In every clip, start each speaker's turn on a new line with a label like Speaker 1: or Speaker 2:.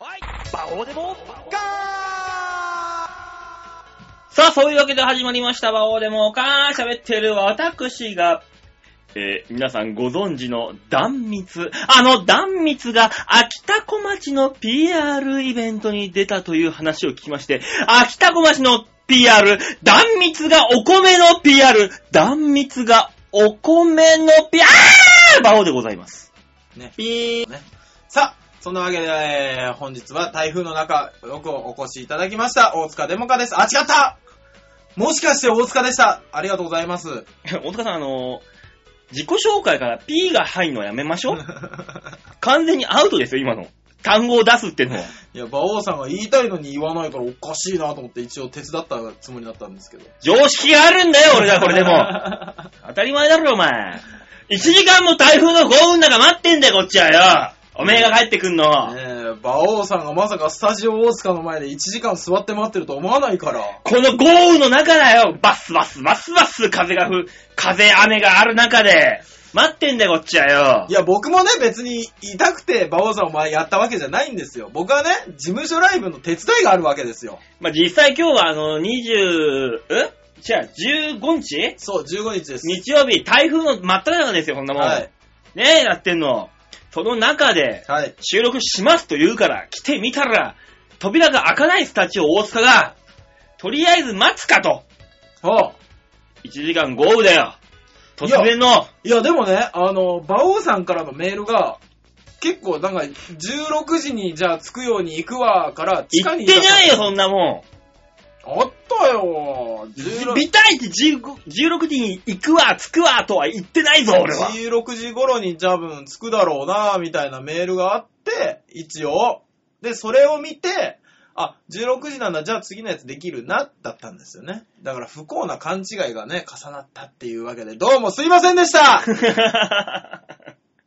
Speaker 1: バオデモガ
Speaker 2: さあ、そういうわけで始まりました。魔王でもかー喋ってる私が、えー皆さんご存知の断蜜。あの断蜜が秋田小町の PR イベントに出たという話を聞きまして、秋田小町の PR、断蜜がお米の PR、断蜜がお米の PR、魔王でございます。
Speaker 3: ね。
Speaker 2: ピー。
Speaker 3: ね。さあ、そんなわけで、えー本日は台風の中、よくお越しいただきました、大塚デモカです。あ、違ったもしかして大塚でした。ありがとうございます。
Speaker 2: 大塚さん、あのー自己紹介から P が入るのはやめましょう。 完全にアウトですよ、今の。単語を出すってのは。
Speaker 3: いや、馬王さんが言いたいのに言わないからおかしいなと思って一応手伝ったつもりだったんですけど。
Speaker 2: 常識があるんだよ、俺がこれでも。当たり前だろ、お前。1時間も台風の豪雨の中待ってんだよ、こっちはよ。おめえが帰ってくんの。
Speaker 3: ねえ、馬王さんがまさかスタジオ大塚の前で1時間座って待ってると思わないから。
Speaker 2: この豪雨の中だよ。バスバスバスバス風がふ、風雨がある中で。待ってんだよ、こっちはよ
Speaker 3: い。や、僕もね、別に痛くて馬王さんを前やったわけじゃないんですよ。僕はね、事務所ライブの手伝いがあるわけですよ。
Speaker 2: まあ、実際今日はあの、20、え違う、15日
Speaker 3: そう、15日です。
Speaker 2: 日曜日、台風の真っ只中ですよ、こんなもん。
Speaker 3: はい。
Speaker 2: ねえ、やってんの。その中で、
Speaker 3: はい。
Speaker 2: 収録しますと言うから、来てみたら、扉が開かないスタジオ大塚が、とりあえず待つかと。
Speaker 3: はあ。
Speaker 2: 1時間豪雨だよ。突然の、
Speaker 3: いや、でもね、あの、馬王さんからのメールが、結構なんか、16時にじゃあ着くように行くわから、地
Speaker 2: 行
Speaker 3: 下
Speaker 2: っ
Speaker 3: に
Speaker 2: てないよ、
Speaker 3: い
Speaker 2: そんなも
Speaker 3: あったよ
Speaker 2: ん。
Speaker 3: 16
Speaker 2: ビタイチ16時に行くわ、着くわとは言ってないぞ、俺は。
Speaker 3: 16時頃に多分着くだろうな、みたいなメールがあって、一応。で、それを見て、あ、16時なんだ、じゃあ次のやつできるな、だったんですよね。だから不幸な勘違いがね、重なったっていうわけで、どうもすいませんでした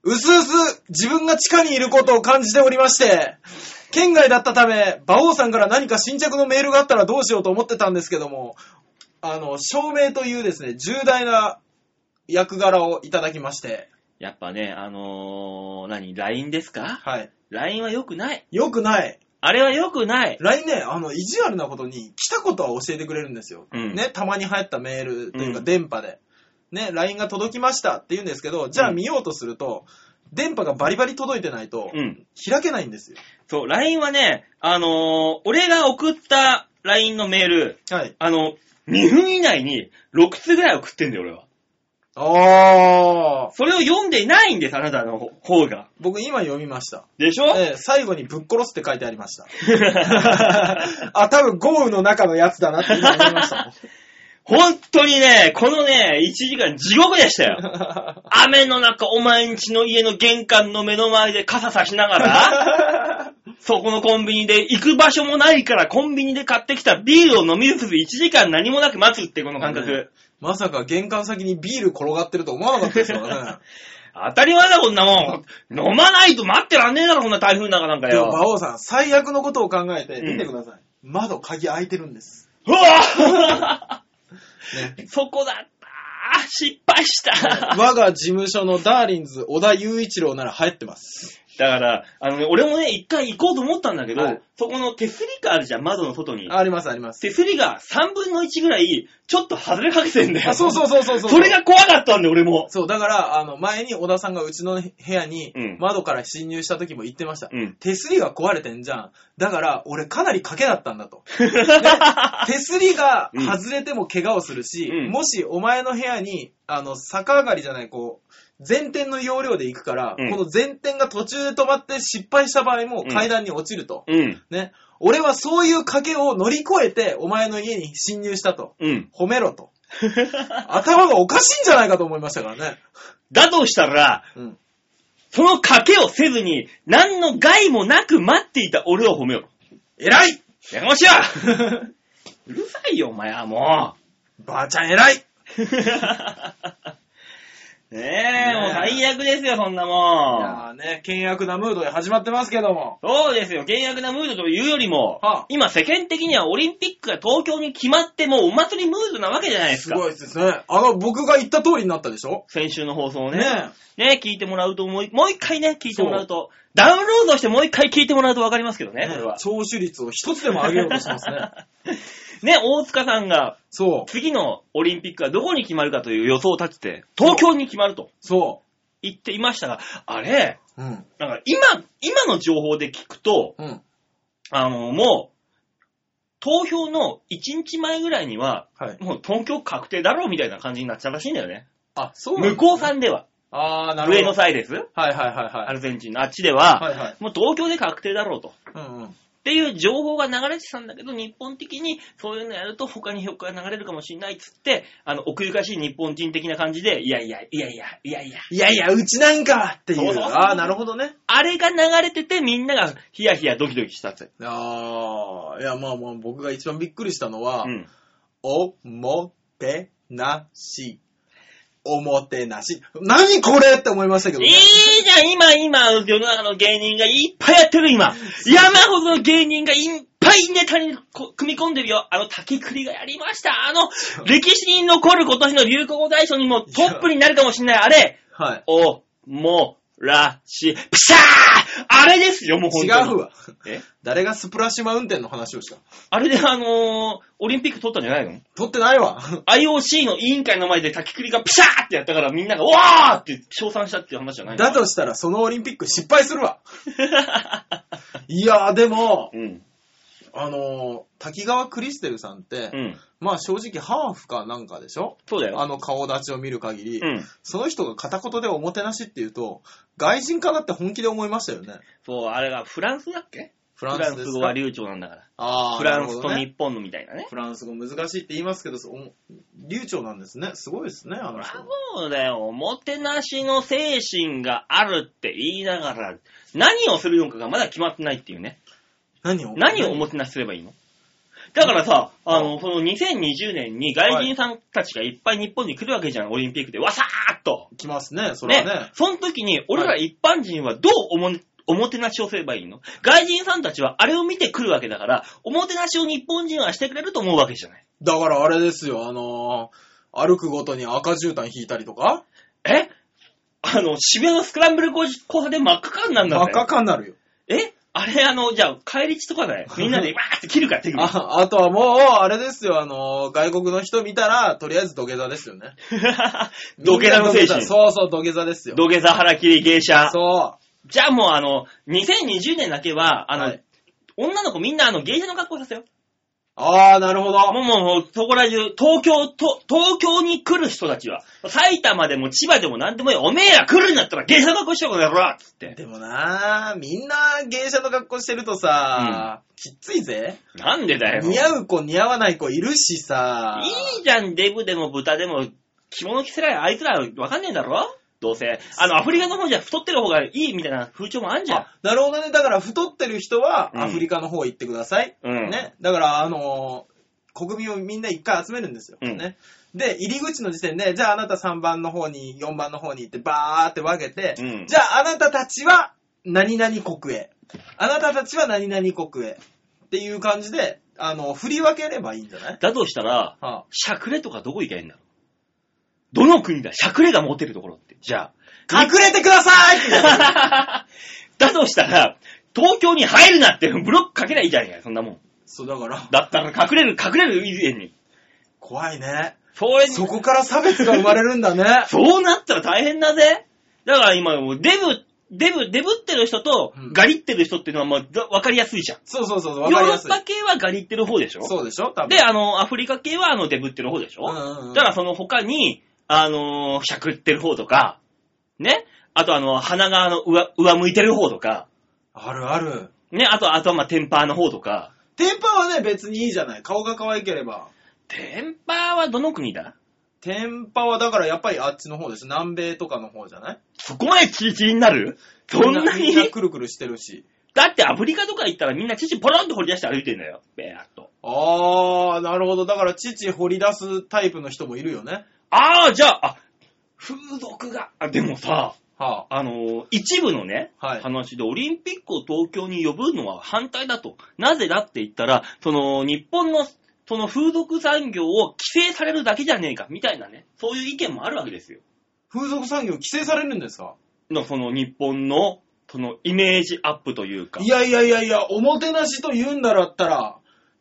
Speaker 3: うすうす自分が地下にいることを感じておりまして、県外だったため、馬王さんから何か新着のメールがあったらどうしようと思ってたんですけども、あの、証明というですね、重大な役柄をいただきまして、
Speaker 2: やっぱね、あのー、何、LINE ですか
Speaker 3: はい。
Speaker 2: ?LINE は良くない。
Speaker 3: よくない。
Speaker 2: あれは良くない。
Speaker 3: 来年、あの、意地悪なことに、来たことは教えてくれるんですよ。
Speaker 2: うん
Speaker 3: ね、たまに流行ったメールという
Speaker 2: う
Speaker 3: か、
Speaker 2: ん
Speaker 3: 電波で。ね、LINE が届きましたって言うんですけど、じゃあ見ようとすると、電波がバリバリ届いてないと
Speaker 2: う、ん。
Speaker 3: 開けないんですよ。
Speaker 2: そう、LINE はね、あのー俺が送った LINE のメール、
Speaker 3: はい。
Speaker 2: あの、2分以内に6つぐらい送ってんだよ、俺は。
Speaker 3: あー。
Speaker 2: それを読んでないんです、あなたの方が。
Speaker 3: 僕今読みました。
Speaker 2: でしょ、
Speaker 3: ええ最後にぶっ殺すって書いてありました。 あ、多分豪雨の中のやつだなって今思いま したもん。
Speaker 2: 本当にね、このね、1時間地獄でしたよ。雨の中、お前んちの家の玄関の目の前で傘差しながら、そこのコンビニで行く場所もないから、コンビニで買ってきたビールを飲みつつ1時間何もなく待つってこの感覚。
Speaker 3: うんまさか玄関先にビール転がってると思わなかったですから ね。
Speaker 2: 当たり前だ、こんなもん。飲まないと待ってらんねえだろ、こんな台風の中なんか
Speaker 3: でも、馬
Speaker 2: よ。
Speaker 3: 王さん、最悪のことを考えて、見てください。窓、鍵開いてるんです。
Speaker 2: うわ
Speaker 3: ね
Speaker 2: そこだった。失敗 した。
Speaker 3: 我が事務所のダーリンズ、小田雄一郎なら入ってます。
Speaker 2: だから、あのね、俺もね、一回行こうと思ったんだけど、
Speaker 3: はい
Speaker 2: そこの手すりがあるじゃん、窓の外に。
Speaker 3: あります、あります。
Speaker 2: 手すりが3分の1ぐらい、ちょっと外れかけてんだよ。
Speaker 3: あ、そうそうそうそう そう。
Speaker 2: それが怖かったんだよ、俺も。
Speaker 3: そう、だから、あの、前に小田さんがうちの部屋に
Speaker 2: うん
Speaker 3: 窓から侵入した時も言ってました。
Speaker 2: うん。
Speaker 3: 手すりが壊れてんじゃん。だから、俺かなり賭けだったんだ と。手すりが外れても怪我をするし、
Speaker 2: うん
Speaker 3: もしお前の部屋に、あの、逆上がりじゃない、こう、前転の要領で行くから、
Speaker 2: うん
Speaker 3: この前転が途中で止まって失敗した場合も
Speaker 2: うん
Speaker 3: 階段に落ちると。
Speaker 2: うん。
Speaker 3: ね。俺はそういう賭けを乗り越えて、お前の家に侵入したと。
Speaker 2: うん。
Speaker 3: 褒めろと。頭がおかしいんじゃないかと思いましたからね。
Speaker 2: だとしたら、
Speaker 3: うん。
Speaker 2: その賭けをせずに、何の害もなく待っていた俺を褒めよう。
Speaker 3: 偉い
Speaker 2: やかましや うるさいよ、お前はも 。
Speaker 3: ばあちゃん偉いう
Speaker 2: ねえ、もう
Speaker 3: ね
Speaker 2: 最悪ですよ、そんなもん。
Speaker 3: まあね、険悪なムードで始まってますけども。
Speaker 2: そうですよ、険悪なムードというよりも、
Speaker 3: はあ
Speaker 2: 今世間的にはオリンピックが東京に決まってもうお祭りムードなわけじゃないです
Speaker 3: す
Speaker 2: か。
Speaker 3: ごいですね。あの、僕が言った通りになったでしょ
Speaker 2: 先週の放送をね。
Speaker 3: ね
Speaker 2: ね、聞いてもらうと、もう、もう一回ね、聞いてもらうと、ダウンロードしてもう一回聞いてもらうとわかりますけどね、
Speaker 3: え。
Speaker 2: これは。
Speaker 3: 聴取率を一つでも上げようとします ね。
Speaker 2: ね、大塚さんが、
Speaker 3: そう、
Speaker 2: 次のオリンピックがどこに決まるかという予想を立てて、東京に決まると
Speaker 3: そ
Speaker 2: 言っていましたが、あれ、
Speaker 3: う。うん。
Speaker 2: なんか今、今の情報で聞くと、
Speaker 3: うん。
Speaker 2: あの、もう、投票の1日前ぐらいには、
Speaker 3: はい。
Speaker 2: もう東京確定だろうみたいな感じになっちゃうらしいんだよね。
Speaker 3: あ、そう
Speaker 2: 向こう
Speaker 3: ん。
Speaker 2: さんでは、
Speaker 3: あー、なるほ
Speaker 2: 上
Speaker 3: ど。
Speaker 2: のサイレス、
Speaker 3: はいはいはい
Speaker 2: ア
Speaker 3: はい。
Speaker 2: ルゼンチンのあっちでは、
Speaker 3: はいはい。
Speaker 2: もう東京で確定だろうと。
Speaker 3: うんうん。
Speaker 2: っていう情報が流れてたんだけど、日本的にそういうのやると他に評価が流れるかもしれないっつって、あの、奥ゆかしい日本人的な感じで、いやいや、いやいや、いやいや、
Speaker 3: いやいや、うちなんかっていう。
Speaker 2: そうそうそう
Speaker 3: あー、なるほどね。
Speaker 2: あれが流れててみんながヒヤヒヤドキドキしたって。
Speaker 3: あー、いや、まあまあ、僕が一番びっくりしたのは
Speaker 2: う、ん。
Speaker 3: おもてなし。おもてなし。何これって思いましたけど
Speaker 2: い
Speaker 3: ね。
Speaker 2: いじゃん、今、今、世の中の芸人がいっぱいやってる、今。山ほどの芸人がいっぱいネタにこ組み込んでるよ。あの、滝栗がやりました。あの、歴史に残る今年の流行語大賞にもトップになるかもしれない、あれ。
Speaker 3: はい。
Speaker 2: お、も、ら、し、ピシャーあれですよ、もう本
Speaker 3: 違
Speaker 2: 当に。
Speaker 3: うわ。
Speaker 2: え
Speaker 3: 誰がスプラッシュマウンテンの話をした
Speaker 2: あれで、あのー、オリンピック取ったんじゃないの
Speaker 3: 撮ってないわ。
Speaker 2: ?IOC の委員会の前で滝栗がピシャーってやったからみんなが、わーって称賛したっていう話じゃないの
Speaker 3: だとしたらそのオリンピック失敗するわ。いやーでも、
Speaker 2: うん。
Speaker 3: あのー、滝川クリステルさんって、
Speaker 2: うん。
Speaker 3: まあ正直ハーフかなんかでしょ
Speaker 2: そうだよ。
Speaker 3: あの顔立ちを見る限り、
Speaker 2: うん。
Speaker 3: その人が片言でおもてなしって言うと、外人かなって本気で思いましたよね。
Speaker 2: そう、あれがフランスだっけ
Speaker 3: フ
Speaker 2: フ
Speaker 3: ラン
Speaker 2: ラン
Speaker 3: スで
Speaker 2: ス
Speaker 3: す
Speaker 2: 語
Speaker 3: か
Speaker 2: は流暢なんだから。
Speaker 3: あー
Speaker 2: フランス
Speaker 3: なる
Speaker 2: と
Speaker 3: ほど
Speaker 2: 日
Speaker 3: ね
Speaker 2: 本のみたいなね。
Speaker 3: フランス語難しいって言いますけど、そ流暢なんですね。すごいですね、あ
Speaker 2: ブ
Speaker 3: の
Speaker 2: ラ
Speaker 3: 人。
Speaker 2: ボーだよ。おもてなしの精神があるって言いながら、何をするのかがまだ決まってないっていうね。
Speaker 3: 何を
Speaker 2: 何をおもてなしすればいいのだからさ、あの、その2020年に外人さんたちがいっぱい日本に来るわけじゃん、オリンピックで。わさーっと。
Speaker 3: 来ますね、それは
Speaker 2: ね
Speaker 3: ね。。
Speaker 2: その時に、俺ら一般人はどうおも、おもてなしをすればいいの外人さんたちはあれを見て来るわけだから、おもてなしを日本人はしてくれると思うわけじゃない。
Speaker 3: だからあれですよ、あのー歩くごとに赤絨毯引いたりとか、
Speaker 2: えあの、渋谷のスクランブル交差点真っ赤かになるんだ
Speaker 3: 真っ
Speaker 2: ね。
Speaker 3: 赤かになるよ。
Speaker 2: えあれ、あの、じゃあ、帰り地とか だよ。みんなでわーって切るから、手首。
Speaker 3: あ、あとはもう、あれですよ、あのー外国の人見たら、とりあえず土下座ですよね。
Speaker 2: 土下座の精神。
Speaker 3: そうそう、土下座ですよ。
Speaker 2: 土下座、腹切り、芸者。
Speaker 3: そ
Speaker 2: じゃあもうあの、2020年だけは、あの、
Speaker 3: はい
Speaker 2: 女の子みんなあの、芸者の格好させよう。
Speaker 3: う。あー、なるほど。
Speaker 2: もうもうもう、そこら中、東京と、東京に来る人たちは、埼玉でも千葉でもなんでもいい。おめえら来るんだったら芸者の格好しようこの野郎つって。
Speaker 3: でもなー、みんな芸者の格好してるとさ、きっついぜ。
Speaker 2: なんでだよ。
Speaker 3: 似合う子似合わない子いるしさ。
Speaker 2: いいじゃん、デブでも豚でも、着物着せられ、あいつらわかんねえんだろどうせ。あの、アフリカの方じゃ太ってる方がいいみたいな風潮もあんじゃん。
Speaker 3: あなるほどね。だから太ってる人は
Speaker 2: うん
Speaker 3: アフリカの方行ってください。
Speaker 2: うん
Speaker 3: ね。だから、あのー国民をみんな一回集めるんですよ。
Speaker 2: うん
Speaker 3: ね。で、入り口の時点で、じゃああなた3番の方に、4番の方に行って、バーって分けて、
Speaker 2: うん
Speaker 3: じゃああなたたちは、何々国へ。あなたたちは何々国へ。っていう感じで、あの、振り分ければいいんじゃない
Speaker 2: だとしたら、
Speaker 3: はあ、
Speaker 2: しゃくれとかどこ行きゃいいんだろうどの国だしゃくれがモテるところって。じゃあ。
Speaker 3: 隠れてくださいって言う
Speaker 2: だとしたら、東京に入るなってブロックかけりゃいいじゃんや、そんなもん。
Speaker 3: そう、だから、
Speaker 2: だったら隠れる、隠れる以前に。
Speaker 3: 怖いね。
Speaker 2: それに。
Speaker 3: そこから差別が生まれるんだね
Speaker 2: そうなったら大変だぜ。だから今、もうデブ、デブ、デブってる人と
Speaker 3: うん、
Speaker 2: ガリってる人っていうのはまあだ、わかりやすいじゃん。
Speaker 3: そうそうそうそう、
Speaker 2: ヨー
Speaker 3: わかり
Speaker 2: ロ
Speaker 3: やす
Speaker 2: ッ
Speaker 3: い。
Speaker 2: パ系はガリってる方でしょ
Speaker 3: そうでしょ多分。
Speaker 2: で、あの、アフリカ系はあの、デブってる方でしょ、
Speaker 3: うんうんうん
Speaker 2: だからその他に、あのー、しゃくってる方とか、ねあとあの、鼻があの、上、上向いてる方とか、
Speaker 3: あるある。
Speaker 2: ねあと、あとはまあ、テンパーの方とか、
Speaker 3: テンパはね、別にいいじゃない。顔が可愛ければ。
Speaker 2: テンパーはどの国だ
Speaker 3: テンパはだからやっぱりあっちの方でしょ。南米とかの方じゃない
Speaker 2: そこまでチリチリになるそんな
Speaker 3: み
Speaker 2: に
Speaker 3: んなくるくるしてるし。
Speaker 2: だってアフリカとか行ったらみんなチチポロンと掘り出して歩いてんだよ。べーっと。
Speaker 3: あー、なるほど。だから、父掘り出すタイプの人もいるよね。
Speaker 2: ああ、じゃあ、あ、風俗が、あ、でもさ、
Speaker 3: は
Speaker 2: あの、一部のね、
Speaker 3: あ、はい。
Speaker 2: 話でオリンピックを東京に呼ぶのは反対だと。なぜだって言ったら、その、日本の、その風俗産業を規制されるだけじゃねえか、みたいなね、そういう意見もあるわけですよ。
Speaker 3: 風俗産業規制されるんですか
Speaker 2: の、その日本の、そのイメージアップというか
Speaker 3: い。やいやいやいや、おもてなしと言うんだらったら、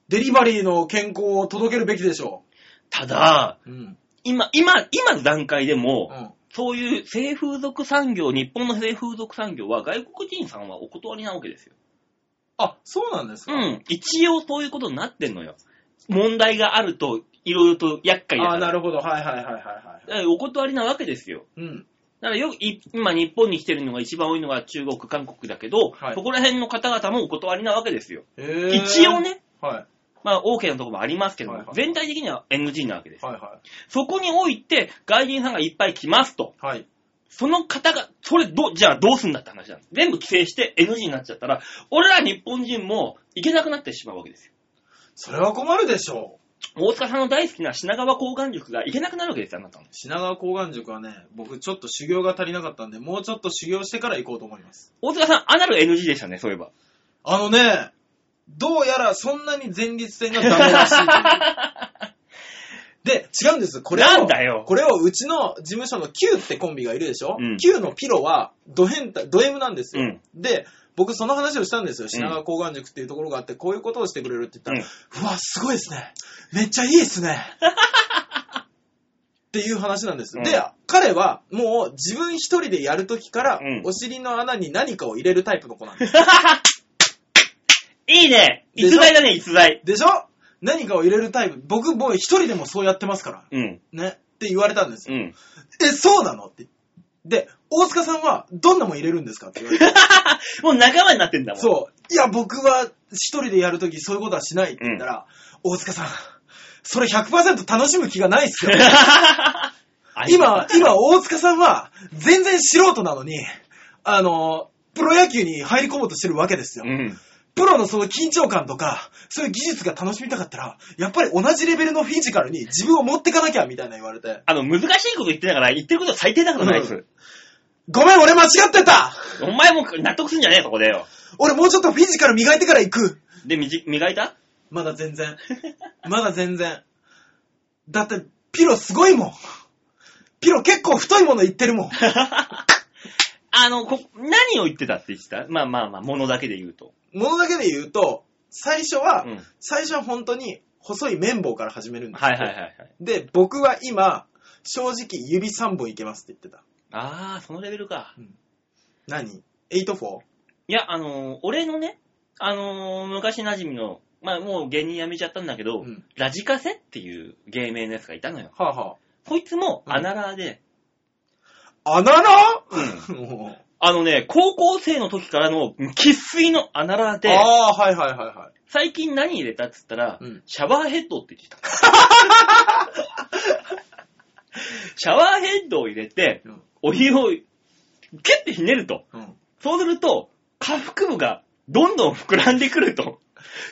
Speaker 3: デリバリーの健康を届けるべきでしょ
Speaker 2: ただ、
Speaker 3: う。うん。
Speaker 2: 今、今、今の段階でも、
Speaker 3: うん。
Speaker 2: そういう性風俗産業、日本の性風俗産業は外国人さんはお断りなわけですよ。
Speaker 3: あ、そうなんですか
Speaker 2: うん。一応そういうことになってんのよ。問題があると、いろいろと厄介だ
Speaker 3: あ
Speaker 2: か
Speaker 3: ー
Speaker 2: ら。
Speaker 3: なるほど。はいはいはいはいは
Speaker 2: だからお断りなわけですよ。
Speaker 3: い。うん。
Speaker 2: だからよくい、今日本に来てるのが一番多いのが中国、韓国だけど、
Speaker 3: はい
Speaker 2: そこら辺の方々もお断りなわけですよ。
Speaker 3: えー
Speaker 2: 一応。ね、
Speaker 3: は
Speaker 2: まあ OK なところもありますけども、
Speaker 3: はいはい
Speaker 2: 全体的には NG なわけです
Speaker 3: い。。はいは
Speaker 2: そこにおいて外人さんがいっぱい来ますと。
Speaker 3: い。はい。
Speaker 2: その方が、それど、じゃあどうすんだって話なんです。全部規制して NG になっちゃったら、俺ら日本人も行けなくなってしまうわけですよ。
Speaker 3: それは困るでしょう。
Speaker 2: 大塚さんの大好きな品川交換塾が行けなくなるわけですよ、あなたの。
Speaker 3: 品川高岩塾はね、僕ちょっと修行が足りなかったんで、もうちょっと修行してから行こうと思います。
Speaker 2: 大塚さん、アナル NG でしたね、そういえば。
Speaker 3: あのね、どうやらそんなに前立腺がダメらしい という。で、違うんです。これを、
Speaker 2: なんだよ
Speaker 3: これをうちの事務所の Q ってコンビがいるでしょ、
Speaker 2: うん
Speaker 3: ?Q のピロはド変態、ド M なんですよ。
Speaker 2: うん
Speaker 3: で、僕その話をしたんですよ。品川高岩塾っていうところがあって、こういうことをしてくれるって言ったら、うわ、すごいですね。めっちゃいいで すね。っていう話なんです。
Speaker 2: うん
Speaker 3: で、彼はもう自分一人でやるときから
Speaker 2: うん、
Speaker 3: お尻の穴に何かを入れるタイプの子なんです。
Speaker 2: いいね
Speaker 3: でしょ
Speaker 2: 逸材だね、逸材。
Speaker 3: でしょ何かを入れるタイプ。僕もう一人でもそうやってますから。
Speaker 2: うん、
Speaker 3: ね。って言われたんです
Speaker 2: うん。
Speaker 3: よ。え、そうなのって。で、大塚さんはどんなもん入れるんですかって言わ れて。
Speaker 2: もう仲間になってんだ もん。
Speaker 3: そう。いや、僕は一人でやるときそういうことはしないって言ったら、大塚さん、それ100%楽しむ気がないっすよ。
Speaker 2: ありが
Speaker 3: 今
Speaker 2: と、
Speaker 3: 今、大塚さんは、全然素人なのに、あの、プロ野球に入り込もうとしてるわけですよ
Speaker 2: う。うん。
Speaker 3: プロのその緊張感とか、そういう技術が楽しみたかったら、やっぱり同じレベルのフィジカルに自分を持ってかなきゃ、みたいな言われて。
Speaker 2: あの、難しいこと言ってながら、言ってること最低だからな、あいつ。
Speaker 3: ごめん、俺間違ってた
Speaker 2: お前も納得すんじゃねえ、そこでよ。
Speaker 3: 俺もうちょっとフィジカル磨いてから行く
Speaker 2: で、みじ磨いた
Speaker 3: まだ全然。まだ全然。だって、ピロすごいもん。ピロ結構太いもの言ってるもん。
Speaker 2: あの、こ、何を言ってたって言ってたまあまあまあ、ものだけで言うと。
Speaker 3: ものだけで言うと、最初は、
Speaker 2: うん。
Speaker 3: 最初は本当に細い綿棒から始めるんですよ
Speaker 2: はいはいはいはい。
Speaker 3: で、僕は今、正直指3本いけますって言ってた。
Speaker 2: あー、そのレベルか。
Speaker 3: 何 ?8-4?
Speaker 2: いや、あのー俺のね、あのー昔馴染みの、まあもう芸人辞めちゃったんだけど、
Speaker 3: うん。
Speaker 2: ラジカセっていう芸名のやつがいたのよ。
Speaker 3: はあ、は
Speaker 2: こいつも
Speaker 3: うん
Speaker 2: アナラーで、
Speaker 3: あ、アナラ
Speaker 2: う
Speaker 3: も
Speaker 2: あのね、高校生の時からの喫水のアナラー
Speaker 3: う
Speaker 2: で、
Speaker 3: ああ、はいはいはいはい。
Speaker 2: 最近何入れたっつったら、
Speaker 3: うん
Speaker 2: シャワーヘッドって言 ってた。シャワーヘッドを入れて
Speaker 3: うん、
Speaker 2: お湯をキュッてひねると。
Speaker 3: うん。
Speaker 2: そうすると、下腹部がどんどん膨らんでくると。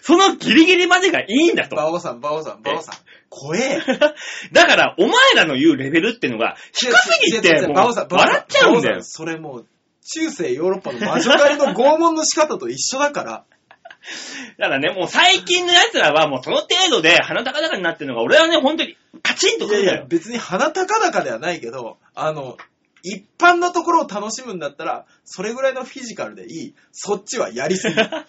Speaker 2: そのギリギリまでがいいんだと。
Speaker 3: バオさん、バオさん、バオさん。怖え。
Speaker 2: だから、お前らの言うレベルってのが、低すぎ
Speaker 3: 違う違う
Speaker 2: て、
Speaker 3: 違
Speaker 2: も
Speaker 3: う
Speaker 2: う
Speaker 3: バオさん、バオさん
Speaker 2: 笑っちゃうんだ
Speaker 3: バオさ
Speaker 2: よ
Speaker 3: ん。それもう、中世ヨーロッパの魔女狩りの拷問の仕方と一緒だから。
Speaker 2: だからね、もう最近の奴らはもうその程度で鼻高々になってるのが、俺はね、本当にカチンと
Speaker 3: い
Speaker 2: く
Speaker 3: や
Speaker 2: る
Speaker 3: い
Speaker 2: んだ
Speaker 3: や、
Speaker 2: よ。
Speaker 3: 別に鼻高々ではないけど、あの、一般のところを楽しむんだったら、それぐらいのフィジカルでいい。そっちはやり すぎ。
Speaker 2: だ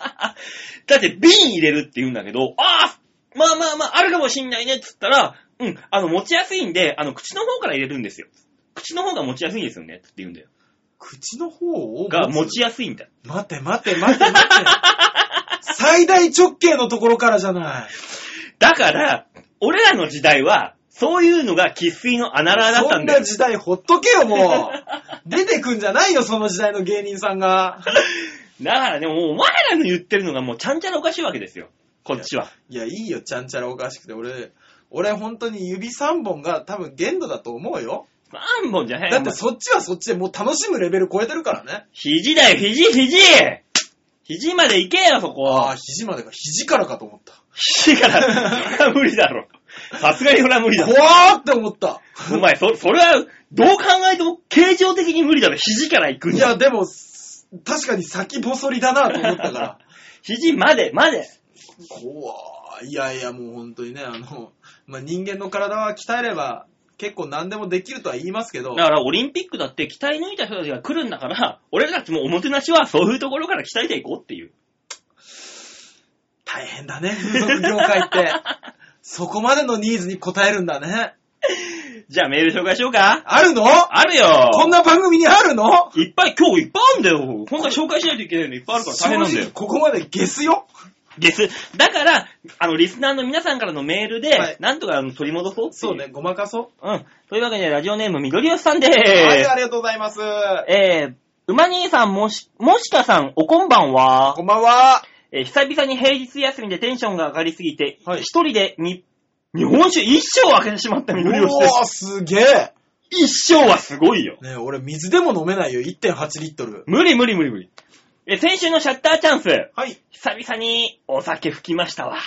Speaker 2: って瓶入れるって言うんだけど、ああまあまあまあ、あるかもしんないねっつったら、うん、あの、持ちやすいんで、あの、口の方から入れるんですよ。口の方が持ちやすいんですよねって言うんだよ。
Speaker 3: 口の方を
Speaker 2: が持
Speaker 3: つ
Speaker 2: ちやすいんだ。
Speaker 3: 待て待て待て待 て。最大直径のところからじゃない。
Speaker 2: だから、俺らの時代は、そういうのが喫水のアナラーだった
Speaker 3: そ
Speaker 2: ん
Speaker 3: ん
Speaker 2: だよ
Speaker 3: な。時代ほっとけよ、もう。出てくんじゃないよ、その時代の芸人さんが。
Speaker 2: だからね、もうお前らの言ってるのがもうちゃんちゃらおかしいわけですよ。こっちは。
Speaker 3: いや、いいよ、ちゃんちゃらおかしくて。俺、俺本当に指3本が多分限度だと思うよ。
Speaker 2: 3本じゃない
Speaker 3: だってそっちはそっちでもう楽しむレベル超えてるからね。
Speaker 2: 肘だよ、肘、肘肘まで行けよ、そこ
Speaker 3: ああ、。肘までが肘からかと思った。
Speaker 2: 肘から、それは無理だろ。さすがにそれは無理だ
Speaker 3: 怖。ーって思った。
Speaker 2: お前、そ、それは、どう考えても、形状的に無理だろ。肘から行くん
Speaker 3: い
Speaker 2: じゃん。
Speaker 3: や、でも、す確かに先細りだなと思った から。
Speaker 2: 肘まで、まで。
Speaker 3: 怖ーいやいや、もう本当にね、あの、まあ、人間の体は鍛えれば、結構何でもできるとは言いますけど、
Speaker 2: だから、オリンピックだって、鍛え抜いた人たちが来るんだから、俺たちもおもてなしは、そういうところから鍛えていこうっていう。
Speaker 3: 大変だね、風俗業界って。 そこまでのニーズに応えるんだね。
Speaker 2: じゃあ、メール紹介しようか。
Speaker 3: あるの
Speaker 2: ある
Speaker 3: こん
Speaker 2: よ
Speaker 3: な番組にあるの
Speaker 2: いっぱい、今日いっぱいあるんだよ。本当は紹介しないといけないのいっぱいあるから大変なんだよ
Speaker 3: 正直。ここまでゲスよ。
Speaker 2: です。だから、あの、リスナーの皆さんからのメールで、
Speaker 3: はい
Speaker 2: なんとかあの取り戻そうってい
Speaker 3: そうね、。ごまかそ
Speaker 2: うん。というわけで、ラジオネーム、みどりよしさんで
Speaker 3: う。はい、
Speaker 2: ー
Speaker 3: ありがとうございます。
Speaker 2: す。えー、馬兄さん、もし、もしかさん、おこんばんは。
Speaker 3: こんばんは。
Speaker 2: えー久々に平日休みでテンションが上がりすぎて、一、
Speaker 3: はい
Speaker 2: 人でに、日本酒一升を開けてしまったみどりよし
Speaker 3: お
Speaker 2: です。
Speaker 3: ー、すげえ。
Speaker 2: 一升はすごいよ。
Speaker 3: ねえ俺水でも飲めないよ、1.8リットル。
Speaker 2: 無理無理無理無理。えー、先週のシャッターチャンス。
Speaker 3: はい。
Speaker 2: 久々にお酒吹きましたわ。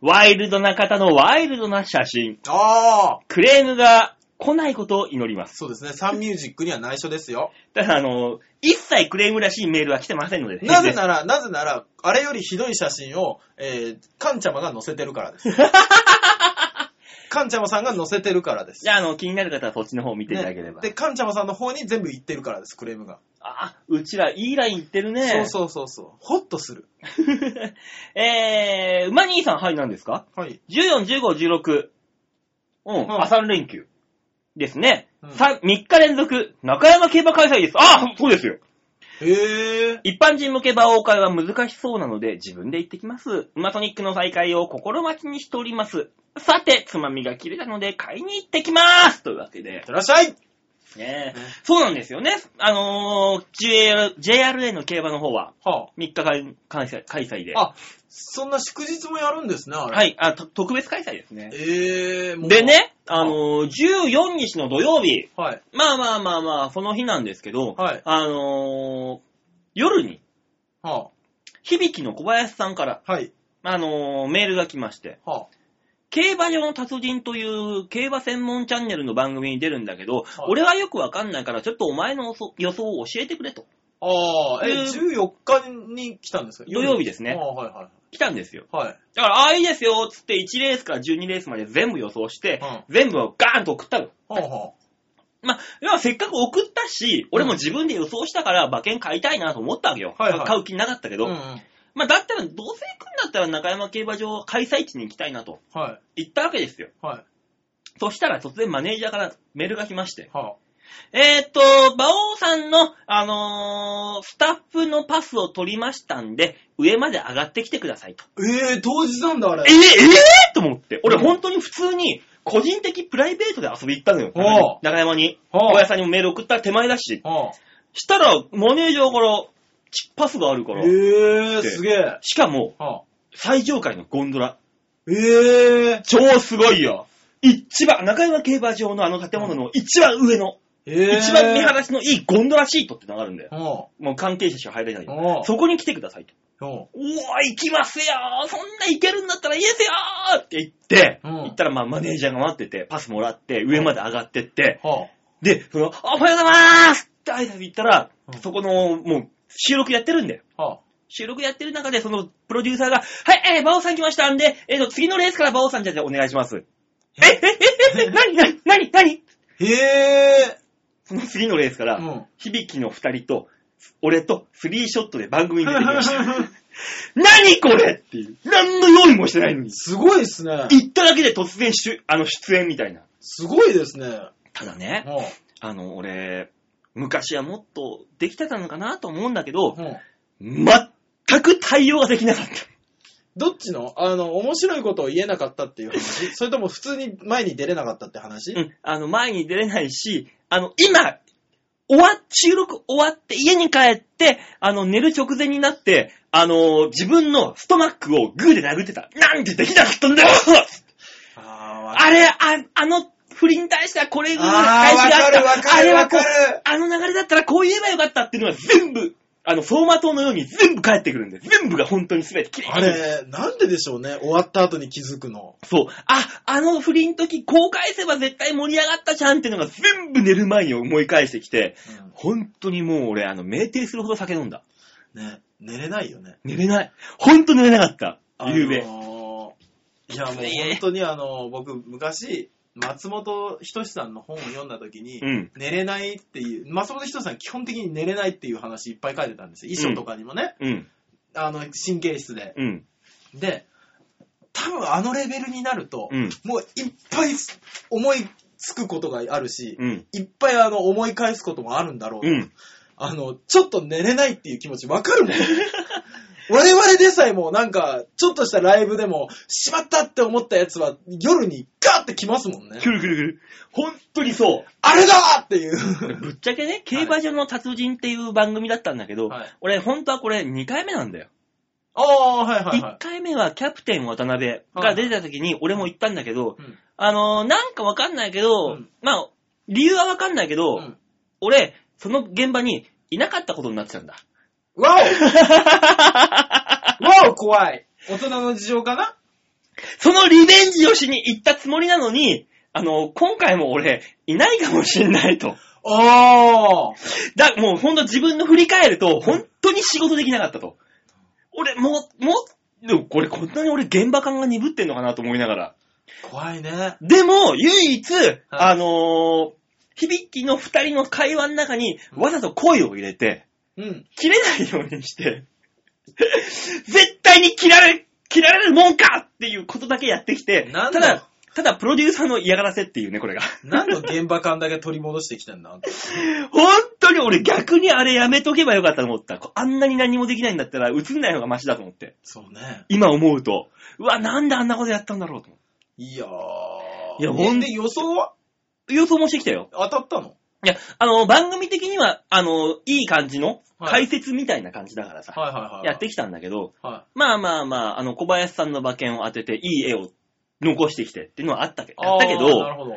Speaker 2: ワイルドな方のワイルドな写真。
Speaker 3: あー。
Speaker 2: クレームが来ないことを祈ります。
Speaker 3: そうですね、サンミュージックには内緒ですよ。
Speaker 2: ただ、あの、一切クレームらしいメールは来てませんので。
Speaker 3: なぜなら、なぜなら、あれよりひどい写真を、えー、カンちゃまが載せてるか らです。カンちゃまさんが載せてるからです。
Speaker 2: じゃあ、あの、気になる方はそっちの方を見ていただければ。
Speaker 3: ねで、カンちゃまさんの方に全部言ってるからです、クレームが。
Speaker 2: あ、うちらいいライン行ってるね。
Speaker 3: そうそうそうそう。ホッとする。
Speaker 2: う。 えー、馬兄さん、はい、何ですか
Speaker 3: はい。
Speaker 2: ?14、15、16。うん、
Speaker 3: うん
Speaker 2: あ、3連休。ですね。
Speaker 3: うん
Speaker 2: 三3日連続、中山競馬開催です。あ、そうですよ。
Speaker 3: へえ。
Speaker 2: 一般人向け馬王会は難しそうなので自分で行ってきます。馬ソニックの再開を心待ちにしております。さて、つまみが切れたので買いに行ってきますというわけで
Speaker 3: いっ。てらっしゃい
Speaker 2: ねえ
Speaker 3: ね
Speaker 2: そうなんですよね。あのー JR JRA の競馬の方は
Speaker 3: は
Speaker 2: 3日間開催開催で。
Speaker 3: あ。あ、そんな祝日もやるんですね、あれ。。
Speaker 2: はいいあ、と特別開催ですね。
Speaker 3: えー、もう
Speaker 2: で。ね、あのー14日の土曜日、
Speaker 3: はい。
Speaker 2: まあまあまあまあ、その日なんですけど、
Speaker 3: はい
Speaker 2: あのー夜に、
Speaker 3: は
Speaker 2: 響の小林さんから、
Speaker 3: あ、はい。
Speaker 2: あのーメールが来まして、
Speaker 3: は
Speaker 2: 競馬場の達人という競馬専門チャンネルの番組に出るんだけど、俺はよくわかんないから、ちょっとお前の予想を教えてくれと。
Speaker 3: あ。ああ、え、
Speaker 2: うん
Speaker 3: 14日に来たんですか
Speaker 2: 土曜日ですね
Speaker 3: ああ、はいは
Speaker 2: 来たんですよ。
Speaker 3: い。はい。
Speaker 2: だから、ああ、いいですよ、つって1レースから12レースまで全部予想して、
Speaker 3: う
Speaker 2: 全部をガーンと送ったの。
Speaker 3: はあは
Speaker 2: まあ、要はせっかく送ったし、俺も自分で予想したから馬券買いたいなと思ったわけよ。
Speaker 3: はいはい
Speaker 2: 買う気なかったけ
Speaker 3: あ。
Speaker 2: ど。
Speaker 3: うんうん。
Speaker 2: まあ、だったら、どうせ行くんだったら中山競馬場開催地に行きたいなと
Speaker 3: はい。
Speaker 2: 言ったわけですよ。
Speaker 3: はい。
Speaker 2: そしたら突然マネージャーからメールが来まして、
Speaker 3: は
Speaker 2: えーっと、馬王さんの、あのースタッフのパスを取りましたんで、上まで上がってきてくださいと。
Speaker 3: あ。ええー、当日なんだ、あれ
Speaker 2: え。えええと思って。俺本当に普通に、個人的プライベートで遊び行ったのよ
Speaker 3: お。
Speaker 2: 中山に。
Speaker 3: おう
Speaker 2: 小屋さんにもメール送ったら手前だし。
Speaker 3: は
Speaker 2: したら、マネージャーから、チパスがあるか
Speaker 3: あ。
Speaker 2: ら。
Speaker 3: ええー、すげえ。は
Speaker 2: しかも、
Speaker 3: あ。
Speaker 2: 最上階のゴンドラ。
Speaker 3: ええー。
Speaker 2: 超すごいよ。一番、中山競馬場のあの建物の一番上の、
Speaker 3: ええー。
Speaker 2: 一番見晴らしのいいゴンドラシートってのがあるんだよ。
Speaker 3: は
Speaker 2: もう関係者しか入れないんだよ。
Speaker 3: あ。は
Speaker 2: そこに来てくださいと。
Speaker 3: あ。は
Speaker 2: おー、行きますよーそんな行けるんだったらイエスよーって言って、
Speaker 3: うん
Speaker 2: 行ったらまあマネージャーが待ってて、パスもらって、上まで上がってって、
Speaker 3: あ。は
Speaker 2: で、その、おはようございますって挨拶行ったら
Speaker 3: う、ん
Speaker 2: そこの、もう、収録やってるんだよ。
Speaker 3: あ。は
Speaker 2: 収録やってる中で、その、プロデューサーが、はい、えー、馬王さん来ましたんで、えっ、と、次のレースから馬王さんじゃあお願いします。え、え、え、え、え、なになになになに
Speaker 3: あ。ええ
Speaker 2: その次のレースから、
Speaker 3: ー。うん。
Speaker 2: 響きの二人と、俺と、スリーショットで番組に出てきました。何これっていう。何の用意もしてないのに。
Speaker 3: すごいですね。
Speaker 2: 行っただけで突然出、あの、出演みたいな。
Speaker 3: すごいですね。は
Speaker 2: ただね、
Speaker 3: あ。
Speaker 2: あの、俺、昔はもっとできてたのかなと思うんだけど、
Speaker 3: はあ。
Speaker 2: 全く対応ができなかった。
Speaker 3: どっちのあの、面白いことを言えなかったっていう話それとも普通に前に出れなかったって話、
Speaker 2: うん、あの、前に出れないし、あの、今、終わっ、収録終わって、家に帰って、あの、寝る直前になって、あの、自分のストマックをグーで殴ってた。なんでできなかったんだよ
Speaker 3: あー、わ
Speaker 2: あれ、あ、あの、振りに対してはこれぐらいの
Speaker 3: あー、わ
Speaker 2: 返しがあ
Speaker 3: か
Speaker 2: った。
Speaker 3: るわか
Speaker 2: あれ
Speaker 3: る
Speaker 2: は
Speaker 3: わ
Speaker 2: こ
Speaker 3: か
Speaker 2: う、
Speaker 3: る。
Speaker 2: あの流れだったらこう言えばよかったっていうのは全部、あの、走馬灯のように全部返ってくるんです。全部が本当に全て綺麗に
Speaker 3: あれ、なんででしょうね。終わった後に気づくの。
Speaker 2: そう。あ、あの振りの時、こう返せば絶対盛り上がったじゃんっていうのが全部寝る前に思い返してきて、本当にもう俺、あの、酩酊するほど酒飲んだ。
Speaker 3: ね、寝れないよね。
Speaker 2: 寝れない。本当寝れなかった。
Speaker 3: ゆ
Speaker 2: 夕
Speaker 3: うべ
Speaker 2: べ。
Speaker 3: いや、もう本当にあの、僕、昔、松本人志さんの本を読んだ時に、
Speaker 2: うん。
Speaker 3: 寝れないっていう、松本人志さん基本的に寝れないっていう話いっぱい書いてたんですよ。遺書とかにもね、
Speaker 2: うん。
Speaker 3: あの、神経質で。
Speaker 2: うん。
Speaker 3: で、多分あのレベルになると、
Speaker 2: うん。
Speaker 3: もういっぱい思いつくことがあるし、
Speaker 2: うん。
Speaker 3: いっぱいあの思い返すこともあるんだろう。
Speaker 2: うん。
Speaker 3: あの、ちょっと寝れないっていう気持ちわか るもん。我々でさえもなんか、ちょっとしたライブでも、しまったって思ったやつは夜にガーってきますもんね
Speaker 2: く。るくるくる。本当にそう。
Speaker 3: あれだーっていう。
Speaker 2: ぶっちゃけね、競馬場の達人っていう番組だったんだけど、
Speaker 3: はい
Speaker 2: 俺、本当はこれ2回目なんだよ。
Speaker 3: ああ、はいはい
Speaker 2: 1
Speaker 3: は
Speaker 2: 回目はキャプテン渡辺が出てた時に俺も行ったんだけど、
Speaker 3: い。うん
Speaker 2: あのーなんかわかんないけど、
Speaker 3: うん
Speaker 2: まあ、理由はわかんないけど、
Speaker 3: うん
Speaker 2: 俺、その現場にいなかったことになってたんだ。
Speaker 3: わおわお怖い大人の事情かな
Speaker 2: そのリベンジをしに行ったつもりなのに、あのー今回も俺、いないかもしんないと。
Speaker 3: ああ
Speaker 2: だ、もうほんと自分の振り返ると、本当に仕事できなかったと。俺、もう、もう、でもこれこんなに俺現場感が鈍ってんのかなと思いながら。
Speaker 3: 怖いね。
Speaker 2: でも、唯一、あのー、響きの二人の会話の中に、わざと声を入れて、
Speaker 3: うん。
Speaker 2: 切れないようにして、絶対に切られ、切られるもんかっていうことだけやってきて、
Speaker 3: な
Speaker 2: た
Speaker 3: んだ
Speaker 2: だ、ただプロデューサーの嫌がらせっていうね、これが。
Speaker 3: 何の現場感だけ取り戻してきたんだあんた
Speaker 2: 本当に俺逆にあれやめとけばよかったと思った。こうあんなに何もできないんだったら映んない方がマシだと思って。
Speaker 3: そうね。
Speaker 2: 今思うと、うわ、なんであんなことやったんだろうと思
Speaker 3: いやー。
Speaker 2: いやほん
Speaker 3: で、予想は
Speaker 2: う。予想もしてきたよ。
Speaker 3: 当たったの
Speaker 2: いや、あの、番組的には、あの、いい感じの
Speaker 3: はい
Speaker 2: 解説みたいな感じだからさ、
Speaker 3: はいはいはい。
Speaker 2: やってきたんだけど、
Speaker 3: はい。
Speaker 2: まあまあまあ、あの、小林さんの馬券を当てて、いい絵を残してきてっていうのはあったけやったけ
Speaker 3: あーなる
Speaker 2: ど、
Speaker 3: ほど。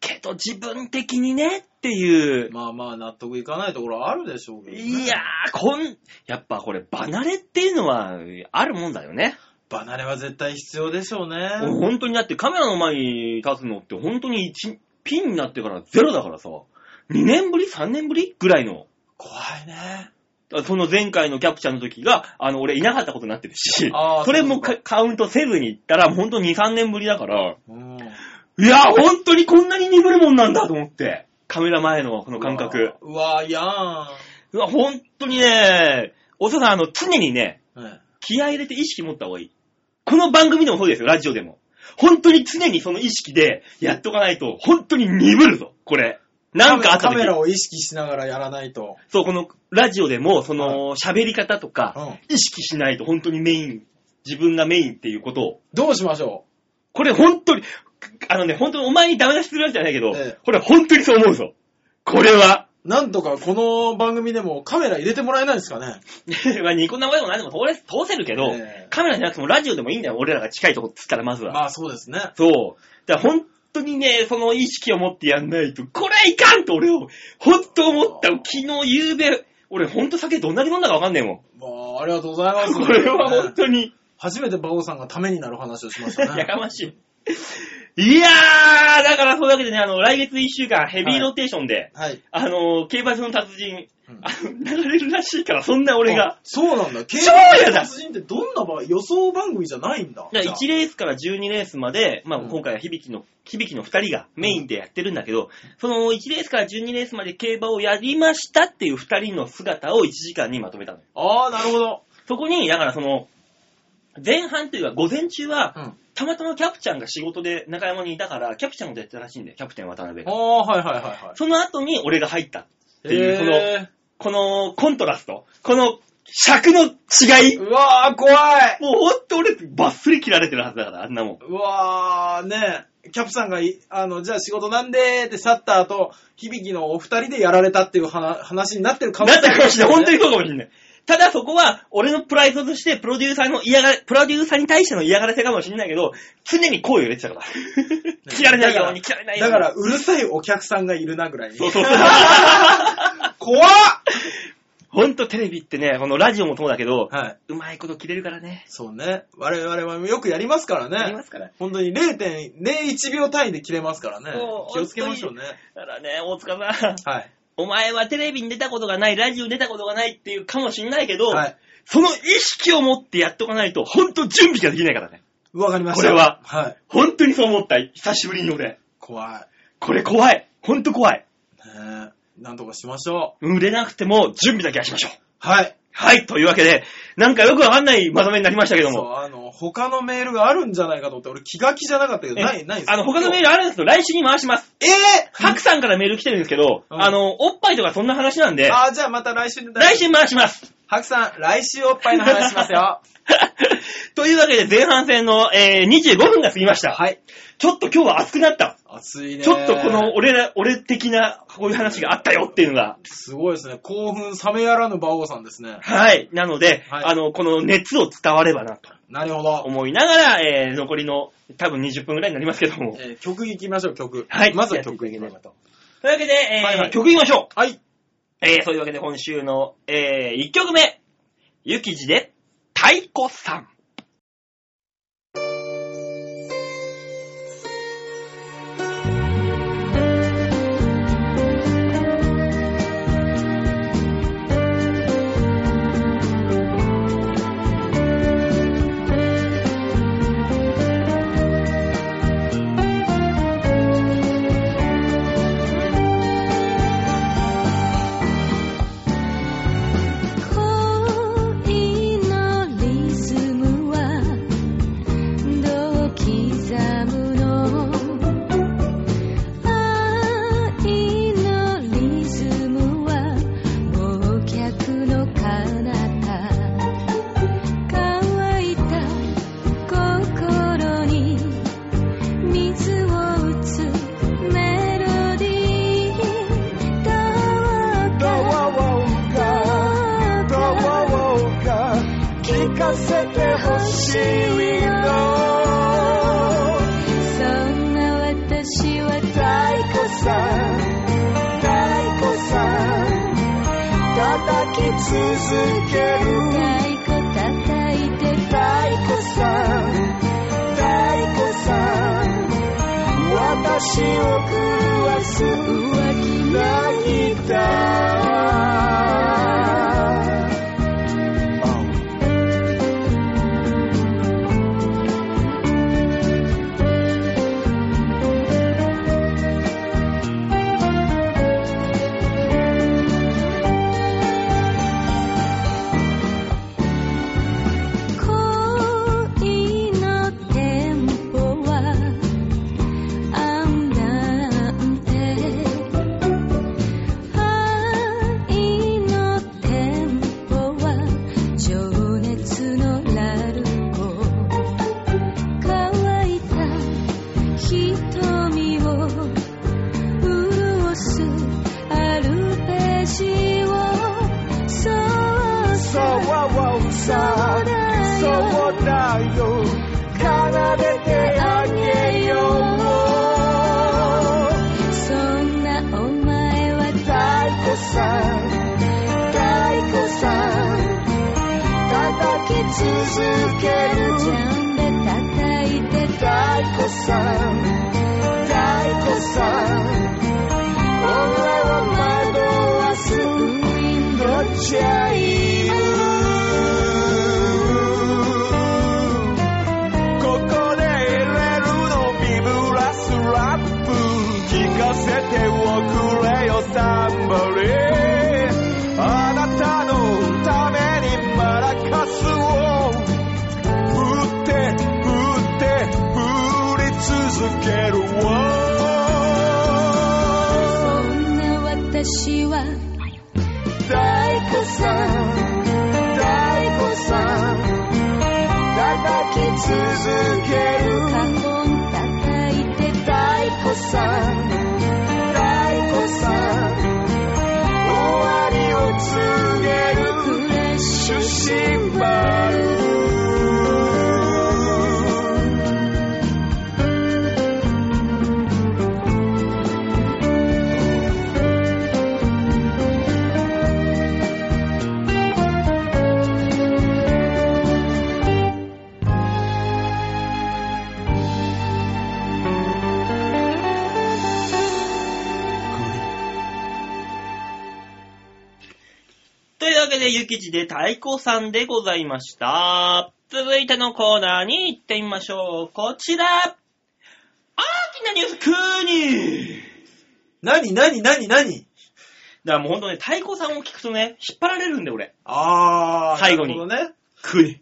Speaker 2: けど自分的にねっていう、
Speaker 3: まあまあ、納得いかないところあるでしょうけど、ね。
Speaker 2: いやー、こん、やっぱこれ、離れっていうのは、あるもんだよね。
Speaker 3: 離れは絶対必要でしょうね。
Speaker 2: 俺本当にだってカメラの前に立つのって本当に一ピンになってからゼロだからさ、2年ぶり ?3 年ぶりぐらいの
Speaker 3: 怖いね。
Speaker 2: その前回のキャプチャーの時が、あの、俺いなかったことになってるし
Speaker 3: あー、
Speaker 2: それも
Speaker 3: そう
Speaker 2: かカウントせずに行ったら、もうほんと2、3年ぶりだから、
Speaker 3: うん。
Speaker 2: いやー、ほんとにこんなに鈍るもんなんだと思って、カメラ前のこの感覚。
Speaker 3: うわー。うわー、や
Speaker 2: うわ、ほんとにね、お父さん、あの、常にね、
Speaker 3: ーん。ね
Speaker 2: 気合い入れて意識持った方がいい。この番組でもそうですよ、ラジオでも。本当に常にその意識でやっとかないと、本当に鈍るぞ、これ。なんかあった
Speaker 3: カメ
Speaker 2: 時
Speaker 3: ラを意識しながらやらないと。
Speaker 2: そう、このラジオでも、その、喋り方とか、
Speaker 3: うん。
Speaker 2: 意識しないと本当にメイン、自分がメインっていうことを、
Speaker 3: どうしましょ
Speaker 2: これ本当に、あのね、本当にお前にダメ出しするわけじゃないけど、
Speaker 3: ええ
Speaker 2: これ本当にそう思うぞ。これは、
Speaker 3: うなんとかこの番組でもカメラ入れてもらえないですかね
Speaker 2: まあニコ生でも何でも通れ通せるけど、
Speaker 3: ええ
Speaker 2: カメラじゃなくてもラジオでもいいんだよ、俺らが近いとこっつったらまずは。
Speaker 3: まあそうですね。
Speaker 2: そう。だから本当にね、その意識を持ってやんないと、これはいかんと俺を、本当思った。昨日、夕べ、俺本当酒どんなに飲んだかわかんねえもん。
Speaker 3: まあ、ありがとうございます。
Speaker 2: これは本当に。
Speaker 3: 初めて馬王さんがためになる話をしました
Speaker 2: や
Speaker 3: ね。
Speaker 2: かましい。いやー、だからそういうわけでね、あの、来月1週間ヘビーローテーションで、
Speaker 3: はい。
Speaker 2: あの、競馬場の達人、
Speaker 3: うん
Speaker 2: あの流れるらしいから、そんな俺
Speaker 3: あ
Speaker 2: が。
Speaker 3: そうなんだ。競
Speaker 2: 超やだ
Speaker 3: 達人ってどんなば予想番組じゃないんだ。
Speaker 2: だ
Speaker 3: じ
Speaker 2: から
Speaker 3: ゃあ
Speaker 2: 1レースから12レースまで、まあ
Speaker 3: うん
Speaker 2: 今回は響きの、響きの2人がメインでやってるんだけど、その1レースから12レースまで競馬をやりましたっていう2人の姿を1時間にまとめたのよ。
Speaker 3: ああ、なるほど。
Speaker 2: そこに、だからその、前半というか午前中は、
Speaker 3: うん。
Speaker 2: たまたまキャプチャンが仕事で中山にいたから、キャプチャンをやってたらしいんだよ、キャプテン渡辺が
Speaker 3: あ。あ、はいはいはいは
Speaker 2: その後に俺が入った。
Speaker 3: い。
Speaker 2: っていう
Speaker 3: へ
Speaker 2: このコントラスト。この尺の違い。
Speaker 3: ーうわー、怖い
Speaker 2: もうほんと俺バッスリ切られてるはずだから、あんなもん。
Speaker 3: うわー、ねえキャプさんがい、あの、じゃあ仕事なんでーって去った後、響きのお二人でやられたっていう話話になってる可能
Speaker 2: なった
Speaker 3: 性あ
Speaker 2: か
Speaker 3: り
Speaker 2: も
Speaker 3: ま
Speaker 2: し
Speaker 3: す
Speaker 2: れな
Speaker 3: よ
Speaker 2: い。
Speaker 3: ね
Speaker 2: 本当にそうかもしれない。ただそこは、俺のプライドとして、プロデューサーの嫌が、プロデューサーに対しての嫌がらせかもしれないけど、常に声を入れてた から。切られないように、切られないよう
Speaker 3: だ
Speaker 2: に。
Speaker 3: から、う るさいお客さんがいるなぐらいに。
Speaker 2: そうそうそう。
Speaker 3: 怖っ
Speaker 2: ほんとテレビってね、このラジオもそうだけど、
Speaker 3: はい。
Speaker 2: うまいこと切れるからね。
Speaker 3: そうね。我々はよくやりますから
Speaker 2: あり
Speaker 3: ね
Speaker 2: ま。すから。
Speaker 3: 本当に0.01秒単位で切れますからね
Speaker 2: そ。う
Speaker 3: 気をつけましょうね。
Speaker 2: だからね、大塚さん、
Speaker 3: はい。
Speaker 2: お前はテレビに出たことがない、ラジオに出たことがないっていうかもしんないけど、
Speaker 3: はい。
Speaker 2: その意識を持ってやっとかないと、ほんと準備ができないからね。
Speaker 3: わかりまし
Speaker 2: こ
Speaker 3: た。
Speaker 2: れは。
Speaker 3: はい。
Speaker 2: ほんとにそう思った。久しぶりの俺。
Speaker 3: 怖い。
Speaker 2: これ怖い。ほんと怖い。
Speaker 3: ねえ。なんとかしましょう。
Speaker 2: 売れなくても準備だけはしましょう。
Speaker 3: はい。
Speaker 2: はい、というわけで、なんかよくわかんないまとめになりましたけど
Speaker 3: そう
Speaker 2: も。、
Speaker 3: あの、他のメールがあるんじゃないかと思って、俺気が気じゃなかったけど、
Speaker 2: え
Speaker 3: ない、ない
Speaker 2: あの、他のメー
Speaker 3: ル
Speaker 2: ルあるんですけど、来週に回します。
Speaker 3: え
Speaker 2: ハクさんからメール来てるんですけど、
Speaker 3: うん
Speaker 2: あの、おっぱいとかそんな話なんで
Speaker 3: ー、あー、じゃあまた来週で。
Speaker 2: 来週に回します。
Speaker 3: ハクさん、来週おっぱいの話しますよ。
Speaker 2: というわけで、前半戦の、えー25分が過ぎました。
Speaker 3: はい。
Speaker 2: ちょっと今日は 熱くなった。
Speaker 3: 暑いね。
Speaker 2: ちょっとこの、、俺ら、俺的な、こういう話があったよっていうのが。
Speaker 3: すごいですね。興奮冷めやらぬ馬王さんですね。
Speaker 2: はい。なので、
Speaker 3: はい
Speaker 2: あの、この熱を伝わればなと
Speaker 3: なるほど。
Speaker 2: 思いながら、えー残りの多分20分ぐらいになりますけども。
Speaker 3: えー曲行きましょう、曲。
Speaker 2: はい
Speaker 3: まずは曲行きましょう。
Speaker 2: というわけで、えー
Speaker 3: はいはい
Speaker 2: 曲いきましょう。
Speaker 3: はい。
Speaker 2: えー、そういうわけで今週の、えー、1曲目。ゆきじで、太鼓さん。
Speaker 1: 恋のリズムはどう刻むの愛のリズムは忘却の彼方乾いた心に水を打つメロディーどうか聞かせてほしいのそんな私は太鼓さん太鼓さん叩き続ける太鼓叩いて太鼓さん太鼓さん私を狂わす浮気なギター恋のテンポは安なんて愛のテンポは情熱のラルコ乾いた瞳を潤すアルペジオそうそうそうだよ奏でてあげようそんなお前は太鼓さん太鼓さん叩き続けるジャンベ叩いて太鼓さん太鼓さん俺を惑わすウィンドチャイル
Speaker 3: ここで入れるのビブラスラップ聞かせておくれよサンバリあなたのためにマラカスを振って振って振り続けるわ
Speaker 1: そんな私は
Speaker 3: 太鼓さん太鼓さん叩き続ける
Speaker 1: カゴン叩いて
Speaker 3: 太鼓さん太鼓さん終わりを告げる
Speaker 1: フレッシ
Speaker 3: シ
Speaker 1: ュ
Speaker 3: ュ
Speaker 1: シ
Speaker 3: シン
Speaker 1: ン
Speaker 3: バ
Speaker 1: バ
Speaker 3: ル
Speaker 1: ル「
Speaker 2: というわけで、ゆきちで太鼓さんでございました。続いてのコーナーに行ってみましょう。こちら大きなニュースクーニー
Speaker 3: 何何何何
Speaker 2: だからもうほんとね、太鼓さんを聞くとね、引っ張られるんで俺。
Speaker 3: あー、
Speaker 2: 最後に
Speaker 3: なる
Speaker 2: クーニー。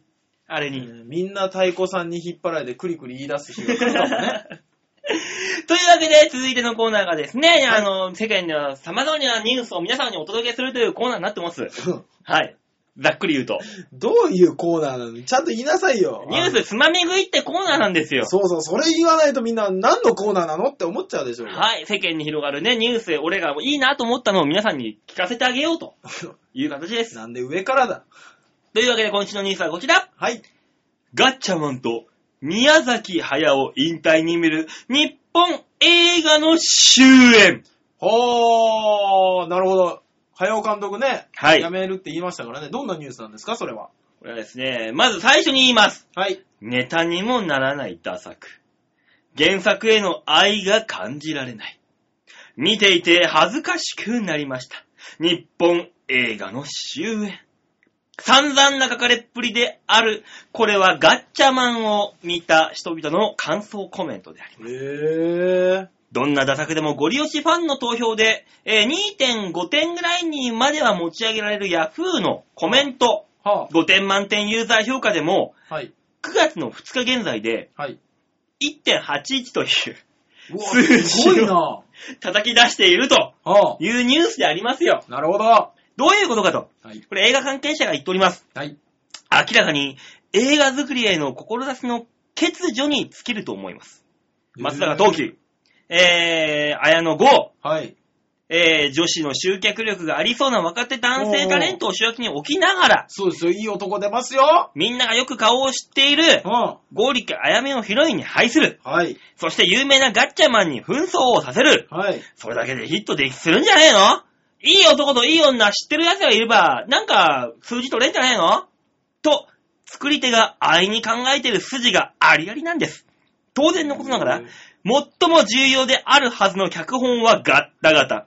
Speaker 2: あれ
Speaker 3: ほど
Speaker 2: に。
Speaker 3: ね。みんな太鼓さんに引っ張られてクリクリ言い出す日が来るか もね。
Speaker 2: というわけで、続いてのコーナーがですね、あの、世間では様々なニュースを皆さんにお届けするというコーナーになってます。はい。ざっくり言うと。
Speaker 3: どういうコーナーなのちゃんと言いなさいよ。
Speaker 2: ニュースつまみ食いってコーナーなんですよ。
Speaker 3: そうそう、それ言わないとみんな何のコーナーなのって思っちゃうでしょうが。
Speaker 2: はい。世間に広がるね、ニュース、俺がいいなと思ったのを皆さんに聞かせてあげようという形です。
Speaker 3: なんで上からだ。
Speaker 2: というわけで、今週のニュースはこちら。
Speaker 3: はい。
Speaker 2: ガッチャマンと宮崎駿引退に見る日本映画の終演。
Speaker 3: ほー、なるほど。早尾監督ね、
Speaker 2: はい
Speaker 3: 辞めるって言いましたからね。どんなニュースなんですか、それは。
Speaker 2: これはですね、まず最初に言います。
Speaker 3: はい。
Speaker 2: ネタにもならないダ作。原作への愛が感じられない。見ていて恥ずかしくなりました。日本映画の終焉。散々な書かれっぷりである、これはガッチャマンを見た人々の感想コメントであり
Speaker 3: へー。
Speaker 2: どんな打作でもゴリ押しファンの投票で、えー2.5点ぐらいにまでは持ち上げられるヤフーのコメント、
Speaker 3: は
Speaker 2: 5点満点ユーザー評価でも、
Speaker 3: あ。はい。
Speaker 2: 9月の2日現在で、
Speaker 3: はい。
Speaker 2: 1.81という
Speaker 3: うわ、
Speaker 2: 数字を
Speaker 3: すごいな。は
Speaker 2: 叩き出していると
Speaker 3: あ。
Speaker 2: いうニュースでありますよ。
Speaker 3: なるほど。は
Speaker 2: どういうことかと。
Speaker 3: い。
Speaker 2: これ映画関係者が言っております。
Speaker 3: はい。
Speaker 2: 明らかに映画作りへの志の欠如に尽きると思います。松永東急、えー、綾野剛、
Speaker 3: はい。
Speaker 2: えー、女子の集客力がありそうな若手男性タレントを主役に置きながら、
Speaker 3: そうですよ。いい男出ますよ。
Speaker 2: みんながよく顔を知っている
Speaker 3: う、ん。
Speaker 2: ゴーリあやめをヒロインに配する。
Speaker 3: はい。
Speaker 2: そして有名なガッチャマンに紛争をさせる。
Speaker 3: はい。
Speaker 2: それだけでヒットできするんじゃねえのいい男といい女知ってる奴がいれば、なんか数字取れんじゃねえのと、作り手が安易に考えてる筋がありありなんです。当然のことながら
Speaker 3: へ、
Speaker 2: 最も重要であるはずの脚本はガッタガタ。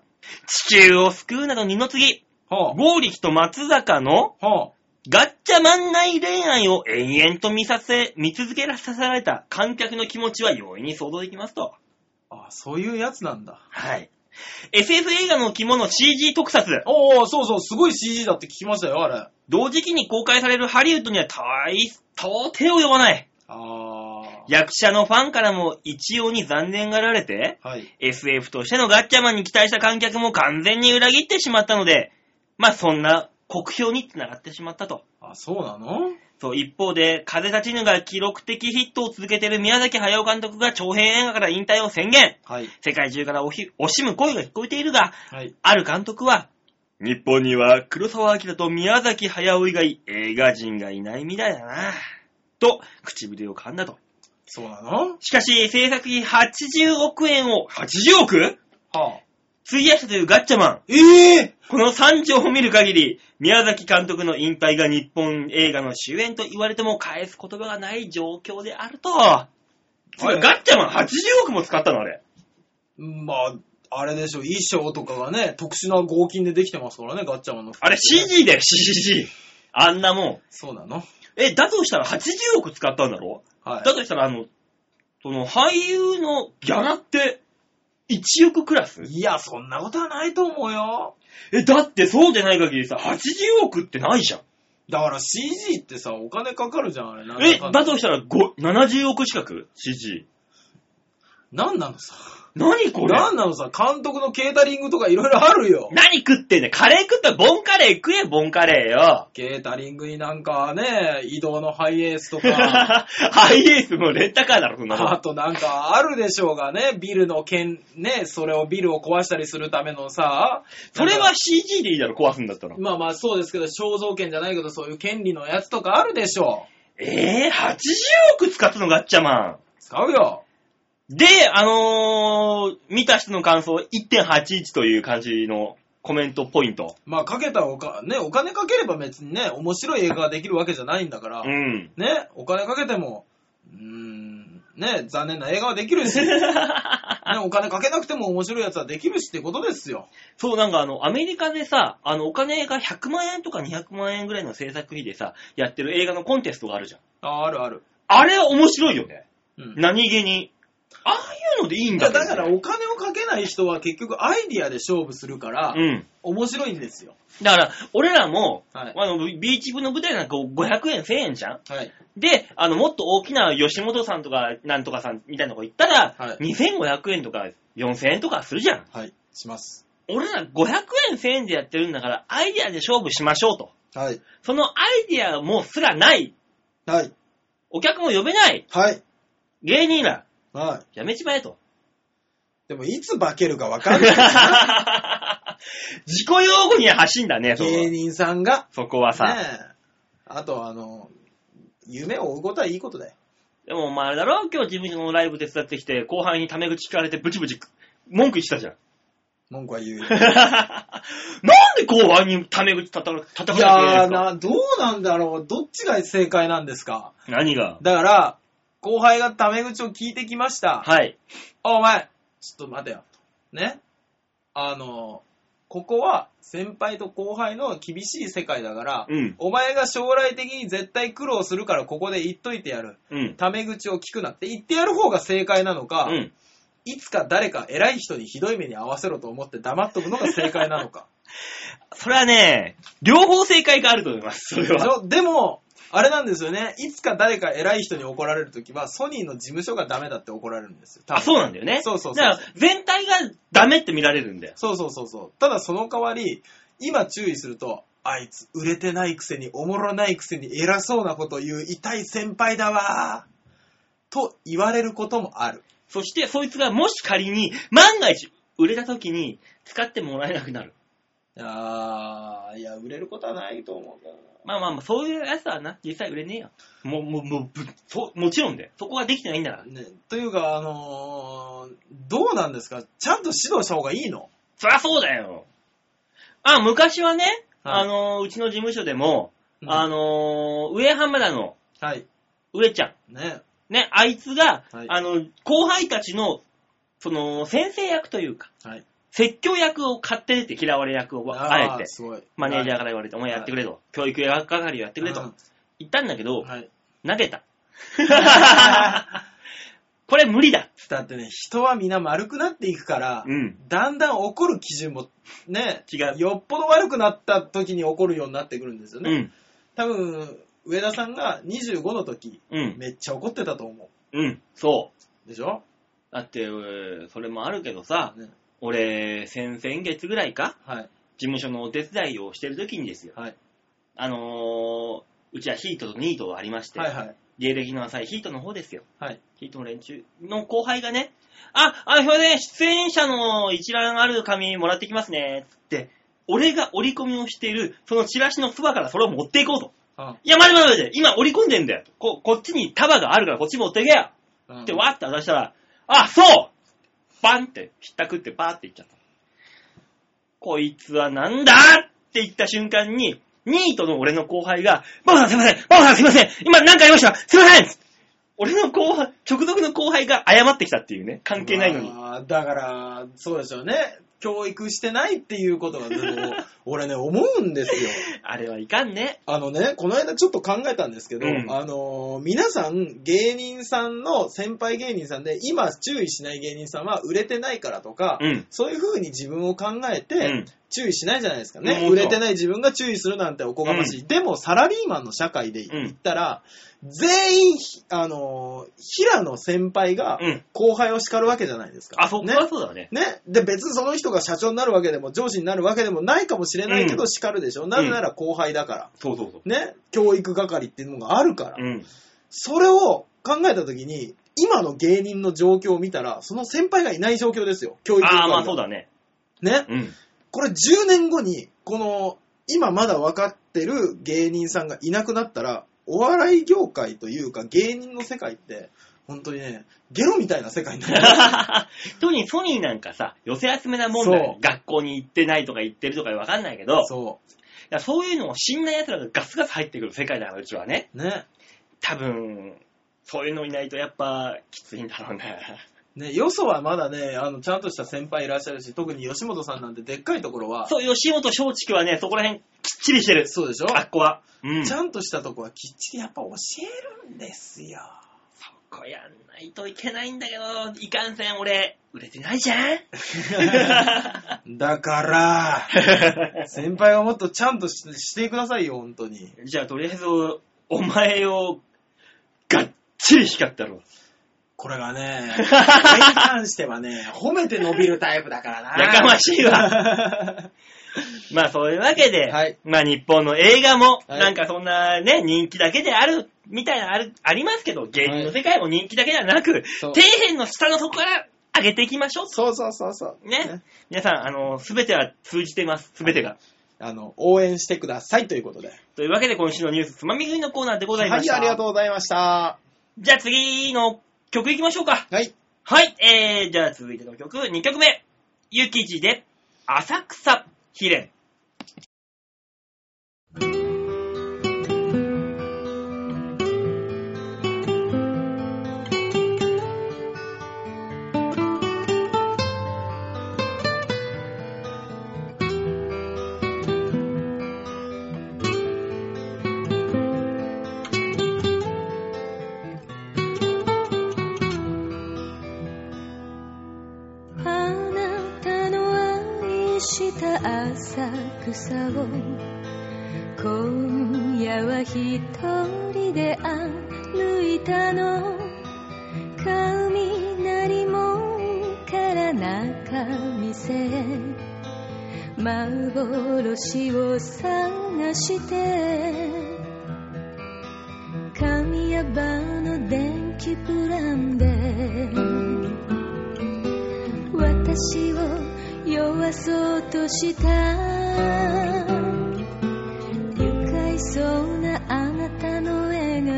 Speaker 2: 地球を救うなど二の次、
Speaker 3: は
Speaker 2: ゴーリキと松坂の
Speaker 3: あ。はあ。
Speaker 2: ガッチャマン内恋愛を延々と見させ、見続けさせられた観客の気持ちは容易に想像できますと。
Speaker 3: あ、そういうやつなんだ。
Speaker 2: はい。SF 映画の肝の CG 特撮。
Speaker 3: おー、そうそう、すごい CG だって聞きましたよ、あれ。
Speaker 2: 同時期に公開されるハリウッドには大、到底及ばない。
Speaker 3: あー。
Speaker 2: 役者のファンからも一様に残念がられて、
Speaker 3: はい。
Speaker 2: SF としてのガッチャマンに期待した観客も完全に裏切ってしまったので、まあそんな酷評につながってしまったと。
Speaker 3: あ、そうなの
Speaker 2: そう、一方で、風立ちぬが記録的ヒットを続けている宮崎駿監督が長編映画から引退を宣言。
Speaker 3: はい。
Speaker 2: 世界中からおひ惜しむ声が聞こえているが、
Speaker 3: はい。
Speaker 2: ある監督は、日本には黒沢明と宮崎駿以外映画人がいないみたいだな。と、唇を噛んだと。
Speaker 3: そうなの
Speaker 2: しかし、制作費80億円を、80億
Speaker 3: はあ。
Speaker 2: 費やしたというガッチャマン。
Speaker 3: ええ
Speaker 2: この3条を見る限り、宮崎監督の引退が日本映画の主演と言われても返す言葉がない状況であると。つうかガッチャマン80億も使ったのあれ。
Speaker 3: まあ、あれでしょ、衣装とかがね、特殊な合金でできてますからね、ガッチャマンの。
Speaker 2: あれ CG だよ、CG。あん なもん。
Speaker 3: そうなの
Speaker 2: え、だとしたら80億使ったんだろ
Speaker 3: はい
Speaker 2: だ。としたら、あの、その俳優のギャラって、1億クラス
Speaker 3: いや、そんなことはないと思うよ。
Speaker 2: え、だってそうでない限りさ、80億ってないじゃん。
Speaker 3: だから CG ってさ、お金かかるじゃん、あれ。なん
Speaker 2: え、
Speaker 3: か
Speaker 2: だとしたら、ご70億近く ?CG。
Speaker 3: なんなのさ。
Speaker 2: 何これ
Speaker 3: なんなのさ、監督のケータリングとかいろいろあるよ。
Speaker 2: 何食ってんだよカレー食ったらボンカレー食え、ボンカレーよ。
Speaker 3: ケータリングになんかね、移動のハイエースと か、
Speaker 2: ハイエースのレンタカーだろ、そんな
Speaker 3: あ
Speaker 2: の。
Speaker 3: となんかあるでしょうがね、ビルの剣、ね、それをビルを壊したりするためのさ、
Speaker 2: それ
Speaker 3: なん
Speaker 2: は
Speaker 3: か
Speaker 2: CG でいいだろ、壊すんだったら。
Speaker 3: まあまあそうですけど、肖像権じゃないけど、そういう権利のやつとかあるでしょう。
Speaker 2: えー、80億使ったの、ガッチャマン。
Speaker 3: 使うよ。
Speaker 2: で、あのー、見た人の感想、1.81という感じのコメントポイント。
Speaker 3: まあかけたおか、ね、お金かければ別にね、面白い映画ができるわけじゃないんだから、
Speaker 2: うん。
Speaker 3: ね、お金かけても、うーん、ね、残念な映画はできる し、ね、お金かけなくても面白いやつはできるしってことですよ。
Speaker 2: そう、なんかあの、アメリカでさ、あの、お金が100万円とか200万円ぐらいの制作費でさ、やってる映画のコンテストがあるじゃん。
Speaker 3: あ、あるある。
Speaker 2: あれ面白いよね。
Speaker 3: うん。
Speaker 2: 何気に。ああいうのでいいん
Speaker 3: い
Speaker 2: だ
Speaker 3: や
Speaker 2: けど
Speaker 3: だ
Speaker 2: ね
Speaker 3: からお金をかけない人は結局アイディアで勝負するから、
Speaker 2: うん。
Speaker 3: 面白いんですよ。
Speaker 2: だから、俺らも、
Speaker 3: はい。
Speaker 2: あの、ビーチ部の舞台なんか500円、1000円じゃん
Speaker 3: はい。
Speaker 2: で、あの、もっと大きな吉本さんとか、なんとかさんみたいなとこ行ったら、
Speaker 3: はい
Speaker 2: 2500円とか4000円とかするじゃん。
Speaker 3: はい。します。
Speaker 2: 俺ら500円、1000円でやってるんだから、アイディアで勝負しましょうと。
Speaker 3: はい。
Speaker 2: そのアイディアもすらない。
Speaker 3: はい。
Speaker 2: お客も呼べない。
Speaker 3: はい。
Speaker 2: 芸人ら、
Speaker 3: はい。
Speaker 2: やめちまえと。
Speaker 3: でも、いつ化けるかわかん
Speaker 2: 自
Speaker 3: ない。
Speaker 2: 己用語には走んだね、そこ
Speaker 3: 芸人さんが。
Speaker 2: そこは
Speaker 3: ね
Speaker 2: さ。
Speaker 3: え。あと、あの、夢を追うことはいいことだよ。
Speaker 2: でもお前あれだろ今日自分のライブ手伝ってきて、後輩にタメ口聞かれてブチブチ文句言ってた じゃん。
Speaker 3: 文句は言うよ。
Speaker 2: なんで後輩にタメ口叩か叩
Speaker 3: い
Speaker 2: かなきゃいけない
Speaker 3: や
Speaker 2: ん
Speaker 3: ー
Speaker 2: ですか
Speaker 3: な、どうなんだろう。どっちが正解なんですか。
Speaker 2: 何が
Speaker 3: だから、後輩がタメ口を聞いてきました。
Speaker 2: はい。
Speaker 3: あ、お前、ちょっと待てよ。ね。あの、ここは先輩と後輩の厳しい世界だから、
Speaker 2: うん。
Speaker 3: お前が将来的に絶対苦労するからここで言っといてやる。
Speaker 2: うん。
Speaker 3: タメ口を聞くなって言ってやる方が正解なのか、
Speaker 2: うん。
Speaker 3: いつか誰か偉い人にひどい目に合わせろと思って黙っとくのが正解なのか。
Speaker 2: それはね、両方正解があると思います、それ
Speaker 3: でし
Speaker 2: は。
Speaker 3: ょでも、あれなんですよね。いつか誰か偉い人に怒られるときは、ソニーの事務所がダメだって怒られるんですよ。多分
Speaker 2: あ、そうなんだよね。
Speaker 3: そうそうそう
Speaker 2: だから、全体がダメって見られるんだよ。
Speaker 3: そうそうそうそう。ただその代わり、今注意すると、あいつ売れてないくせに、おもろないくせに偉そうなこと言う痛い先輩だわー。と言われることもある。
Speaker 2: そして、そいつがもし仮に、万が一、売れた時に、使ってもらえなくなる。
Speaker 3: あー、いや、売れることはないと思うけどな。
Speaker 2: まあまあまあ、そういうやつはな、実際売れねえよ。もう、もう、もう、ぶそう、もちろんで。そこができてないんだから。
Speaker 3: ね、というか、あのー、どうなんですかちゃんと指導した方がいいの
Speaker 2: そりゃそうだよ。あ、昔はね、
Speaker 3: はい
Speaker 2: あのー、うちの事務所でも、
Speaker 3: うん
Speaker 2: あのー、上浜田の
Speaker 3: はい。
Speaker 2: 上ちゃん。
Speaker 3: ね。
Speaker 2: ね、あいつが、
Speaker 3: はい
Speaker 2: あの、後輩たちの、その、先生役というか、
Speaker 3: はい。
Speaker 2: 説教役を買って出て嫌われ役を、あえ
Speaker 3: ー
Speaker 2: て、
Speaker 3: すごい。
Speaker 2: マネージャー
Speaker 3: やっ
Speaker 2: から言われて、お前やってくれと。教育係をやってくれと。言ったんだけど、
Speaker 3: はい。
Speaker 2: 投げ た。これ無理だ。
Speaker 3: だってね、人は皆丸くなっていくから、
Speaker 2: うん。
Speaker 3: だんだん怒る基準もね、
Speaker 2: 違う。
Speaker 3: よっぽど悪くなった時に怒るようになってくるんですよ
Speaker 2: う
Speaker 3: ね。
Speaker 2: ん。
Speaker 3: 多分、上田さんが25の時、
Speaker 2: うん。
Speaker 3: めっちゃ怒ってたと思
Speaker 2: うん。そう。
Speaker 3: う。でしょ
Speaker 2: だって、えーそれもあるけどさ、
Speaker 3: ね
Speaker 2: 俺、先々月ぐらいか、
Speaker 3: はい。
Speaker 2: 事務所のお手伝いをしてる時にですよ。
Speaker 3: はい。
Speaker 2: あのー、うちはヒートとニートがありまして、
Speaker 3: はいはい。
Speaker 2: 芸歴の浅いヒートの方ですよ。
Speaker 3: はい。
Speaker 2: ヒートの連中の後輩がね、あ、あ、すいません、出演者の一覧ある紙もらってきますね、つって、俺が折り込みをしている、そのチラシのそばからそれを持っていこうと。
Speaker 3: うん
Speaker 2: いや、待て待て待て、今折り込んでんだよ。こ、こっちに束があるからこっち持ってけよ。
Speaker 3: うん
Speaker 2: ってわーって渡したら、あ、そうバンって、ひったくってバーっていっちゃった。こいつはなんだって言った瞬間に、ニートの俺の後輩が、バオさんすいませんバオさんすいません今なんかありましたすいません俺の後輩、直属の後輩が謝ってきたっていうね、関係ないのに。
Speaker 3: まあだから、そうでしょうね。教育してないっていうことが、でも 俺ね、思うんですよ。
Speaker 2: あれはいかんね。
Speaker 3: あのね、この間ちょっと考えたんですけど、
Speaker 2: うん
Speaker 3: あのー皆さん、芸人さんの、先輩芸人さんで、今注意しない芸人さんは売れてないからとか、
Speaker 2: うん。
Speaker 3: そういう風に自分を考えて、
Speaker 2: うん。
Speaker 3: 注意しないじゃないですか
Speaker 2: うんも
Speaker 3: ね。売
Speaker 2: ちろん
Speaker 3: れてない自分が注意するなんておこがましい。でも、サラリーマンの社会で言ったら、全員、ひあのー平野先輩が
Speaker 2: うん。
Speaker 3: 後輩を叱るわけじゃないですか。
Speaker 2: あ、そこ
Speaker 3: ね
Speaker 2: はそうだね。
Speaker 3: ね。で、別にその人が社長になるわけでも、上司になるわけでもないかもしれないけ
Speaker 2: う
Speaker 3: ど、叱るでしょ。なぜなら後輩だから。
Speaker 2: そうそうそう。
Speaker 3: ね。教育係っていうのがあるから。
Speaker 2: うん。
Speaker 3: それを考えたときに、今の芸人の状況を見たら、その先輩がいない状況ですよ。教育係が。
Speaker 2: ああ、まあそうだね。
Speaker 3: ね。
Speaker 2: うん。
Speaker 3: これ10年後に、この、今まだ分かってる芸人さんがいなくなったら、お笑い業界というか芸人の世界って、本当にね、ゲロみたいな世界に なる。
Speaker 2: 特にソニーなんかさ、寄せ集めなもんだよ
Speaker 3: そう
Speaker 2: 学校に行ってないとか行ってるとかわかんないけど、
Speaker 3: そ
Speaker 2: だからそういうのを知んない奴らがガスガス入ってくる世界だから、うちはね。
Speaker 3: う。ね。
Speaker 2: 多分、そういうのいないとやっぱきついんだろうね。
Speaker 3: ね、よそはまだね、あの、ちゃんとした先輩いらっしゃるし、特に吉本さんなんてでっかいところは、
Speaker 2: そう、吉本松竹はね、そこら辺きっちりしてる。
Speaker 3: そうでしょ
Speaker 2: あっこは。うん。
Speaker 3: ち
Speaker 2: そ
Speaker 3: ゃんとしたとこはきっちりやっぱ教えるんですよ。
Speaker 2: こやんないといけないんだけど、いかんせん俺、売れてないじゃん。
Speaker 3: だから、先輩はもっとちゃんとししてくださいよ、本当に。
Speaker 2: じゃあとりあえず、お前を、がっちり光ったろ。
Speaker 3: これが ね、これに関してはね、褒めて伸びるタイプだからな。
Speaker 2: やかましいわ。
Speaker 3: は
Speaker 2: まあそういうわけで、
Speaker 3: はい
Speaker 2: まあ日本の映画も、
Speaker 3: はい
Speaker 2: なんかそんなね、人気だけである、みたいなある、ありますけど、芸人の世界も人気だけではなく、
Speaker 3: そう
Speaker 2: 底辺の下の底から上げていきましょう。
Speaker 3: そうそうそうそう。
Speaker 2: ね。皆さん、あの、すべては通じてます。すべてが。
Speaker 3: あの、応援してくださいということで。
Speaker 2: というわけで今週のニュースつまみ食いのコーナーでございました。
Speaker 3: はい、ありがとうございました。
Speaker 2: じゃあ次の曲いきましょうか。
Speaker 3: はい。
Speaker 2: はい、えー、じゃあ続いての曲、2曲目。ゆきじで、浅草秘伝。
Speaker 1: あなたの愛した浅草を今夜は一人で歩いたの雷門から中店へ幻を探して神谷場の電気プランで私を弱そうとした愉快そうなあなたの笑顔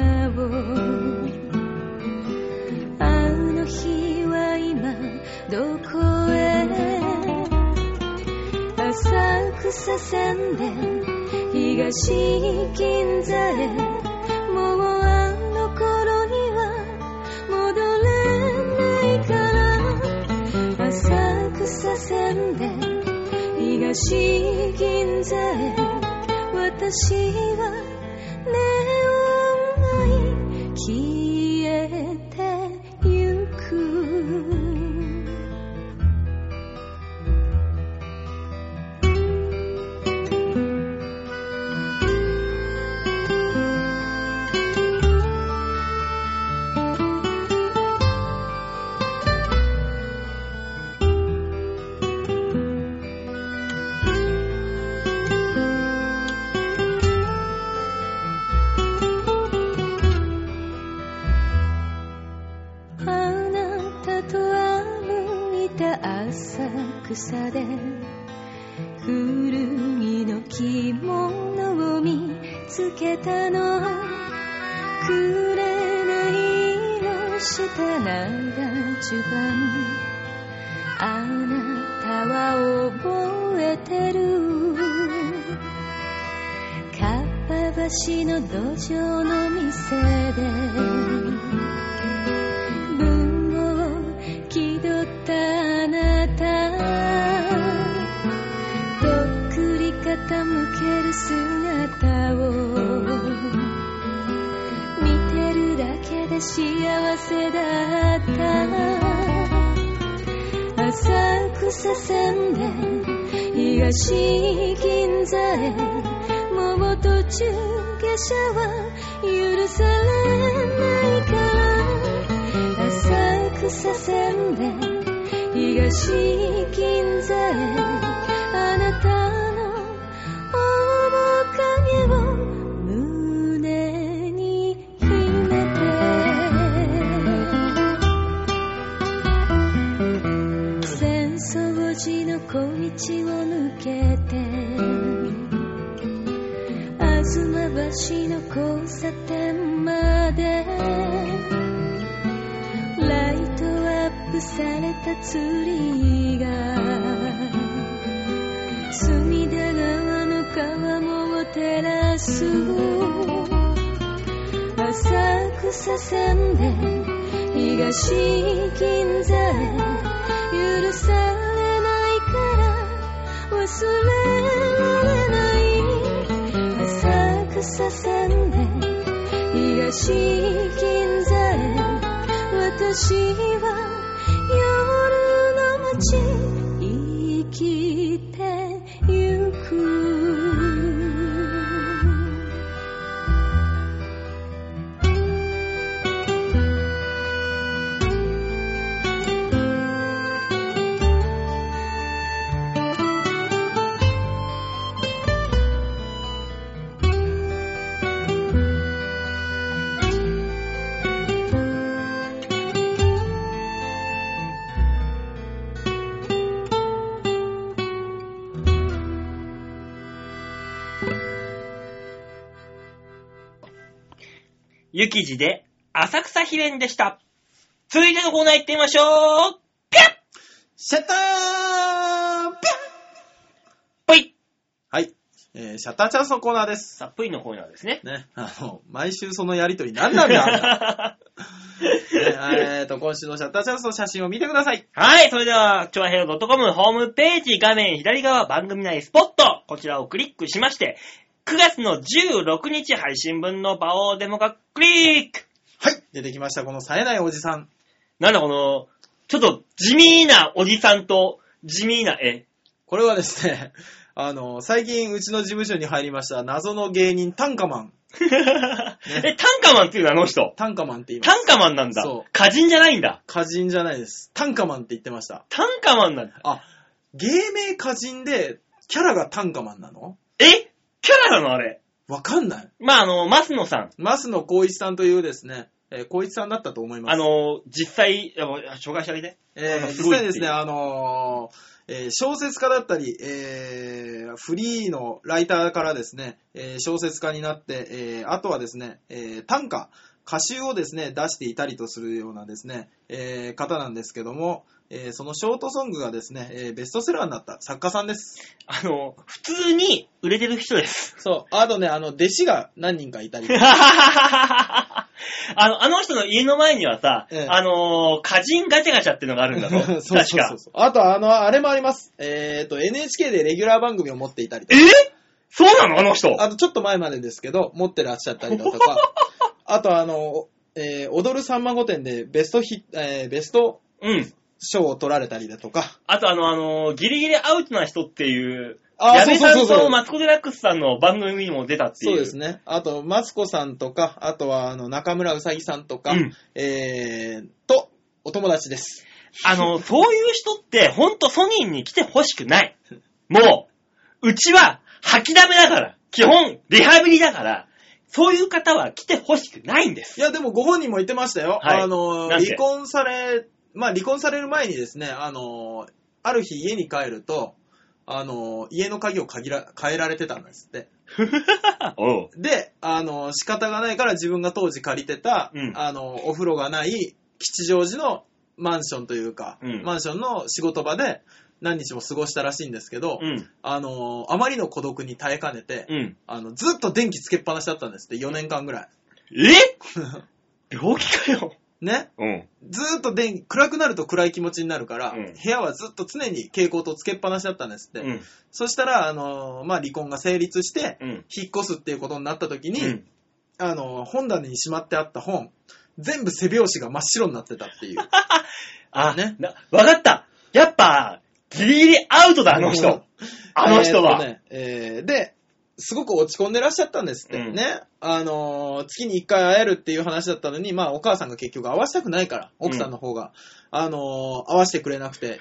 Speaker 1: あの日は今どこへ浅草線で東銀座へもうあの頃には戻れないから浅草線で東銀座へ私はネオン街消えてゆくあなたと歩いた浅草で古着の着物を見つけたの紅の下長襦袢あなたは覚えてるかっぱ橋の土壌の店で文を気取ったあなたとっくり傾ける姿を見てるだけで幸せだった浅草線で東銀座へもう途中下車は許されないから浅草線で東銀座へあなたの面影を胸に秘めて浅草寺の小道を抜けて東橋の交差点までライトアップされたツリーが隅田川の川面を照らす浅草線で東銀座へ許されないから忘れられない浅草線で東銀座へ私は夜の街生きてゆく
Speaker 2: ゆきじで、浅草秘伝でした。続いてのコーナー行ってみましょうぴゃっ
Speaker 3: シャッターピャッ
Speaker 2: ぷい
Speaker 3: はい。えー、シャッターチャンスのコーナーです。
Speaker 2: さあ、ぷいのコーナーですね。
Speaker 3: ね。あの、毎週そのやりとり何なん だあんたねえーと、今週のシャッターチャンスの写真を見てください。
Speaker 2: はい、それでは、超平洋 .com ホームページ画面左側番組内スポット、こちらをクリックしまして、9月の16日配信分の場をデモがクリック
Speaker 3: はい。出てきました、この冴えないおじさん。
Speaker 2: なんだこの、ちょっと地味なおじさんと地味な 絵。
Speaker 3: これはですね、 あの、最近うちの事務所に入りました謎の芸人タンカマン。
Speaker 2: え、タンカマンっていうのあの人。
Speaker 3: タンカマンって言います。
Speaker 2: タンカマンなんだ
Speaker 3: そう。
Speaker 2: 歌人じゃないんだ。
Speaker 3: 歌人じゃないです。タンカマンって言ってました。
Speaker 2: タンカマンなんだ。
Speaker 3: あ、芸名歌人で、キャラがタンカマンなの
Speaker 2: えキャラなのあれ。
Speaker 3: わかんない。
Speaker 2: まあ、あの、マスノさん。
Speaker 3: 増野光一さんというですね、えー光一さんだったと思います。
Speaker 2: あ、の、実際、あ紹介してあげて。
Speaker 3: え
Speaker 2: あ
Speaker 3: ー、
Speaker 2: のす
Speaker 3: 実
Speaker 2: ごいっ
Speaker 3: 際
Speaker 2: ていう
Speaker 3: ですね、あのーえー小説家だったり、えーフリーのライターからですね、えー小説家になって、えーあとはですね、えー短歌、歌集をですね、出していたりとするようなですね、えー方なんですけども、えーそのショートソングがですね、えーベストセラーになった作家さんです。
Speaker 2: あの、普通に売れてる人です。
Speaker 3: そう。あとね、あの、弟子が何人かいたり
Speaker 2: あの、あの人の家の前にはさ、
Speaker 3: ええ
Speaker 2: あのー、歌人ガチャガチャってのがあるんだぞ。
Speaker 3: そうそう
Speaker 2: 確
Speaker 3: そ
Speaker 2: か
Speaker 3: う。そう。あと、あの、あれもあります。えっ、と、NHK でレギュラー番組を持っていたりと
Speaker 2: え
Speaker 3: か、
Speaker 2: そうなのあの人。
Speaker 3: あと、ちょっと前までですけど、持ってらっしゃったりだとか、 あと、あの、えー踊るさんま御殿でベストヒッ、えーベスト
Speaker 2: うん。
Speaker 3: 賞を取られたりだとか、
Speaker 2: あとあの、あのー、ギリギリアウトな人っていう、
Speaker 3: あ
Speaker 2: 矢部さ
Speaker 3: そ
Speaker 2: ん
Speaker 3: うそうそうそ
Speaker 2: と
Speaker 3: う
Speaker 2: マツコデラックスさんの番組にも出たっていう。
Speaker 3: そうですね。あと、マツコさんとか、あとは、あの、中村うさぎさんとか、
Speaker 2: うん
Speaker 3: えー、と、お友達です。
Speaker 2: あの、そういう人って、ほんとソニーに来てほしくない。もう、うちは吐きだめだから、基本、リハビリだから、そういう方は来てほしくないんです
Speaker 3: い。や、でもご本人も言ってましたよ。
Speaker 2: はい
Speaker 3: あの、
Speaker 2: なんて
Speaker 3: 離婚され、まあ、離婚される前にですね、あの、ある日家に帰ると、あの、家の鍵を限ら変えられてたんですって。
Speaker 2: おう
Speaker 3: で、あの、仕方がないから自分が当時借りてた、
Speaker 2: うん
Speaker 3: あの、お風呂がない吉祥寺のマンションというか、
Speaker 2: うん
Speaker 3: マンションの仕事場で何日も過ごしたらしいんですけど、
Speaker 2: うん。
Speaker 3: あの、あまりの孤独に耐えかねて、
Speaker 2: うん。
Speaker 3: あの、ずっと電気つけっぱなしだったんですって、4年間ぐらい。
Speaker 2: え 病気かよ。
Speaker 3: ね。
Speaker 2: うん。
Speaker 3: ずっと電気、暗くなると暗い気持ちになるから、
Speaker 2: うん
Speaker 3: 部屋はずっと常に蛍光灯つけっぱなしだったんですって。
Speaker 2: うん。
Speaker 3: そしたら、あの、まあ、離婚が成立して、
Speaker 2: うん。
Speaker 3: 引っ越すっていうことになった時に、
Speaker 2: うん
Speaker 3: あの、本棚にしまってあった本、全部背表紙が真っ白になってたっていう。
Speaker 2: あ、ね
Speaker 3: ね。
Speaker 2: なわかった。やっぱ、ギリギリアウトだ、あの
Speaker 3: うん
Speaker 2: 人。 あの人は。
Speaker 3: えーっとねえーで、すごく落ち込んでらっしゃったんですって、
Speaker 2: うん
Speaker 3: ね。あのー月に一回会えるっていう話だったのに、まあお母さんが結局会わしたくないから、奥さんの方が。あのー会わしてくれなくて。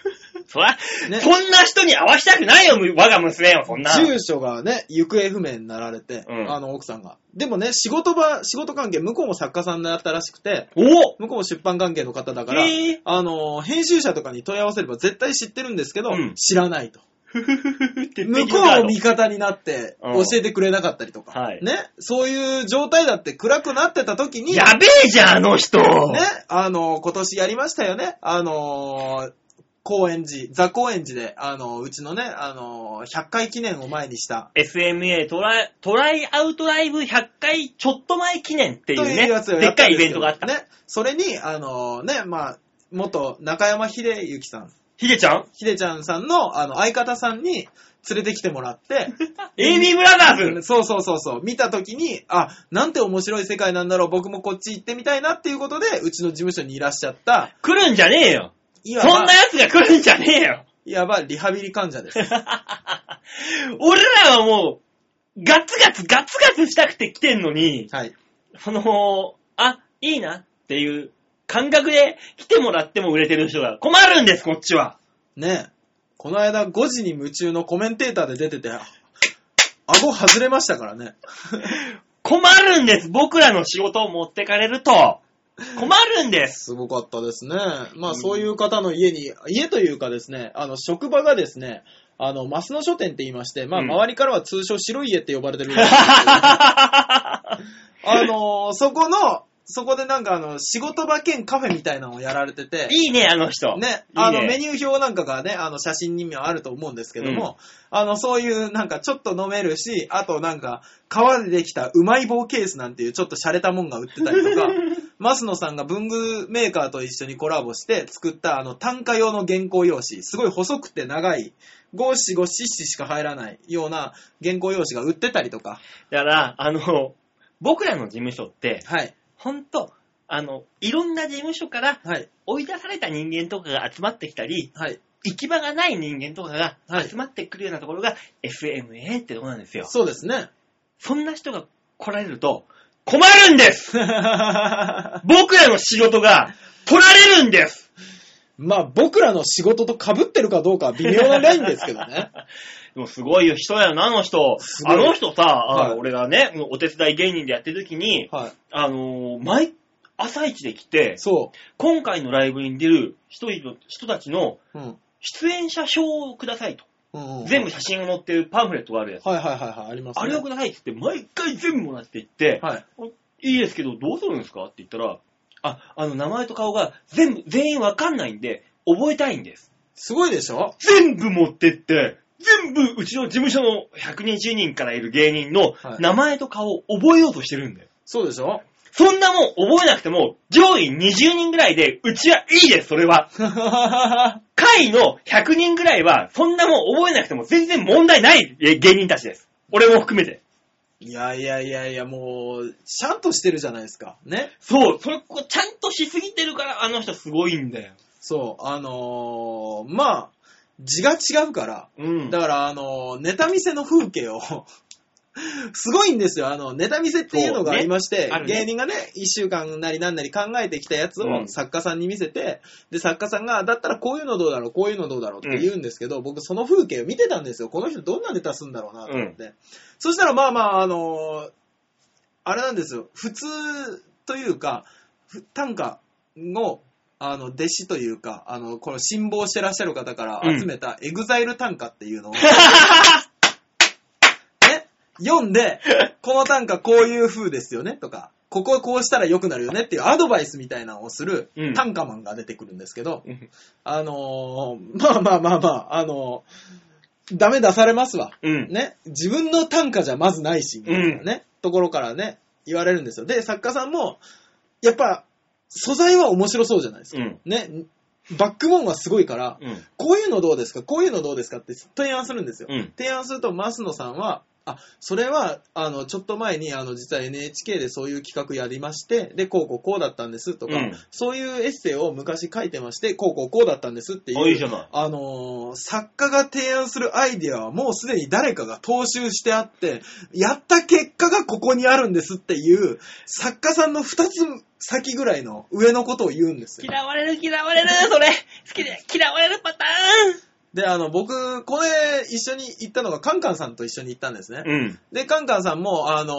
Speaker 2: そら、
Speaker 3: ね
Speaker 2: そんな人に会わしたくないよ、む我が娘よ、そんな。
Speaker 3: 住所がね、行方不明になられて、
Speaker 2: うん
Speaker 3: あの奥さんが。でもね、仕事場、仕事関係、向こうも作家さんだったらしくて、
Speaker 2: お
Speaker 3: 向こうも出版関係の方だから、
Speaker 2: へー
Speaker 3: あのー編集者とかに問い合わせれば絶対知ってるんですけど、
Speaker 2: うん
Speaker 3: 知らないと。向
Speaker 2: 向
Speaker 3: こうも味方になって
Speaker 2: うん
Speaker 3: 教えてくれなかったりとか、
Speaker 2: はい
Speaker 3: ね、そういう状態だって暗くなってた時に、ね
Speaker 2: や、べえじゃん、あの人。
Speaker 3: あのー今年やりましたよね、あのー高円寺、ザ高円寺で、あの、うちのね、あの、100回記念を前にした、
Speaker 2: SMA トライトライアウトライブ100回ちょっと前記念っていう
Speaker 3: と
Speaker 2: ね、
Speaker 3: やつを
Speaker 2: で
Speaker 3: や
Speaker 2: ったか
Speaker 3: ん
Speaker 2: いイ
Speaker 3: です
Speaker 2: ベ
Speaker 3: け
Speaker 2: ント
Speaker 3: ど
Speaker 2: があった。
Speaker 3: ね。それに、あのね、まあ、元中山秀幸さん、
Speaker 2: ひでちゃん
Speaker 3: 秀ちゃんさんの、あの、相方さんに連れてきてもら って、
Speaker 2: エイミー・ブラザーズ
Speaker 3: そうそうそうそう、見たときに、あ、なんて面白い世界なんだろう、僕もこっち行ってみたいなっていうことで、うちの事務所にいらっしゃった、
Speaker 2: 来るんじゃねえよ
Speaker 3: いわ
Speaker 2: そん
Speaker 3: ば
Speaker 2: な、奴が来るんじゃねえ よ
Speaker 3: いわばリハビリ患者です。
Speaker 2: 俺らはもう、ガツガツガツガツしたくて来てんのに、
Speaker 3: はい。
Speaker 2: その、あ、いいなっていう感覚で来てもらっても売れてる人が困るんです、こっちは。
Speaker 3: ねえ、この間5時に夢中のコメンテーターで出てて、顎外れましたからね。
Speaker 2: 困るんです、僕らの仕事を持ってかれると。困るんです。
Speaker 3: すごかったですね。まあそういう方の家に、家というかですね、あの職場がですね、あの、マスの書店って言いまして、まあ
Speaker 2: うん
Speaker 3: 周りからは通称白い家って呼ばれ てるらしいんですけどあのーそこの、そこでなんかあの、仕事場兼カフェみたいなのをやられてて、
Speaker 2: いいね、あの人。
Speaker 3: ね、
Speaker 2: いいね
Speaker 3: あの、メニュー表なんかがね、あの、写真にもあると思うんですけども、あの、そういう、なんか、ちょっと飲めるし、あと、なんか、革でできたうまい棒ケースなんていう、ちょっと洒落たもんが売ってたり とか、マスノさんが文具メーカーと一緒にコラボして作った、あの、単価用の原稿用紙、すごい細くて長い、5、4、5、7しか入らないような原稿用紙が売ってたりとか、
Speaker 2: だから、あの、僕らの事務所って、
Speaker 3: はい、
Speaker 2: ほんと、あの、いろんな事務所から
Speaker 3: はい、
Speaker 2: 追い出された人間とかが集まってきたり、
Speaker 3: はい。
Speaker 2: 行き場がない人間とかが
Speaker 3: はい
Speaker 2: 集まってくるようなところが FMA ってとこなんですよ。
Speaker 3: そうです ね。
Speaker 2: そんな人が来られると困るん です僕らの仕事が取られるんです
Speaker 3: まあ、僕らの仕事と被ってるかどうかは微妙なラインですけどね。
Speaker 2: でもすごい人だよな、あの人。
Speaker 3: すごい
Speaker 2: あの人さ、あの
Speaker 3: はい
Speaker 2: 俺がね、もうお手伝い芸人でやってる時に、
Speaker 3: はい。
Speaker 2: あのー毎朝一で来て、
Speaker 3: そ
Speaker 2: 今回のライブに出る人々人たちの
Speaker 3: う。うん。
Speaker 2: 出演者証をくださいと。
Speaker 3: うんうん、
Speaker 2: 全部写真が載ってるパンフレットがあるやつ。
Speaker 3: はいはいはいはい、あります、
Speaker 2: あれをくださいって言って、毎回全部もらっていって、
Speaker 3: はい。
Speaker 2: いいですけど、どうするんですかって言ったら、あ、あの、名前と顔が全部、全員わかんないんで、覚えたいんです。
Speaker 3: すごいでしょ
Speaker 2: 全部持ってって、全部、うちの事務所の120人からいる芸人の
Speaker 3: はい
Speaker 2: 名前と顔を覚えようとしてるんだよ。
Speaker 3: そうでしょ
Speaker 2: そんなもん覚えなくても、上位20人ぐらいで、うちはいいです、それ は。会の100人ぐらいは、そんなもん覚えなくても全然問題ないえ芸人たちです。俺も含めて。
Speaker 3: いやいやいやいや、もう、シャンとしてるじゃないですか。ね。
Speaker 2: そう、それ、こうちゃんとしすぎてるから、あの人すごいんだよ。
Speaker 3: そう、あのー、まあ、字が違うから、
Speaker 2: うん。
Speaker 3: だから、あのー、ネタ見せの風景を、 すごいんですよ。あの、ネタ見せっていうの
Speaker 2: そう
Speaker 3: が
Speaker 2: ね
Speaker 3: ありまして、
Speaker 2: あるね
Speaker 3: 芸人がね、一週間なりなんなり考えてきたやつ
Speaker 2: う
Speaker 3: を
Speaker 2: ん
Speaker 3: 作家さんに見せて、で、作家さんが、だったらこういうのどうだろう、こういうのどうだろうって言うんですけど、僕その風景を見てたんですよ。この人どんなネタするんだろうなと思って。そしたら、まあまあ、あのーあれなんですよ。普通というか、ふ短歌の、あの、弟子というか、あの、この辛抱してらっしゃる方から集めたエグザイル短歌ってい うのを、ね、読んで、この短歌こういう風ですよねとか、ここをこうしたら良くなるよねっていうアドバイスみたいなのをする
Speaker 2: うん
Speaker 3: 短歌マンが出てくるんですけど、
Speaker 2: うん
Speaker 3: あのーまあまあまあまあ、あのーダメ出されますわ。
Speaker 2: うん。
Speaker 3: ね、自分の短歌じゃまずないし、みたいなね、ところからね、言われるんですよ。で、作家さんも、やっぱ、素材は面白そうじゃないです
Speaker 2: う
Speaker 3: か。
Speaker 2: ん。
Speaker 3: ね、バックボーンはすごいから、
Speaker 2: うん。
Speaker 3: こういうのどうですかこういうのどうですかって提案するんですよ。
Speaker 2: うん。
Speaker 3: 提案すると、マスノさんは、あ、それは、あの、ちょっと前に、あの、実は NHK でそういう企画やりまして、で、こうこうこうだったんですとか、
Speaker 2: うん
Speaker 3: そういうエッセイを昔書いてまして、こうこうこうだったんですっていう、
Speaker 2: あいいじゃない
Speaker 3: あのー作家が提案するアイディアはもうすでに誰かが踏襲してあって、やった結果がここにあるんですっていう、作家さんの二つ先ぐらいの上のことを言うんですよ。
Speaker 2: 嫌われる、嫌われる、それ。好きで、嫌われるパタ
Speaker 3: で、あの、僕、これ、一緒に行ったのが、カンカンさんと一緒に行ったんですね。
Speaker 2: ーン。 うん。
Speaker 3: で、カンカンさんも、あのー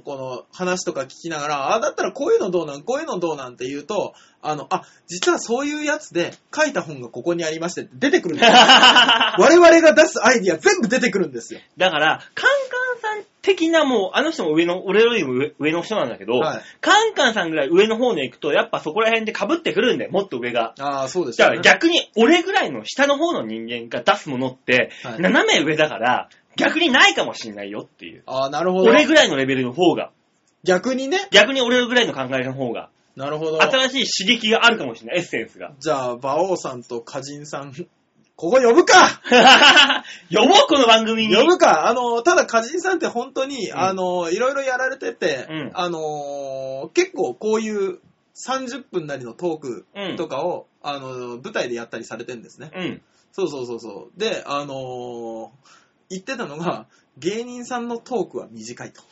Speaker 3: この話とか聞きながら、あ、だったらこういうのどうなん、こういうのどうなんって言うと、あの、あ、実はそういうやつで書いた本がここにありましてって出てく るんですよ。我々が出すアイディア全部出てくるんですよ。
Speaker 2: だから、カンカンさん的なもう、あの人も上の、俺よりも上上の人なんだけど、
Speaker 3: はい
Speaker 2: カンカンさんぐらい上の方に行くと、やっぱそこら辺で被ってくるんだよ、もっと上が。
Speaker 3: ああ、そうです
Speaker 2: だ
Speaker 3: よ
Speaker 2: か
Speaker 3: ね。
Speaker 2: ら逆に俺ぐらいの下の方の人間が出すものって、
Speaker 3: はい
Speaker 2: 斜め上だから、逆にないかもしんないよっていう。
Speaker 3: ああ、なるほど。
Speaker 2: 俺ぐらいのレベルの方が、
Speaker 3: 逆にね。
Speaker 2: 逆に俺ぐらいの考えの方が、
Speaker 3: なるほど。
Speaker 2: 新しい刺激があるかもしれない、エッセンスが。
Speaker 3: じゃあ、馬王さんと歌人さん、ここ呼ぶか
Speaker 2: 呼ぼう、この番組に。
Speaker 3: 呼ぶかあの、ただ歌人さんって本当に、
Speaker 2: うん
Speaker 3: あの、いろいろやられてて、
Speaker 2: うん
Speaker 3: あの、結構こういう30分なりのトークとかを、あの、舞台でやったりされてるんですね。
Speaker 2: うん。
Speaker 3: そうそうそうそう。で、あの言ってたのが、芸人さんのトークは短いと。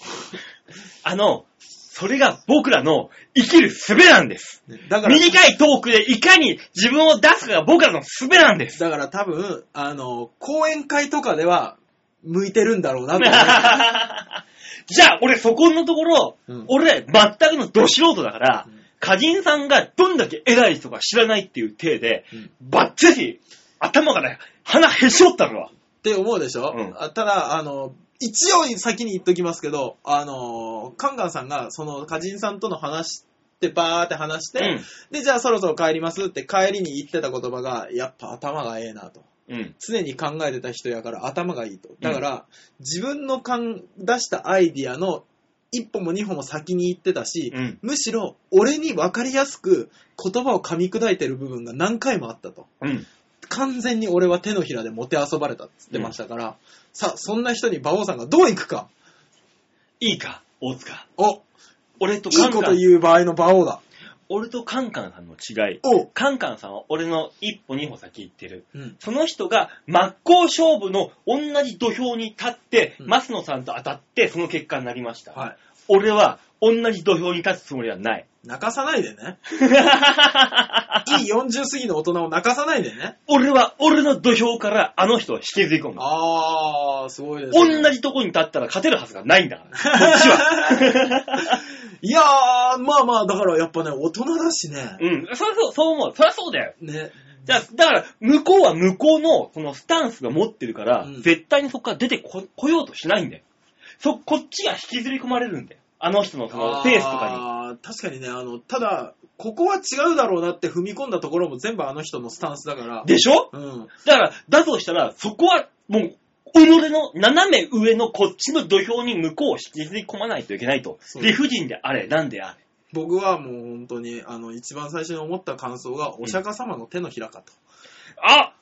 Speaker 2: あの、それが僕らの生きる術なんです。
Speaker 3: ねだから、
Speaker 2: 短いトークでいかに自分を出すかが僕らの術なんです。
Speaker 3: だから多分、あの、講演会とかでは、向いてるんだろうな と思う。
Speaker 2: じゃあ、俺そこのところ、
Speaker 3: うん
Speaker 2: 俺、全くのド素人だから
Speaker 3: うん、
Speaker 2: 歌人さんがどんだけ偉い人か知らないっていう体で、
Speaker 3: うん
Speaker 2: ばっちり頭から鼻へし折ったのは。
Speaker 3: って思うでしょ、
Speaker 2: うん
Speaker 3: あただ、あの、一応先に言っときますけど、あの、カンカンさんが、その、歌人さんとの話って、バーって話して、
Speaker 2: うん
Speaker 3: で、じゃあそろそろ帰りますって帰りに言ってた言葉が、やっぱ頭がええなと。
Speaker 2: うん。
Speaker 3: 常に考えてた人やから頭がいいと。だから、自分のかん出したアイディアの一歩も二歩も先に行ってたし、
Speaker 2: うん
Speaker 3: むしろ俺に分かりやすく言葉を噛み砕いてる部分が何回もあったと。
Speaker 2: うん。
Speaker 3: 完全に俺は手のひらでもてあそばれたって言ってましたから、さあ、そんな人に馬王さんがどう行くか。
Speaker 2: いいか、大塚。
Speaker 3: お、い
Speaker 2: 俺とカ
Speaker 3: い
Speaker 2: ンカ
Speaker 3: こと
Speaker 2: ン、
Speaker 3: 言う場合の馬王だ。
Speaker 2: 俺とカンカンさんの違い。
Speaker 3: お、
Speaker 2: カンカンさんは俺の一歩二歩先行ってる。
Speaker 3: うん、
Speaker 2: その人が真っ向勝負の同じ土俵に立って、
Speaker 3: うん
Speaker 2: マス野さんと当たってその結果になりました。
Speaker 3: は
Speaker 2: 俺は同じ土俵に立つつもりはない。
Speaker 3: い。泣かさないでね。いい40過ぎの大人を泣かさないでね。
Speaker 2: 俺は俺の土俵からあの人を引きずり込む。
Speaker 3: あー、すごいです、ね。
Speaker 2: 同じとこに立ったら勝てるはずがないん だから。こっちは。
Speaker 3: いやー、まあまあ、だからやっぱね、大人だしね。
Speaker 2: うん。そりゃそう、そう思う。そりゃそうだよ。
Speaker 3: ね。
Speaker 2: じゃあ、だから、向こうは向こうの、このスタンスが持ってるから、
Speaker 3: うん
Speaker 2: 絶対にそこから出てこ、来ようとしないんだよ。そ、こっちが引きずり込まれるんだよ。あの人のそのペースとか
Speaker 3: あー確かにね、あの、ただ、ここは違うだろうなって踏み込んだところも全部あの人のスタンスだから
Speaker 2: に。。でしょ
Speaker 3: うん。
Speaker 2: だから、だとしたら、そこは、もう、己の斜め上のこっちの土俵に向こうを引きずり込まないといけないと。
Speaker 3: そう
Speaker 2: 理不尽であれ、なんであれ。
Speaker 3: 僕はもう本当に、あの、一番最初に思った感想が、お釈迦様の手のひらかと。
Speaker 2: あ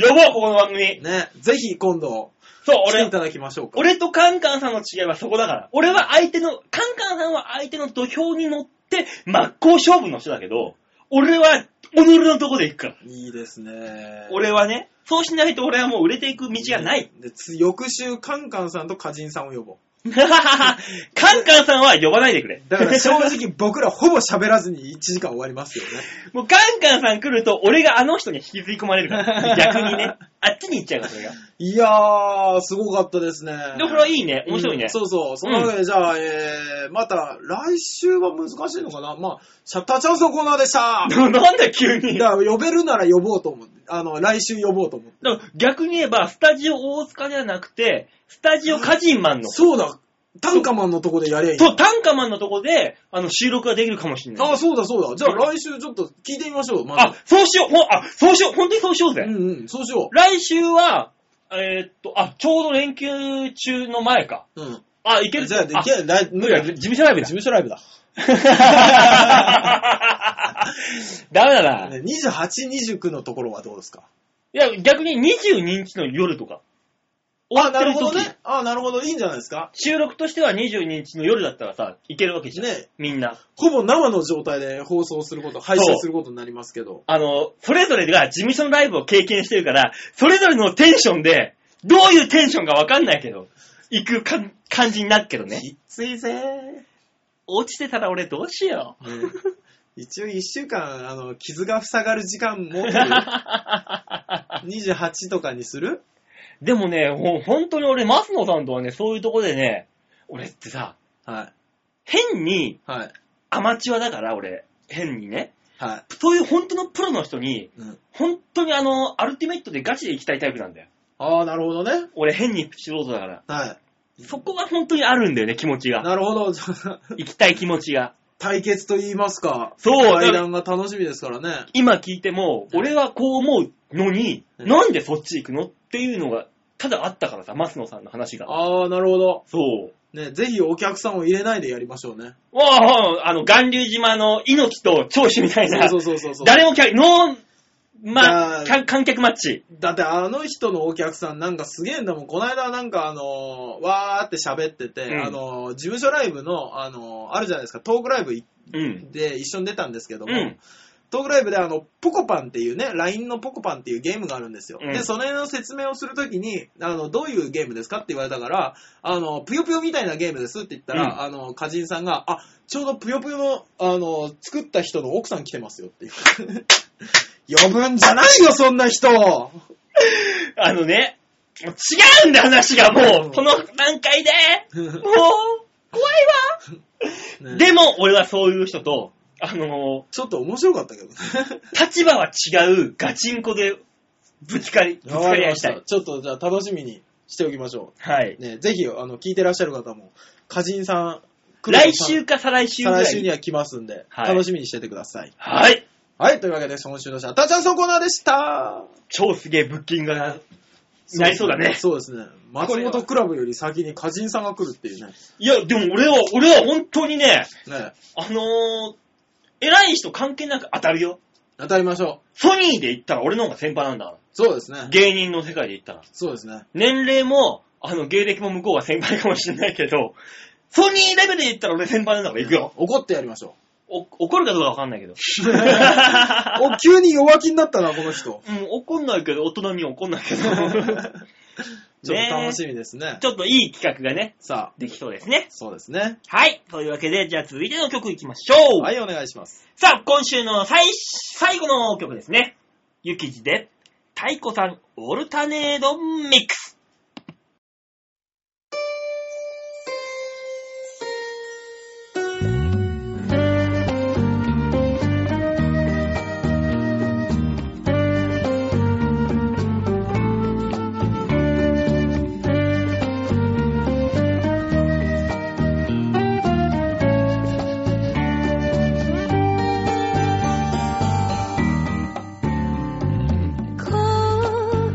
Speaker 2: 呼ぼう、ここの番組。
Speaker 3: ね、ぜひ今度、
Speaker 2: そう、
Speaker 3: 来て
Speaker 2: 俺
Speaker 3: い、ただきましょうか。
Speaker 2: 俺とカンカンさんの違いはそこだから。俺は相手の、カンカンさんは相手の土俵に乗って真っ向勝負の人だけど、俺は己のとこで行くから。
Speaker 3: いいですね。
Speaker 2: 俺はね、そうしないと俺はもう売れていく道がない。
Speaker 3: で、つ翌週、カンカンさんとカジンさんを呼ぼう。
Speaker 2: カンカンさんは呼ばないでくれ。
Speaker 3: だから正直僕らほぼ喋らずに1時間終わります よね。
Speaker 2: もうカンカンさん来ると俺があの人に引きずり込まれる から。逆にね。あっちに行っちゃうから、それが。
Speaker 3: いやー、すごかったですね。
Speaker 2: で、これはいいね。面白いね
Speaker 3: うん。そうそう。そのわけで、じゃあ、えー、また、来週は難しいのかなまあ、シャッターチャンスのコーナーでした
Speaker 2: ななんだ急に。
Speaker 3: だから、呼べるなら呼ぼうと思って、あの、来週呼ぼうと思って。
Speaker 2: だから逆に言えば、スタジオ大塚ではなくて、スタジオカジンマンの。
Speaker 3: そうだ、タンカマンのとこでやりゃいい。
Speaker 2: そう、タンカマンのとこで、あの、収録ができるかもしれない。
Speaker 3: あ、そうだそうだ。じゃあ来週ちょっと聞いてみましょう。ま
Speaker 2: あ
Speaker 3: ず、
Speaker 2: そうしようほんあ、そうしよう本当にそうしようぜ、
Speaker 3: うんうん、そうしよ
Speaker 2: 来週は、えーっと、あ、ちょうど連休中の前か。
Speaker 3: う。うん。
Speaker 2: あ、いける
Speaker 3: じゃあ、できる、来、
Speaker 2: 無
Speaker 3: 無
Speaker 2: 理
Speaker 3: 理だ
Speaker 2: だ、事
Speaker 3: 事
Speaker 2: 務所ライブだ。
Speaker 3: 務所ライブだ。
Speaker 2: ダメだな。い
Speaker 3: ね28、29のところはどうですか
Speaker 2: や、逆に22日の夜とか。
Speaker 3: あ、
Speaker 2: 終わっ
Speaker 3: な
Speaker 2: て
Speaker 3: る
Speaker 2: る
Speaker 3: ほど
Speaker 2: 時、
Speaker 3: ね。あ、なるほど。いいんじゃないですか
Speaker 2: 収録としては22日の夜だったらさ、いけるわけじゃん。
Speaker 3: ね
Speaker 2: みんな。
Speaker 3: ほぼ生の状態で放送すること、配信することになりますけど。
Speaker 2: あの、それぞれが事務所のライブを経験してるから、それぞれのテンションで、どういうテンションかわかんないけど、行くかん感じになるけどね。
Speaker 3: きついぜ
Speaker 2: 落ちてたら俺どうしよ
Speaker 3: ー。ね一応1週間、あの、傷が塞がる時間も 28とかにする
Speaker 2: う。でもね、ほ本当に俺、マスノさんとはね、そういうとこでね、俺ってさ、
Speaker 3: はい。
Speaker 2: 変に
Speaker 3: はい。
Speaker 2: アマチュアだから、俺、変にね。
Speaker 3: は
Speaker 2: そういう本当のプロの人に、
Speaker 3: い。うん。
Speaker 2: 本当にあの、アルティメットでガチで行きたいタイプなんだよ。
Speaker 3: ああ、なるほどね。
Speaker 2: 俺、変に素人だから。
Speaker 3: はい。
Speaker 2: そこが本当にあるんだよね、気持ちが。
Speaker 3: なるほど。
Speaker 2: 行きたい気持ちが。
Speaker 3: 対決と言いますか。
Speaker 2: そう
Speaker 3: 対談が楽しみですからね。
Speaker 2: 今聞いても、俺はこう思うのに、
Speaker 3: うん
Speaker 2: なんでそっち行くのっていうのが、ただあったからさ、マスノさんの話が。
Speaker 3: ああ、なるほど。
Speaker 2: そう。
Speaker 3: ね、ぜひお客さんを入れないでやりましょうね。
Speaker 2: おうおうあの、巌流島の猪木と長州みたいな、
Speaker 3: そうそうそうそう。
Speaker 2: 誰も客、ノー、ま
Speaker 3: あー
Speaker 2: あ、客観客マッチ。
Speaker 3: だってあの人のお客さんなんかすげえんだもん。この間なんかあのーわーって喋ってて、
Speaker 2: うん
Speaker 3: あのー事務所ライブの、あのーあるじゃないですか、トークライブ
Speaker 2: うん。
Speaker 3: で一緒に出たんですけども、
Speaker 2: うん。
Speaker 3: トークライブであの、ポコパンっていうね、LINE のポコパンっていうゲームがあるんですよ。
Speaker 2: うん
Speaker 3: で、それの説明をするときに、あの、どういうゲームですかって言われたから、あの、ぷよぷよみたいなゲームですって言ったら、
Speaker 2: うん
Speaker 3: あの、歌人さんが、あ、ちょうどぷよぷよの、あの、作った人の奥さん来てますよっていう。 呼ぶんじゃないよ、そんな人
Speaker 2: あのね、もう違うんだ話がも
Speaker 3: うん
Speaker 2: う、この段階 で、もう、怖いわ。
Speaker 3: ね
Speaker 2: でも、俺はそういう人と、あの
Speaker 3: ちょっと面白かったけどね。
Speaker 2: ー立場は違うガチンコでぶつかり、 ぶつかり合いした
Speaker 3: わかりま
Speaker 2: い。
Speaker 3: ちょっとじゃあ楽しみにしておきましょ
Speaker 2: はい。
Speaker 3: う。ね、ぜひ、あの、聞いてらっしゃる方も、歌人さん、
Speaker 2: 来週か再来週ぐ
Speaker 3: 再
Speaker 2: ら
Speaker 3: 来週に
Speaker 2: い。
Speaker 3: は来ますんで、
Speaker 2: はい
Speaker 3: 楽しみにしててください。
Speaker 2: はい。
Speaker 3: はい、というわけで、今週のシャッターチャンスのコーナーでした。
Speaker 2: 超すげえブッキングが、なりそうだね。
Speaker 3: そうですね。松本クラブより先に歌人さんが来るっていうね。
Speaker 2: いや、でも俺は、俺は本当にね、
Speaker 3: ね
Speaker 2: あのー、偉い人関係なく当たるよ。
Speaker 3: 当たりましょう。
Speaker 2: ソニーで言ったら俺の方が先輩なんだから。
Speaker 3: そうですね。
Speaker 2: 芸人の世界で言ったら。
Speaker 3: そうですね。
Speaker 2: 年齢も、あの、芸歴も向こうは先輩かもしれないけど、ソニーレベルで言ったら俺先輩なんだから行くよ。
Speaker 3: 怒ってやりましょ
Speaker 2: お怒るかどうかわかんない けど。
Speaker 3: う。お、急に弱気になったな、この 人。
Speaker 2: うん、怒んないけど、大人には怒んない けど。
Speaker 3: ちょっと楽しみですね。
Speaker 2: ちょっといい企画がね、
Speaker 3: さあ、
Speaker 2: できそうですね。
Speaker 3: そうですね。
Speaker 2: はい。というわけで、じゃあ続いての曲いきましょう。
Speaker 3: はい、お願いします。
Speaker 2: さあ、今週の最、最後の曲ですね。ゆきじで、太鼓さん、オルタネードミックス。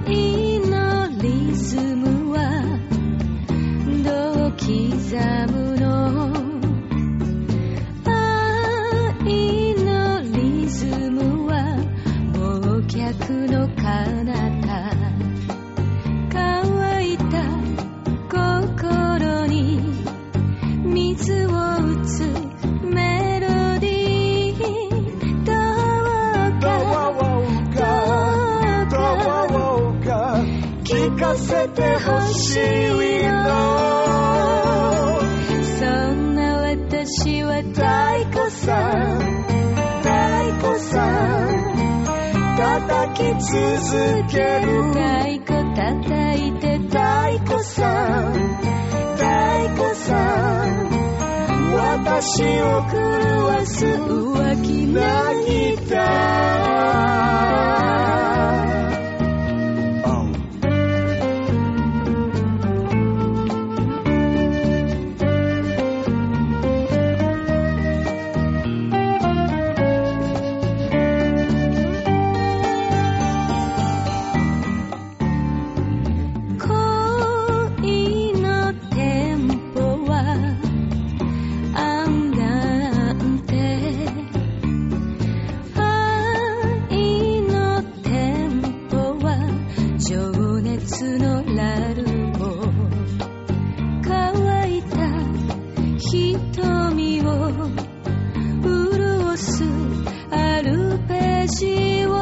Speaker 1: 恋のリズムはどう刻むの愛のリズムは忘却の彼方乾いた心に水を打つメロディーどうかどうか聞かせてほしいのそんな私は太鼓さん太鼓さん叩き続ける太鼓叩いて太鼓さん太鼓さん私を狂わす浮気なギター恋のテンポは安安定愛のテンポは情熱のラルゴ乾いた瞳を潤すアルペジオ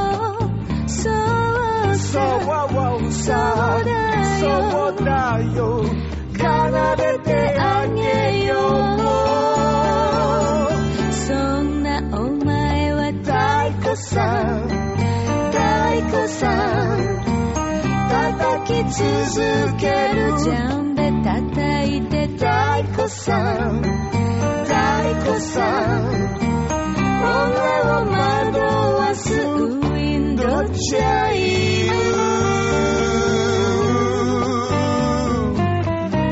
Speaker 1: そうさそうだよ奏でてあげようそんなお前は太鼓さん太鼓さん叩き続けるジャンベ叩いて太鼓さん太鼓さん俺を惑わすウィンドチャイム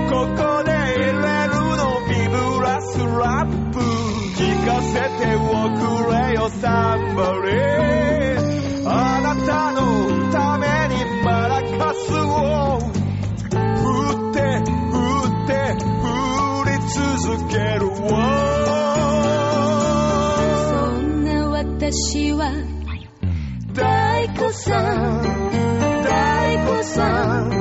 Speaker 3: ここ
Speaker 1: 手をくれよサンバリーあなたのためにマラカスを振って振って振り続けるわ
Speaker 4: そんな私は
Speaker 1: 大子さん大子さん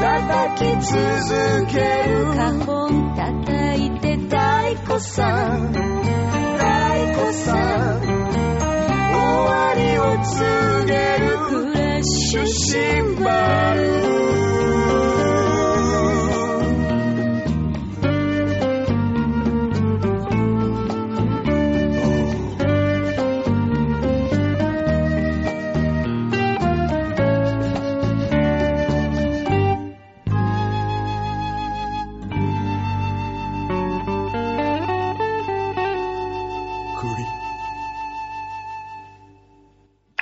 Speaker 1: 叩き続ける
Speaker 4: 花本叩いて
Speaker 1: 大子さん大子さん終わりを告げる
Speaker 4: クラッシ
Speaker 1: シ
Speaker 4: ュ
Speaker 1: ュ
Speaker 4: シ
Speaker 1: シン
Speaker 4: ン
Speaker 1: バ
Speaker 4: バ
Speaker 1: ル
Speaker 4: ル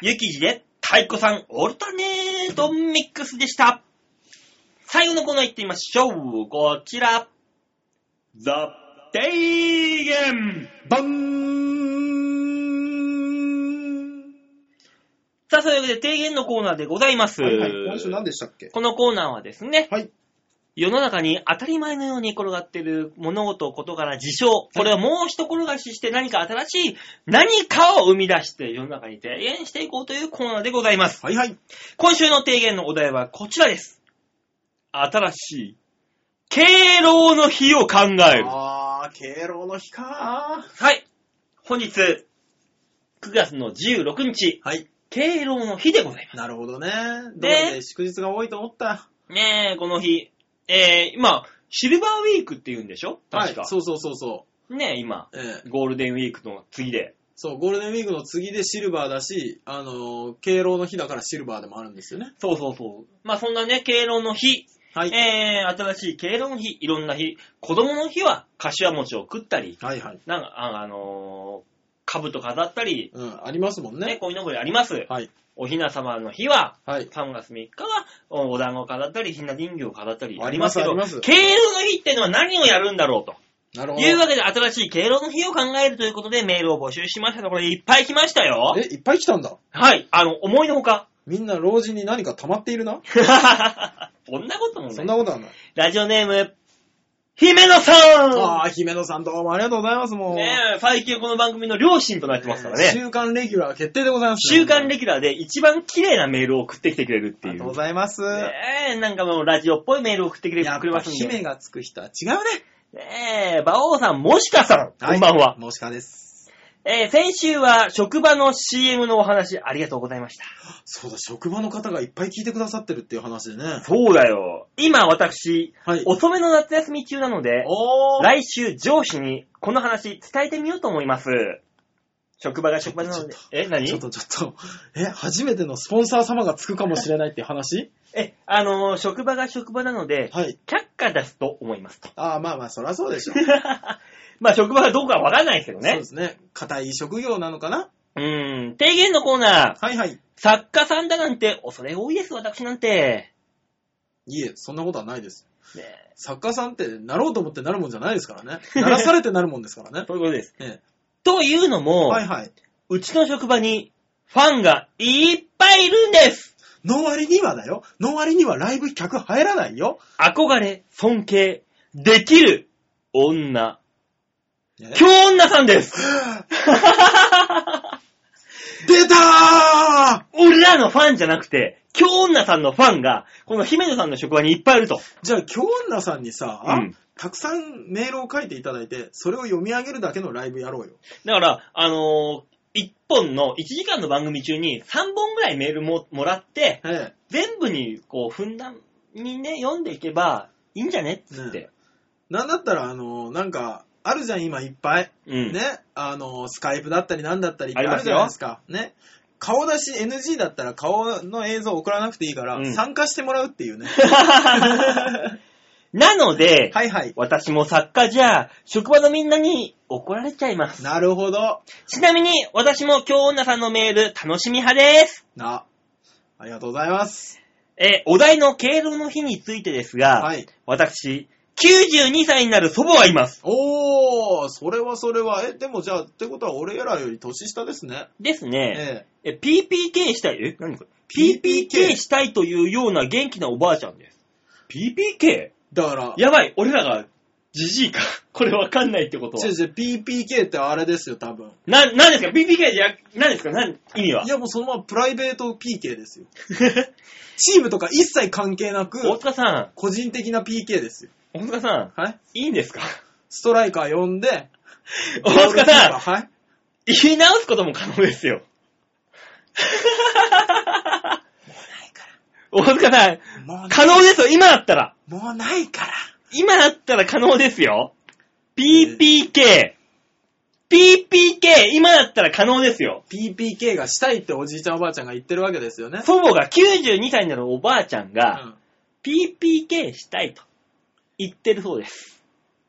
Speaker 2: ゆきじで、太鼓さんオルタネートミックスでした。最後のコーナー行ってみましょう。こちら。ザ・提言
Speaker 3: バン
Speaker 2: さあ、そういうわけで提言のコーナーでございます。
Speaker 3: はいはい、今週何でしたっけ
Speaker 2: このコーナーはですね、
Speaker 3: はい
Speaker 2: 世の中に当たり前のように転がっている物事、事柄、事象、これをもう一転がしして何か新しい何かを生み出して世の中に提言していこうというコーナーでございます。
Speaker 3: はいはい。
Speaker 2: 今週の提言のお題はこちらです。新しい敬老の日を考える。
Speaker 3: あー、敬老の日か
Speaker 2: はい。本日、9月の16日、
Speaker 3: ー。はい。
Speaker 2: 敬老の日でございま
Speaker 3: なるほどね。
Speaker 2: で
Speaker 3: どうで祝日が多いと思った。
Speaker 2: す。ねえ、この日。えー、今、シルバーウィークって言うんでしょ確か。
Speaker 3: はい。そうそうそうそ
Speaker 2: ねえ、今。
Speaker 3: う。ええ
Speaker 2: ゴールデンウィークの次で。
Speaker 3: そう、ゴールデンウィークの次でシルバーだし、あのー敬老の日だからシルバーでもあるんですよね。
Speaker 2: そうそうそう。まあそんなね、敬老の日、
Speaker 3: はい。
Speaker 2: えー、新しい敬老の日、いろんな日、子供の日は柏餅を食ったり、
Speaker 3: はいはい。
Speaker 2: なんか、ああのー、兜飾ったり、
Speaker 3: うん、ありますもん
Speaker 2: ね、
Speaker 3: ね。
Speaker 2: こいのぼりあります。
Speaker 3: はい。
Speaker 2: おひな様の日は、
Speaker 3: はい。
Speaker 2: 3月3日は、おお団子飾ったり、ひな人形飾ったり、あ
Speaker 3: あ
Speaker 2: り
Speaker 3: り
Speaker 2: ま
Speaker 3: ますす
Speaker 2: けど、
Speaker 3: あります
Speaker 2: 敬老の日ってのは何をやるんだろうと。
Speaker 3: なるほど。
Speaker 2: いうわけで、新しい敬老の日を考えるということで、メールを募集しましたところ、いっぱい来ましたよ
Speaker 3: え。、いっぱい来たんだ。
Speaker 2: はい、あの、思いのほか。
Speaker 3: みんな老人に何か溜まっているな。
Speaker 2: そんなこともない。
Speaker 3: そんなことはない。
Speaker 2: ラジオネーム、姫野さ
Speaker 3: ああ、姫野さんどうもありがとうございます、も
Speaker 2: ん
Speaker 3: う。
Speaker 2: ねえ、最近この番組の両親となってますからね。
Speaker 3: 週間レギュラー決定でございます、
Speaker 2: 週間レギュラーで一番綺麗なメールを送ってきてくれるって
Speaker 3: あり
Speaker 2: い
Speaker 3: が
Speaker 2: う。
Speaker 3: とうございます。
Speaker 2: ねえ、なんかもうラジオっぽいメールを送ってくれ
Speaker 3: やっ
Speaker 2: くれ
Speaker 3: ぱ
Speaker 2: ますんで。
Speaker 3: 姫がつく人は違うね。
Speaker 2: ねえ、馬王さん、もしかさん、こんばんは。
Speaker 3: もしかです。
Speaker 2: えー先週は職場の CM のお話ありがとうございました。
Speaker 3: そうだ、職場の方がいっぱい聞いてくださってるっていう話で ね。
Speaker 2: そうだよ。今私、
Speaker 3: はい。
Speaker 2: 遅めの夏休み中なので、
Speaker 3: おー。
Speaker 2: 来週上司にこの話伝えてみようと思います。職場が職場なので
Speaker 3: ちょっ。
Speaker 2: え、何
Speaker 3: ちょっとちょっと、 え、初めてのスポンサー様がつくかもしれないっていう話
Speaker 2: え、あのー職場が職場なので、
Speaker 3: はい。
Speaker 2: 却下出すと思いますと。
Speaker 3: ああ、まあまあ、そりゃそうでしょ。
Speaker 2: まあ、職場がどこかわかんないですけど
Speaker 3: そう
Speaker 2: ね
Speaker 3: で。すね。硬い職業なのかな
Speaker 2: うーん。提言のコーナー、
Speaker 3: はいはい。
Speaker 2: 作家さんだなんて恐れ多いです、私なんて。
Speaker 3: いえ、そんなことはないです。
Speaker 2: ね
Speaker 3: 作家さんって、なろうと思ってなるもんじゃないですからね。ならされてなるもんです からね。
Speaker 2: そういうことです。
Speaker 3: え
Speaker 2: というの
Speaker 3: え、
Speaker 2: も、
Speaker 3: はいはいう
Speaker 2: ちの職場にファンがいっぱいいるんです
Speaker 3: の割にはだよ。の割にはライブ客入らないよ。
Speaker 2: 憧れ、尊敬、できる、女、
Speaker 3: ね
Speaker 2: 京女さんです
Speaker 3: 出たー
Speaker 2: 俺らのファンじゃなくて、京女さんのファンが、この姫野さんの職場にいっぱいいると。
Speaker 3: じゃあ、京女さんにさ、
Speaker 2: うん
Speaker 3: たくさんメールを書いていただいて、それを読み上げるだけのライブやろうよ。
Speaker 2: だから、あのー、1本の1時間の番組中に3本ぐらいメールももらって、
Speaker 3: ええ。
Speaker 2: 全部にこう、ふんだんにね、読んでいけばいいんじゃねっつって。
Speaker 3: なんだったら、あの、なんか、あるじゃん、今いっぱい。
Speaker 2: うん。
Speaker 3: ね。あの、スカイプだったりなんだったりって
Speaker 2: ありま
Speaker 3: あ
Speaker 2: す
Speaker 3: る
Speaker 2: よ
Speaker 3: じゃないですか。ね。顔出し NG だったら顔の映像送らなくていいから、
Speaker 2: うん
Speaker 3: 参加してもらうって いうね。
Speaker 2: なので、
Speaker 3: はいはい。
Speaker 2: 私も作家じゃ、職場のみんなに怒られちゃいます。
Speaker 3: なるほど。
Speaker 2: ちなみに、私も京女さんのメール、楽しみ派です。
Speaker 3: な。ありがとうございます。
Speaker 2: えーお題の敬老の日についてですが、
Speaker 3: はい。
Speaker 2: 私、 92歳になる祖母がいます。
Speaker 3: おー、それはそれは。え、でもじゃあ、ってことは俺らより年下ですね。
Speaker 2: ですね。
Speaker 3: ええ。
Speaker 2: え、PPK したい、え、何これ ?PPK したいというような元気なおばあちゃんです。PPK?
Speaker 3: だから、
Speaker 2: やばい、俺らが、じじいか。 これわかんないってことは
Speaker 3: 違う。違う、PPK ってあれですよ、多分。。
Speaker 2: な、なんですか ?PPK じゃ、なんですかなん、意味はい
Speaker 3: や、もうそのままプライベート PK ですよ。チームとか一切関係な く、
Speaker 2: 大塚さ
Speaker 3: 個人的な PK ですよ。
Speaker 2: ん、大塚さん、
Speaker 3: はい
Speaker 2: いいんですか
Speaker 3: ストライカー呼んで、
Speaker 2: 大
Speaker 3: ゴール
Speaker 2: 塚
Speaker 3: キーパー
Speaker 2: さん、
Speaker 3: はい
Speaker 2: 言い直すことも可能です よ。大塚さん、
Speaker 3: もうな
Speaker 2: 可能ですよ、今だったら。
Speaker 3: もうないから。
Speaker 2: 今だったら可能ですよ。PPK。PPK、今だったら可能ですよ。
Speaker 3: PPK がしたいっておじいちゃんおばあちゃんが言ってるわけですよね。
Speaker 2: 祖母が92歳になるおばあちゃん
Speaker 3: う
Speaker 2: が、
Speaker 3: ん
Speaker 2: PPK したいと言ってるそうです。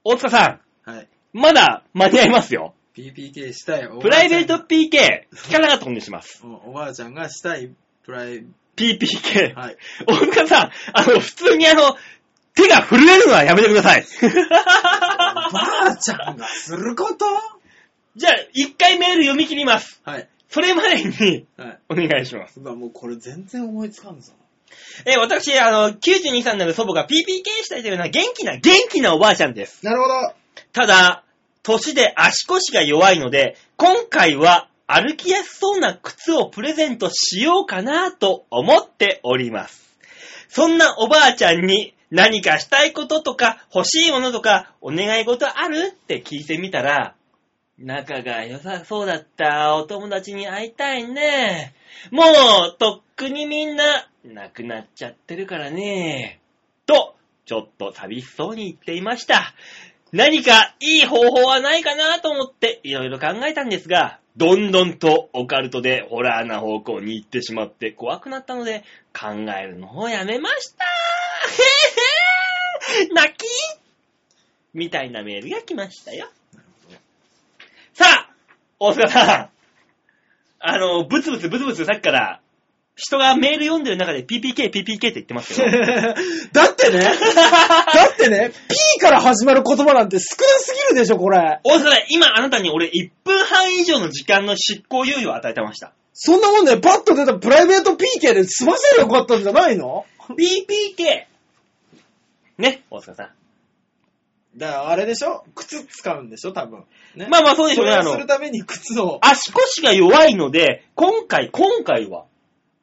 Speaker 2: 大塚さ
Speaker 3: はい。
Speaker 2: ん、まだ間に合いますよ。
Speaker 3: PPK したい。
Speaker 2: プライベート
Speaker 3: おばあ
Speaker 2: PK、聞かなかったことにします。
Speaker 3: ちゃんうんおばあちゃんがしたい、プライ、
Speaker 2: PPK。
Speaker 3: はい。
Speaker 2: 大塚さん、あの、普通にあの、手が震えるのはやめてください。
Speaker 3: おばあちゃんがすること
Speaker 2: じゃあ、一回メール読み切ります。
Speaker 3: はい。
Speaker 2: それまでに、
Speaker 3: はい。
Speaker 2: お願いします。
Speaker 3: うわ、もうこれ全然思いつかんぞ。
Speaker 2: えー、私、あの、92歳になる祖母が PPK したいというのは元気な、元気なおばあちゃんです。
Speaker 3: なるほ ど。
Speaker 2: ただ、歳で足腰が弱いので、今回は歩きやすそうな靴をプレゼントしようかなと思っております。そんなおばあちゃんに何かしたいこととか欲しいものとかお願い事あるって聞いてみたら、仲が良さそうだったお友達に会いたいね。もう、とっくにみんな、亡くなっちゃってるからね。と、ちょっと寂しそうに言っていました。何かいい方法はないかなと思っていろいろ考えたんですが、どんどんとオカルトでホラーな方向に行ってしまって怖くなったので、考えるのをやめました へへー泣きみたいなメールが来ましたよ。さあ、大塚さん。あの、ブツブツブツブツさっきから、人がメール読んでる中で PPK、PPK って言ってますよ。
Speaker 3: だってね、だってね、P から始まる言葉なんて少なすぎるでしょ、これ。
Speaker 2: 大阪で今あなたに俺1分半以上の時間の執行猶予を与えてました。
Speaker 3: そんなもんね、パッと出たプライベート PK で済ませればよかったんじゃないの
Speaker 2: BPK! ね、大阪さん。
Speaker 3: だからあれでしょ靴使うんでしょ多分。ね
Speaker 2: まあまあそうでしょうね
Speaker 3: これを
Speaker 2: あの
Speaker 3: するために靴を。
Speaker 2: 足腰が弱いので、今回、今回は、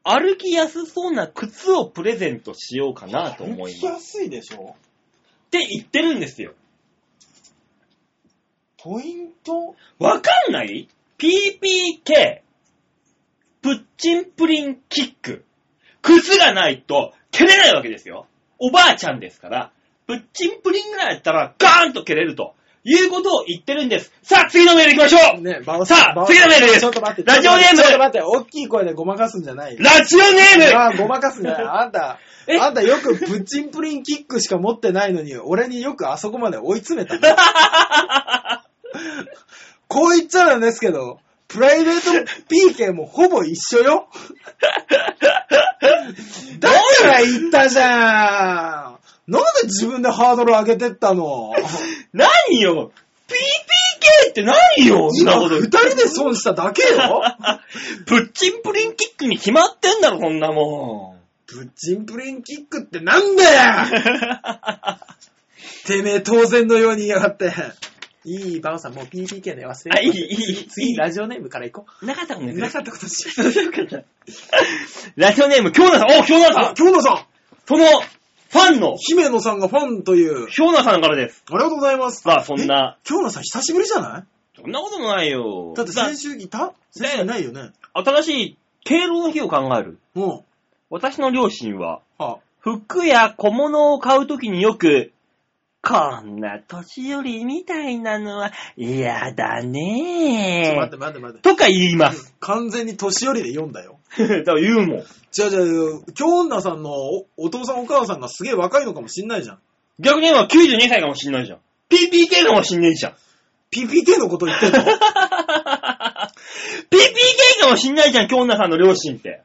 Speaker 2: 歩きやすそうな靴をプレゼントしようかなと思い
Speaker 3: 歩き
Speaker 2: ます。
Speaker 3: やすいでしょ
Speaker 2: って言ってるんですよ。
Speaker 3: ポイント
Speaker 2: わかんない ?PPK。プッチンプリンキック。靴がないと蹴れないわけですよ。おばあちゃんですから、プッチンプリンぐらいやったらガーンと蹴れるということを言ってるんです。さあ、次のメール行きましょう、
Speaker 3: ね、バオ
Speaker 2: さあ
Speaker 3: バオ
Speaker 2: 次のメールです
Speaker 3: ちょっと待って。
Speaker 2: ラジオネーム
Speaker 3: ちょっと待って、大きい声でごまかすんじゃないよ。
Speaker 2: ラジオネーム
Speaker 3: ああ、ごまかすんじゃない。あんた
Speaker 2: え、
Speaker 3: あんたよくプッチンプリンキックしか持ってないのに、俺によくあそこまで追い詰めたね。こう言っちゃうんですけど、プライベート PK もほぼ一緒よ。だから言ったじゃん。なんで自分でハードル上げてったの
Speaker 2: 何よ ?PPK って何よそんな
Speaker 3: 今、
Speaker 2: こと言
Speaker 3: 二
Speaker 2: って
Speaker 3: 人で損しただけよ。
Speaker 2: プッチンプリンキックに決まってんだろ、そんなも ん。
Speaker 3: プッチンプリンキックってなんだよてめえ当然のように言いやがって。いい、バオさん、もう PPK で忘れ
Speaker 2: あ、いい、いい、いい。
Speaker 3: 次、ラジオネームから行こ
Speaker 2: なかったもん
Speaker 3: う。
Speaker 2: ね。
Speaker 3: なかったことしよ
Speaker 2: ラジオネーム、京奈さん。お、京奈
Speaker 3: う。
Speaker 2: さ
Speaker 3: あ
Speaker 2: ん、
Speaker 3: 京野さん
Speaker 2: その、ファンの、
Speaker 3: 姫野さんがファンという。
Speaker 2: 京奈さんからです。
Speaker 3: ありがとうございます。
Speaker 2: さあ、そんな、
Speaker 3: 京野さん、久しぶりじゃない
Speaker 2: そんなこともないよ。
Speaker 3: だって
Speaker 2: さ
Speaker 3: 先週いた先週いないよね。
Speaker 2: 新しい敬老の日を考える。
Speaker 3: も
Speaker 2: 私の両親は、
Speaker 3: う。あ、
Speaker 2: 服や小物を買うときによく、こんな年寄りみたいなのは嫌だ
Speaker 3: ちょっと
Speaker 2: ね
Speaker 3: 待って待って待って。
Speaker 2: とか言い ます。
Speaker 3: 完全に年寄りで読んだよ。
Speaker 2: だから言うもん。
Speaker 3: じゃあじゃあ、京女さんのおお父さんお母さんがすげえ若いのかもしんないじゃん。
Speaker 2: 逆に今92歳かもしんないじゃん。PPK かもしんねえじゃん。
Speaker 3: PPK のこと言ってんの
Speaker 2: PPK かもしんないじゃん、京奈さんの両親って。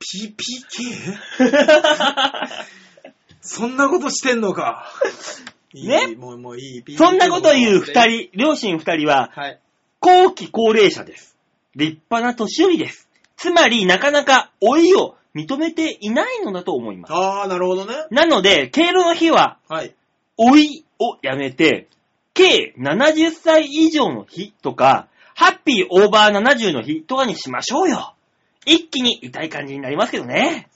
Speaker 3: ?PPK? そんなことしてんのか。 いい
Speaker 2: ね
Speaker 3: もう、もういい。ピー
Speaker 2: そんなこと言う。
Speaker 3: ピー
Speaker 2: 二人、両親二人は、
Speaker 3: はい。
Speaker 2: 後期高齢者です。立派な年寄りです。つまり、なかなか老いを認めていないのだと思います。
Speaker 3: ああ、なるほどね。
Speaker 2: なので、敬老の日は、
Speaker 3: はい。
Speaker 2: 老いをやめて、計70歳以上の日とか、ハッピーオーバー70の日とかにしましょうよ。一気に痛い感じになりますけどね。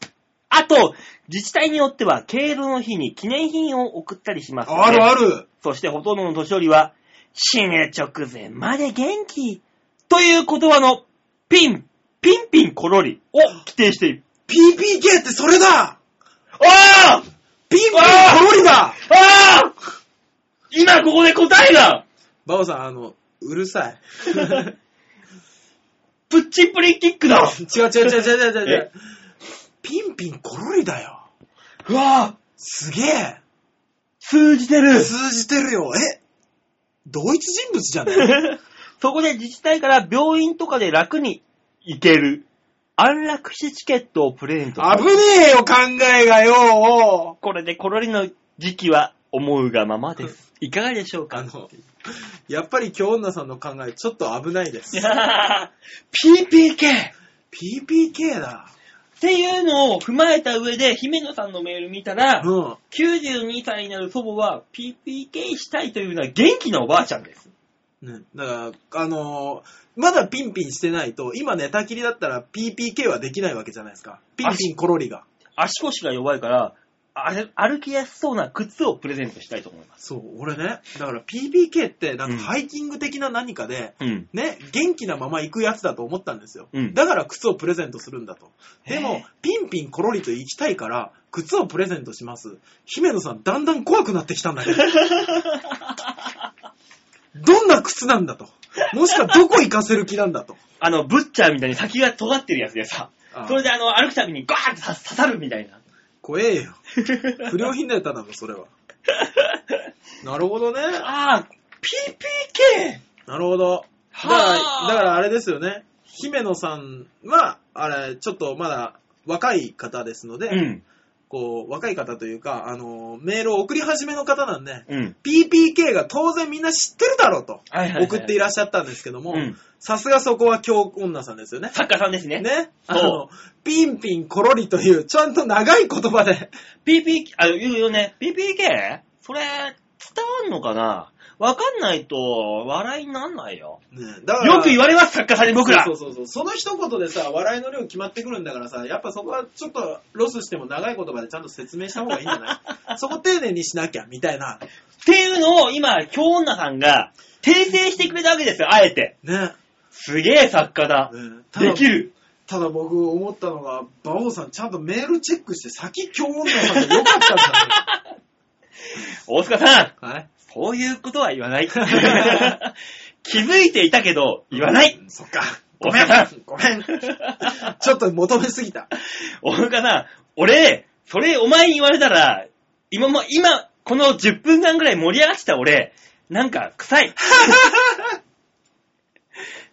Speaker 2: あと、自治体によっては、敬老の日に記念品を送ったりしますので、
Speaker 3: あるある。
Speaker 2: そしてほとんどの年寄りは、死ぬ直前まで元気。という言葉の、ピン、ピンピンコロリを規定している。
Speaker 3: PPK ってそれだ
Speaker 2: あー
Speaker 3: ピンピンコ
Speaker 2: あー
Speaker 3: ロリだ
Speaker 2: ああ今ここで答えが
Speaker 3: バオさん、あの、うる さい。
Speaker 2: プッチプリキックだ
Speaker 3: 違う違う違う違う違う違
Speaker 2: え
Speaker 3: う。ピンピンコロリだよ。
Speaker 2: うわぁ
Speaker 3: すげえ。
Speaker 2: 通じてる
Speaker 3: 通じてるよ。え同一人物じゃない
Speaker 2: そこで自治体から病院とかで楽に行ける安楽死チケットをプレゼント
Speaker 3: 危ねえよ、考えがよ。
Speaker 2: これでコロリの時期は思うがままです。いかがでしょう
Speaker 3: あ
Speaker 2: か
Speaker 3: の、やっぱり京女さんの考え、ちょっと危ないです
Speaker 2: い。やー !PPK!
Speaker 3: PPK だ。
Speaker 2: っていうのを踏まえた上で、姫野さんのメール見たら、
Speaker 3: うん。
Speaker 2: 92歳になる祖母は PPK したいというのは元気なおばあちゃんです。
Speaker 3: ね、だから、あのーまだピンピンしてないと、今寝たきりだったら PPK はできないわけじゃないですか。ピンピンコロリが。
Speaker 2: 足腰が弱いから、あれ歩きやすそうな靴をプレゼントしたいと思います。
Speaker 3: そう、俺ね、だから PPK って、なんかハイキング的な何かで、
Speaker 2: うん。
Speaker 3: ね、元気なまま行くやつだと思ったんですよ。
Speaker 2: うん
Speaker 3: だから靴をプレゼントするんだと。で
Speaker 2: へ
Speaker 3: も
Speaker 2: え、
Speaker 3: ピンピンコロリと行きたいから、靴をプレゼントします。姫野さん、だんだん怖くなってきたんだ けど。どんな靴なんだと。もしくはどこ行かせる気なんだと。
Speaker 2: あの、ブッチャーみたいに先が尖ってるやつでさ
Speaker 3: あ、あ
Speaker 2: それであの、歩くたびにガーって刺刺さるみたい な。
Speaker 3: 怖えよ。不良品だよ、ただの、そ れは。なるほどね。
Speaker 2: ああ、PPK!
Speaker 3: なるほど。だか
Speaker 2: はあ
Speaker 3: ら、だからあれですよね。姫野さんは、あれ、ちょっとまだ若い方ですので、
Speaker 2: うん、
Speaker 3: こう、若い方というか、あの、メールを送り始めの方なんで、
Speaker 2: うん。
Speaker 3: PPK が当然みんな知ってるだろうと
Speaker 2: はいはいはいはい
Speaker 3: 送っていらっしゃったんですけども
Speaker 2: うん、
Speaker 3: さすがそこは京女さんですよね。
Speaker 2: 作家さんですね。
Speaker 3: ね。あ
Speaker 2: そう
Speaker 3: の、ピンピンコロリという、ちゃんと長い言葉で、
Speaker 2: PP、あ、言うよね。PPK? それ、伝わんのかなわかんないと、笑いになんないよ。
Speaker 3: ねだから
Speaker 2: よく言われます、作家さんに僕ら
Speaker 3: そう。そうそうそう。その一言でさ、笑いの量決まってくるんだからさ、やっぱそこはちょっとロスしても長い言葉でちゃんと説明した方がいいんじ ゃないそこ丁寧にしなきゃ、みたい
Speaker 2: っ
Speaker 3: な。
Speaker 2: ていうのを今、京女さんが訂正してくれたわけですよ、あえて。
Speaker 3: ね。
Speaker 2: すげえ作家だ。
Speaker 3: ねただ
Speaker 2: できる。
Speaker 3: ただ僕思ったのが、馬王さんちゃんとメールチェックして先今日女さんでよかったんだ
Speaker 2: 大塚さん、
Speaker 3: ね。 はい。
Speaker 2: そういうことは言わない。 気づいていたけど、言わない。
Speaker 3: そ っか。
Speaker 2: ごめんな
Speaker 3: ごめん。 ちょっと求めすぎた。
Speaker 2: 大塚さん、俺、それお前に言われたら、今も、今、この10分間ぐらい盛り上がってた俺、なんか、臭い。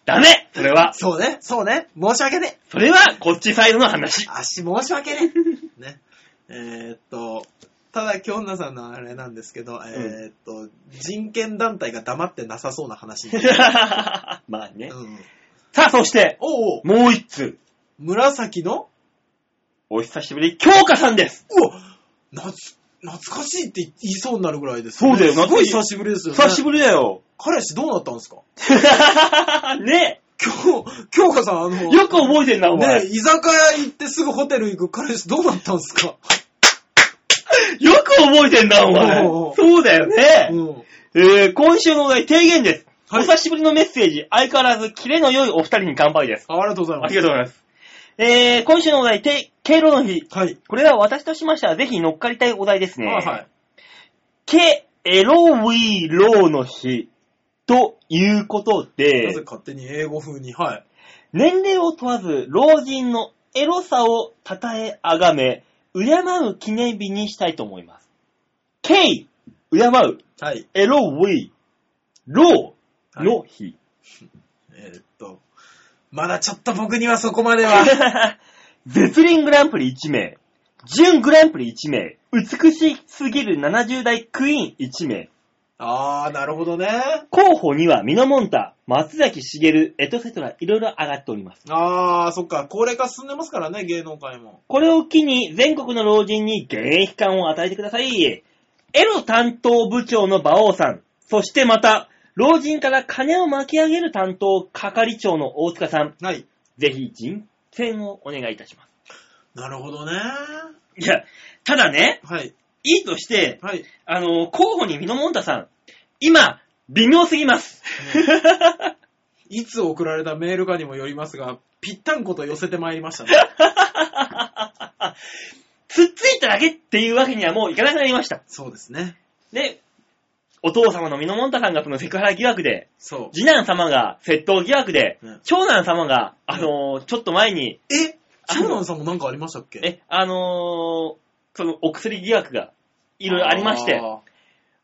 Speaker 2: ダメそれは。
Speaker 3: そうね、そうね。申し訳ね。
Speaker 2: それは、こっちサイドの話。
Speaker 3: 足申し訳ね。 ね。えーっと、ただ、京女さんのあれなんですけど、えーっと、人権団体が黙ってなさそうな 話になる。
Speaker 2: まあね。
Speaker 3: うん、
Speaker 2: さあ、そして、
Speaker 3: おうおう
Speaker 2: もう一通。
Speaker 3: 紫の
Speaker 2: お久しぶり、京香さんです。
Speaker 3: うわ懐懐かしいって言いそうになるぐらいです、ね。
Speaker 2: そうだよ
Speaker 3: すごい
Speaker 2: 懐
Speaker 3: 久
Speaker 2: か
Speaker 3: しぶりですよね。
Speaker 2: 久しぶりだよ。
Speaker 3: 彼氏どうなったんですか
Speaker 2: ね
Speaker 3: 今日、京香さん、あの、
Speaker 2: よく覚えてんな、お前。
Speaker 3: ね、居酒屋行ってすぐホテル行く彼氏どうなったんですか
Speaker 2: よく覚えてんな、お前
Speaker 3: おうお。う
Speaker 2: そうだよね。
Speaker 3: うん。
Speaker 2: えー、今週のお題、提言です。
Speaker 3: はい
Speaker 2: お久しぶりのメッセージ、相変わらずキレの良いお二人に乾杯です。
Speaker 3: あありがとうござい
Speaker 2: あ
Speaker 3: ます
Speaker 2: り。がとうございます。えー、今週のお題、て敬老の日。
Speaker 3: はい。
Speaker 2: これは私としましては、ぜひ乗っかりたいお題ですね。
Speaker 3: はいはい。
Speaker 2: け、エロウィローの日。ということ
Speaker 3: なぜ
Speaker 2: で、
Speaker 3: 勝手に英語風に、はい。
Speaker 2: 年齢を問わず、老人のエロさを称えあがめ、敬う記念日にしたいと思います。敬、敬う、
Speaker 3: はい。
Speaker 2: エロウィローの日。
Speaker 3: えーっと、まだちょっと僕に はそこまでは。
Speaker 2: 絶倫グランプリ1名、準グランプリ1名、美しすぎる70代クイーン1名。
Speaker 3: あー、なるほどね。
Speaker 2: 候補にはミノモンタ、松崎しげる、エトセトラ、いろいろ上がっております。
Speaker 3: あー、そっか、高齢化進んでますからね、芸能界も。
Speaker 2: これを機に全国の老人に現役感を与えてください。エロ担当部長の馬王さん、そしてまた、老人から金を巻き上げる担当係長の大塚さん、
Speaker 3: はい。
Speaker 2: ぜひ人選をお願いいたします。
Speaker 3: なるほどね。
Speaker 2: いや、ただね、
Speaker 3: はい。
Speaker 2: いいとして、
Speaker 3: はい。
Speaker 2: あの、候補にミノモンタさん、今、微妙すぎます。
Speaker 3: いつ送られたメールかにもよりますが、ぴったんこと寄せてまいりま したね。
Speaker 2: つっついただけっていうわけにはもういかなくなりました。
Speaker 3: そうですね。
Speaker 2: で、お父様のミノモンタさんがそのセクハラ疑惑で、
Speaker 3: そ
Speaker 2: 次男様が窃盗疑惑で、
Speaker 3: うん
Speaker 2: 長男様が、あのーちょっと前に、
Speaker 3: う。え長男さんもなんかありましたっけ
Speaker 2: え、あのーそのお薬疑惑が、いろいろありまして、あ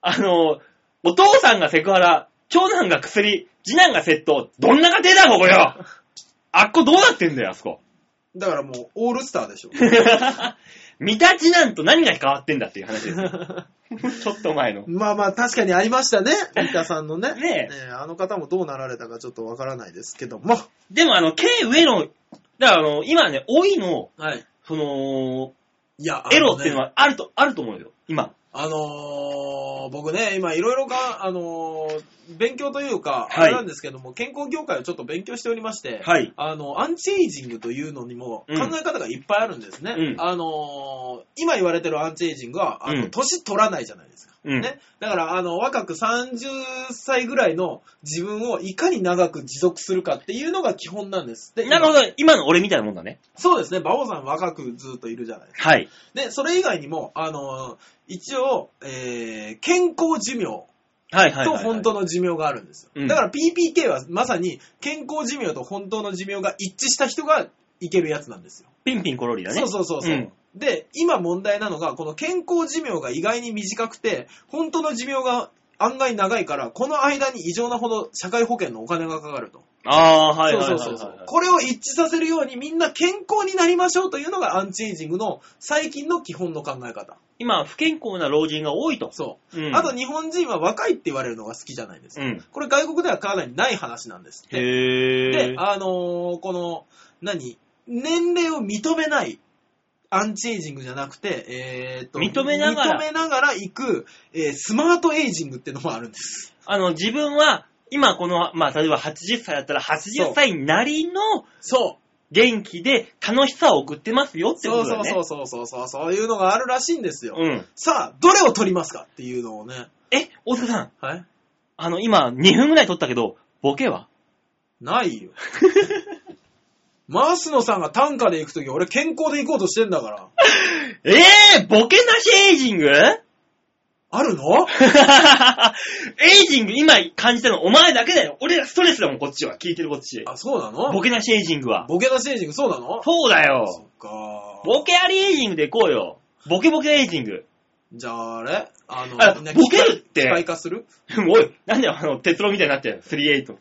Speaker 3: あ
Speaker 2: のーお父さんがセクハラ、長男が薬、次男が窃盗、どんな家庭だ、ここよ あっこどうなってんだよ、あそこ。
Speaker 3: ーだからもう、オールスターでしょ。
Speaker 2: 見た次男と何が変わってんだっていう話ですよ。 ちょっと前の。
Speaker 3: まあまあ、確かにありましたね。三田さんのね。
Speaker 2: ねえ
Speaker 3: あの方もどうなられたかちょっとわからないですけども。
Speaker 2: でもあの、K 上の、だからあの、今ね、老いの、
Speaker 3: はい。
Speaker 2: その、
Speaker 3: いや、
Speaker 2: エロっていうの
Speaker 3: は。
Speaker 2: はあると、あると思うよ、今。
Speaker 3: あのー僕ね、今いろいろが、あのー勉強というか、
Speaker 2: はい
Speaker 3: あれなんですけども、健康業界をちょっと勉強しておりまして、
Speaker 2: はい。
Speaker 3: あの、アンチエイジングというのにも
Speaker 2: うん
Speaker 3: 考え方がいっぱいあるんですね。
Speaker 2: うん
Speaker 3: あのー今言われてるアンチエイジングは、あの、
Speaker 2: うん
Speaker 3: 年取らないじゃないですか。
Speaker 2: うん
Speaker 3: ね。だから、あの、若く30歳ぐらいの自分をいかに長く持続するかっていうのが基本なんです。で
Speaker 2: なるほ
Speaker 3: 今
Speaker 2: ど、今の俺みたいなもんだね。
Speaker 3: そうですね。馬王さん若くずっといるじゃないですか。
Speaker 2: はい。
Speaker 3: で、それ以外にも、あのー一応、えー健康寿命
Speaker 2: はいはいはい、
Speaker 3: と
Speaker 2: はい。
Speaker 3: 本当の寿命があるんですよ。
Speaker 2: うん
Speaker 3: だから PPK はまさに健康寿命と本当の寿命が一致した人がいけるやつなんですよ。
Speaker 2: ピンピンコロリだね。
Speaker 3: そうそうそうそう、
Speaker 2: うん
Speaker 3: で、今問題なのが、この健康寿命が意外に短くて、本当の寿命が案外長いから、この間に異常なほど社会保険のお金がかかると。
Speaker 2: ああ、はいはいはい、は
Speaker 3: そう
Speaker 2: い。
Speaker 3: そうそうそう。これを一致させるようにみんな健康になりましょうというのがアンチエイジングの最近の基本の考え方。
Speaker 2: 今、不健康な老人が多いと。
Speaker 3: そうう。
Speaker 2: ん
Speaker 3: あと日本人は若いって言われるのが好きじゃないです
Speaker 2: う
Speaker 3: か。
Speaker 2: ん。
Speaker 3: これ外国ではかなりない話なんですって。
Speaker 2: へ
Speaker 3: で
Speaker 2: え。、
Speaker 3: あのーこの、何年齢を認めない、アンチエイジングじゃなくて、えーっと、
Speaker 2: 認めながら
Speaker 3: 認めながら行く、えースマートエイジングってのもあるんです。
Speaker 2: あの、自分は、今この、まあ、例えば80歳だったら、80歳なりの
Speaker 3: そう。
Speaker 2: 元気で楽しさを送ってますよって
Speaker 3: そ
Speaker 2: こ
Speaker 3: う
Speaker 2: と
Speaker 3: そ
Speaker 2: だ
Speaker 3: う
Speaker 2: ね。
Speaker 3: そうそうそうそう、そういうのがあるらしいんですよ。
Speaker 2: うん。
Speaker 3: さあ、どれを取りますかっていうのをね。
Speaker 2: え、大塚さん、
Speaker 3: はい
Speaker 2: あの、今、2分ぐらい撮ったけど、ボケは
Speaker 3: な いよ。マスノさんが短歌で行くとき、俺健康で行こうとしてんだから。
Speaker 2: ええー、ボケなしエイジング
Speaker 3: あるの
Speaker 2: エイジング今感じてるのお前だけだよ。俺らストレスだもん、こっちは。聞いてるこっち。
Speaker 3: あ、そうなの
Speaker 2: ボケなしエイジングは。
Speaker 3: ボケ出しエイジング、そうなの
Speaker 2: そうだ
Speaker 3: そっ
Speaker 2: よ。
Speaker 3: か。
Speaker 2: ボケありエイジングでいこうよ。ボケボケエイジング。
Speaker 3: じゃああれあの、
Speaker 2: あ
Speaker 3: ね
Speaker 2: ボケるって
Speaker 3: 機械機械化する
Speaker 2: おい、なんであの、鉄郎みたいになってる38。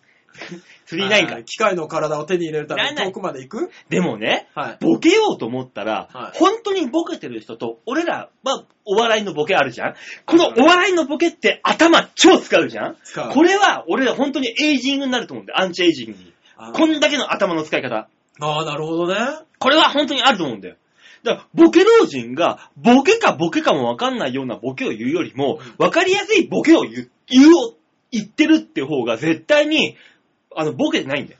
Speaker 2: 39
Speaker 3: あー
Speaker 2: か。
Speaker 3: 機械の体を手に入れるため
Speaker 2: なん
Speaker 3: に
Speaker 2: ない
Speaker 3: 遠くまで行く
Speaker 2: でもね、
Speaker 3: はい。
Speaker 2: ボケようと思ったら、
Speaker 3: はい
Speaker 2: 本当にボケてる人と、俺らはお笑いのボケあるじゃんこのお笑いのボケって頭超使うじゃん
Speaker 3: 使う
Speaker 2: これは俺ら本当にエイジングになると思うんだよ、アンチエイジングに。
Speaker 3: あ
Speaker 2: こんだけの頭の使い方。
Speaker 3: あー、なるほどね。
Speaker 2: これは本当にあると思うんだよ。だから、ボケ老人が、ボケかボケかもわかんないようなボケを言うよりも、わかりやすいボケを言う、言う、言ってるって方が絶対に、あの、ボケてないんだよ。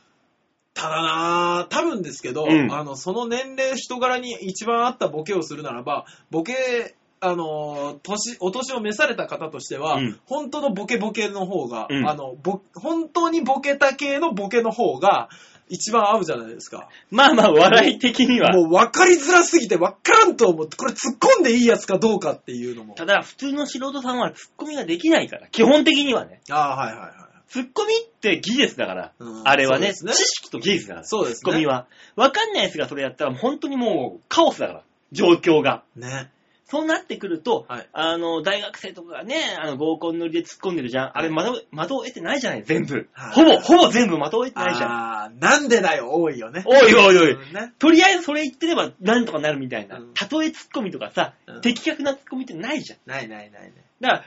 Speaker 3: ただなー多分ですけど、
Speaker 2: うん
Speaker 3: あの、その年齢、人柄に一番合ったボケをするならば、ボケ、あのー年、お年を召された方としては、
Speaker 2: うん
Speaker 3: 本当のボケボケの方が、
Speaker 2: うん
Speaker 3: あの、ぼ、本当にボケた系のボケの方が、一番合うじゃないですか。
Speaker 2: まあまあ、笑い的には。
Speaker 3: もう分かりづらすぎて分からんと思って、これ突っ込んでいいやつかどうかっていうのも。
Speaker 2: ただ、普通の素人さんはツッコミができないから、基本的にはね。
Speaker 3: ああ、はいはいはい。
Speaker 2: ツッコミって技術だから、
Speaker 3: うん
Speaker 2: あれはね
Speaker 3: そうです
Speaker 2: 知
Speaker 3: ね
Speaker 2: 識と技術だから、
Speaker 3: そうです
Speaker 2: ツッ
Speaker 3: ね
Speaker 2: コミは。わかんないやつがそれやったら、本当にもう、カオスだから、状況が。
Speaker 3: ね。
Speaker 2: そうなってくると、
Speaker 3: はい
Speaker 2: あの、大学生とかがね、あの、合コン乗りで突っ込んでるじゃん。あれ、窓、窓を得てないじゃない、全部。
Speaker 3: はい
Speaker 2: ほぼ、ほぼ全部窓を得てないじゃん。
Speaker 3: あー、なんでだよ、多いよね。
Speaker 2: おいおいおい
Speaker 3: うんね、
Speaker 2: とりあえずそれ言ってれば、なんとかなるみたいな
Speaker 3: うん。
Speaker 2: たとえ突っ込みとかさ
Speaker 3: う、ん
Speaker 2: 的確な突っ込みってないじゃん。
Speaker 3: ないないないない。
Speaker 2: だから、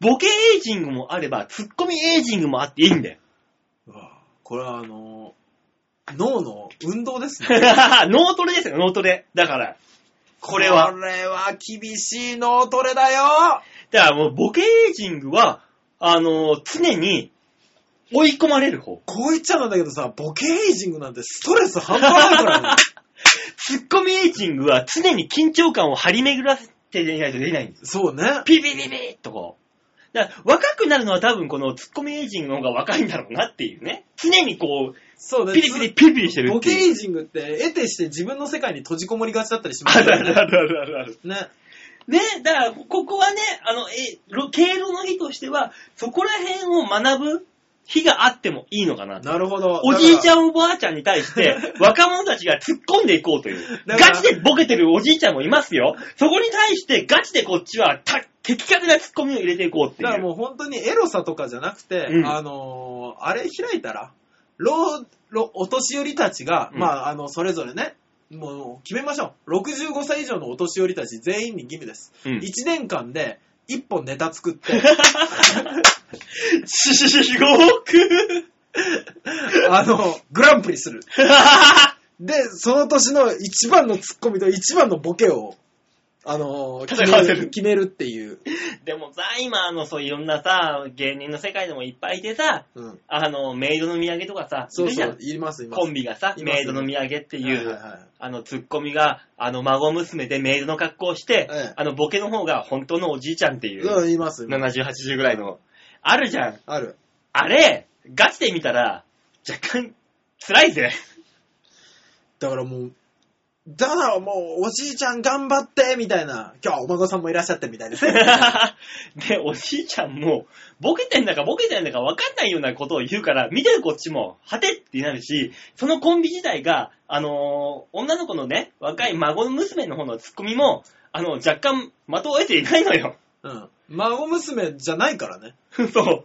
Speaker 2: ボケエイジングもあれば、突っ込みエイジングもあっていいん だよ。
Speaker 3: うわこれはあのー脳の運動ですね。
Speaker 2: 脳トレですよ、脳トレ。だから。 これは
Speaker 3: これは厳しい脳トレだよ
Speaker 2: だからもう、ボケエイジングは、あの常に追い込まれる方。
Speaker 3: こう言っちゃなんだけどさ、ボケエイジングなんてストレス半端ないからね。
Speaker 2: ツッコミエイジングは常に緊張感を張り巡らせていないとできないんです。
Speaker 3: そうね。
Speaker 2: ピピピピッとこう。だから若くなるのは多分このツッコミエイジングの方が若いんだろうなっていうね。常にこう、
Speaker 3: そうね。
Speaker 2: ピリピリピリピリしてる
Speaker 3: ボ
Speaker 2: って
Speaker 3: ケエ
Speaker 2: いう。
Speaker 3: イジングって、得てして自分の世界に閉じこもりがちだったりしま
Speaker 2: あ
Speaker 3: す
Speaker 2: るあ
Speaker 3: よ
Speaker 2: る
Speaker 3: ね。
Speaker 2: あるあるあるある。
Speaker 3: ね。
Speaker 2: ね、だから、ここはね、あの、え、ろ経路の儀としては、そこら辺を学ぶ日があってもいいのかなと。
Speaker 3: なるほど。
Speaker 2: おじいちゃ
Speaker 3: ん。
Speaker 2: んおばあちゃんに対して、若者たちが突っ込んでいこうという。
Speaker 3: だから
Speaker 2: ガチでボケてるおじいちゃんもいますよ。そこに対して、ガチでこっちは、た、的確な突っ込みを入れていこうっていう。
Speaker 3: だからもう本当にエロさとかじゃなくて、
Speaker 2: うん
Speaker 3: あのーあれ開いたら、老、老、お年寄りたちが、
Speaker 2: うん
Speaker 3: まあ、あの、それぞれね、もう決めましょう。65歳以上のお年寄りたち全員に義務です。
Speaker 2: うん、
Speaker 3: 1年間で1本ネタ作って、
Speaker 2: 地獄
Speaker 3: あの、グランプリする。で、その年の一番のツッコミと一番のボケを、あのー決
Speaker 2: 戦わせ
Speaker 3: め
Speaker 2: る
Speaker 3: る決めるっていう。
Speaker 2: でもさ、今、あの、そういろんなさ、芸人の世界でもいっぱいいてさ、
Speaker 3: うん。
Speaker 2: あの、メイドの土産とかさ、
Speaker 3: そう
Speaker 2: いるじ
Speaker 3: そ
Speaker 2: ゃ、
Speaker 3: うんいます、います。
Speaker 2: コンビがさ、
Speaker 3: います
Speaker 2: メイドの土産っていう、
Speaker 3: はいはいはい
Speaker 2: あの、ツッコミが、あの、孫娘でメイドの格好をして、
Speaker 3: ええ
Speaker 2: あの、ボケの方が本当のおじいちゃんっていう、
Speaker 3: うん、います、います。
Speaker 2: 70、80ぐらいの、あるじゃん。
Speaker 3: ある。
Speaker 2: あれ、ガチで見たら、若干、辛いぜ。
Speaker 3: だからもう、だからもう、おじいちゃん頑張ってみたいな。今日はお孫さんもいらっしゃって みたいです。
Speaker 2: で、おじいちゃんも、ボケてんだかボケてんだか分かんないようなことを言うから、見てるこっちも、果てってなるし、そのコンビ自体が、あのー女の子のね、若い孫の娘の方のツッコミも、あの、若干、的を得ていないのよ。
Speaker 3: うん。孫娘じゃないからね。
Speaker 2: そう。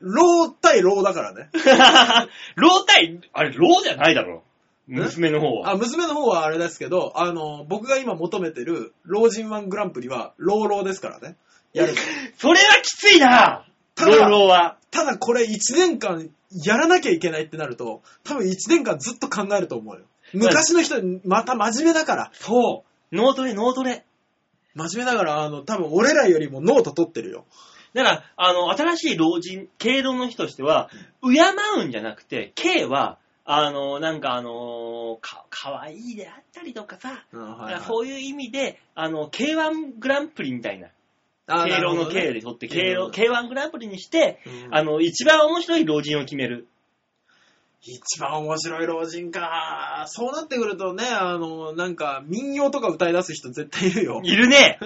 Speaker 3: 老対老だからね。
Speaker 2: 老体、あれ、老じゃないだろ。娘の方は。
Speaker 3: あ、娘の方はあれですけど、あの、僕が今求めてる老人ワングランプリは、老老ですからね。や るの。
Speaker 2: それはきついな
Speaker 3: ただ
Speaker 2: 老老は。
Speaker 3: ただこれ1年間やらなきゃいけないってなると、多分1年間ずっと考えると思うよ。昔の人、また真面目だから。
Speaker 2: そう。脳トレ、脳トレ。
Speaker 3: 真面目だから、あの、多分俺らよりもノート取ってるよ。
Speaker 2: だから、あの、新しい老人、敬老の人としては、敬うんじゃなくて、敬は、あの、なんかあのか、かわいいであったりとかさ、だからそういう意味で、あの、K1 グランプリみたいな、
Speaker 3: あ
Speaker 2: 敬老の敬で取って、敬老 K1 グランプリにして、
Speaker 3: うん
Speaker 2: あの、一番面白い老人を決める。
Speaker 3: 一番面白い老人か。そうなってくるとね、あの、なんか民謡とか歌い出す人絶対いるよ。
Speaker 2: いるね。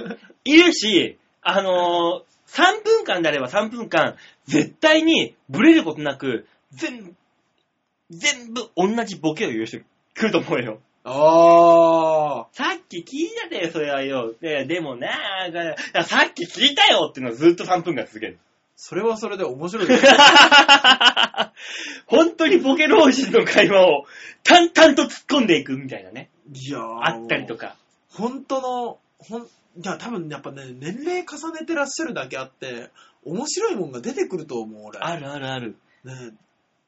Speaker 2: いるし、あのー、3分間であれば3分間、絶対にブレることなく、全、全部同じボケを言う人来ると思うよ。
Speaker 3: ああ。
Speaker 2: さっき聞いたでよ、それはよ。ででもなあだからさっき聞いたよっていうのをずっと3分間続ける。
Speaker 3: それはそれで面白い。
Speaker 2: 本当にボケ老人の会話を淡々と突っ込んでいくみたいなね。
Speaker 3: いやー
Speaker 2: あったりと。か。
Speaker 3: 本当の、ほん、いや、多分やっぱね、年齢重ねてらっしゃるだけあって、面白いもんが出てくると思う、俺。
Speaker 2: あるあるある。
Speaker 3: ね、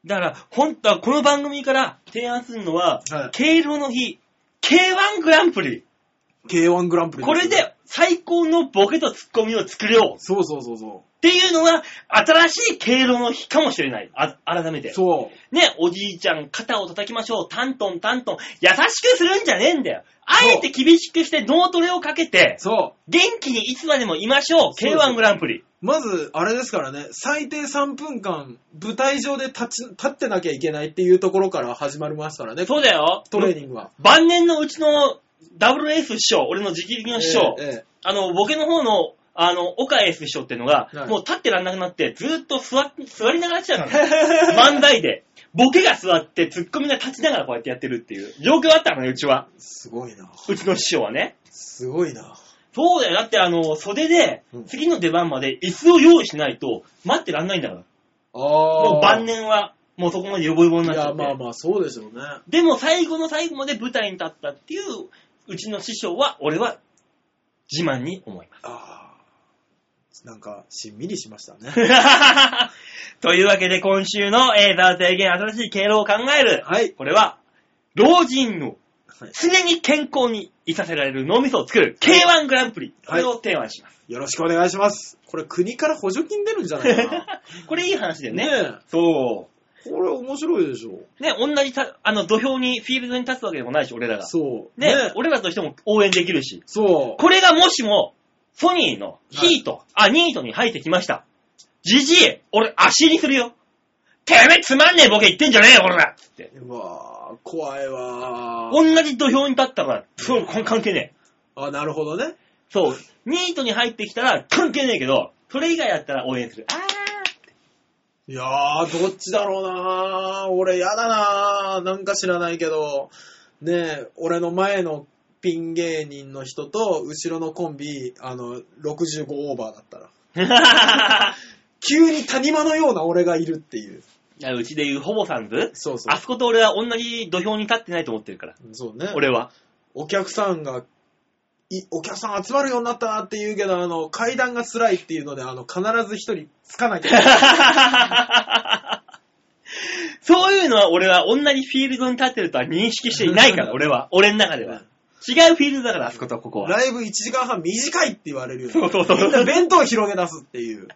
Speaker 2: だから、本当はこの番組から提案するのは、
Speaker 3: はい
Speaker 2: 敬老の日、K1 グランプリ。
Speaker 3: K1 グランプリす
Speaker 2: これ。で最高のボケとツッコミを作れようっ
Speaker 3: そうそうそうそ
Speaker 2: ていうのが、新しい敬老の日かもしれない。あ改め
Speaker 3: う。
Speaker 2: て。
Speaker 3: そ
Speaker 2: ね、おじいちゃん、肩を叩きましょう。タントン、タントン。優しくするんじゃねえんだよ。あえて厳しくして脳トレをかけて
Speaker 3: う。、そう。
Speaker 2: 元気にいつまでもいましょう。
Speaker 3: そうそう
Speaker 2: K1 グランプリ。
Speaker 3: まず、あれですからね、最低3分間、舞台上で立ち、立ってなきゃいけないっていうところから始まりますからね、
Speaker 2: そうだよ。
Speaker 3: トレーニングは。
Speaker 2: 晩年のうちのダブルエース師匠、俺の直々の師匠、
Speaker 3: ええええ
Speaker 2: あの、ボケの方の、あの、岡エース師匠っていうのが、
Speaker 3: はい
Speaker 2: もう立ってらんなくなって、ずーっと座っ座りながらやってたから、 ね、漫才で。ボケが座って、ツッコミが立ちながらこうやってやってるっていう、状況だったのね、うちは。
Speaker 3: すごいな。
Speaker 2: うちの師匠はね。
Speaker 3: すごいな。
Speaker 2: そうだよ。だってあの、袖で
Speaker 3: うん、
Speaker 2: 次の出番まで椅子を用意しないと、待ってらんないんだから。
Speaker 3: ああ。
Speaker 2: もう晩年は、もうそこまでヨボヨボに
Speaker 3: い
Speaker 2: なっちゃっ
Speaker 3: や、
Speaker 2: て。
Speaker 3: まあまあ、そうでしょうね。
Speaker 2: でも最後の最後まで舞台に立ったっていう、うちの師匠は、俺は、自慢に思います。
Speaker 3: ああ。なんか、しんみりしましたね。
Speaker 2: というわけで今週の、えー、ザー提言新しい経路を考える。
Speaker 3: はい。
Speaker 2: これは、老人の
Speaker 3: はい
Speaker 2: 常に健康にいさせられる脳みそを作る K1 グランプリ。これを提案します。
Speaker 3: よろしくお願いします。これ国から補助金出るんじゃないかな。
Speaker 2: これいい話だよね。
Speaker 3: ね
Speaker 2: そ
Speaker 3: え。これ面白いでしょ。
Speaker 2: う。ね、同じた、あの、土俵に、フィールドに立つわけでもないし、俺らが。
Speaker 3: そう。
Speaker 2: ね、
Speaker 3: ね
Speaker 2: 俺らとしても応援できるし。
Speaker 3: そう。
Speaker 2: これがもしも、ソニーのヒート、あ、ニートに入ってきました。じじい、俺足にするよ。てめえつまんねえボケ言ってんじゃねえよ、俺らつって。
Speaker 3: うわー怖いわー。
Speaker 2: 同じ土俵に立ったから、そう、関係ねえ。
Speaker 3: あ、なるほどね。
Speaker 2: そう、ニートに入ってきたら関係ねえけど、それ以外だったら応援する。 あ
Speaker 3: いやー、どっちだろうなー。俺、やだなー。なんか知らないけど、ねえ、俺の前のピン芸人の人と、後ろのコンビ、あの、65オーバーだったら。
Speaker 2: ー。
Speaker 3: 急に谷間のような俺がいるっていう。
Speaker 2: いやうちで言うホボさんズ
Speaker 3: そうそ
Speaker 2: あそこと俺は同じ土俵に立ってないと思ってるから。
Speaker 3: う。そうね。
Speaker 2: 俺は。
Speaker 3: お客さんが、いお客さん集まるようになったって言うけど、あの、階段が辛いっていうので、あの、必ず一人つかなきゃいけ ない。
Speaker 2: そういうのは俺は同じフィールドに立ってるとは認識していない から、俺は。俺の中では。違うフィールドだから、あそことここは。
Speaker 3: ライブ1時間半短いって言われるよね
Speaker 2: そうそうそう
Speaker 3: みんな弁当を広げ出すっていう。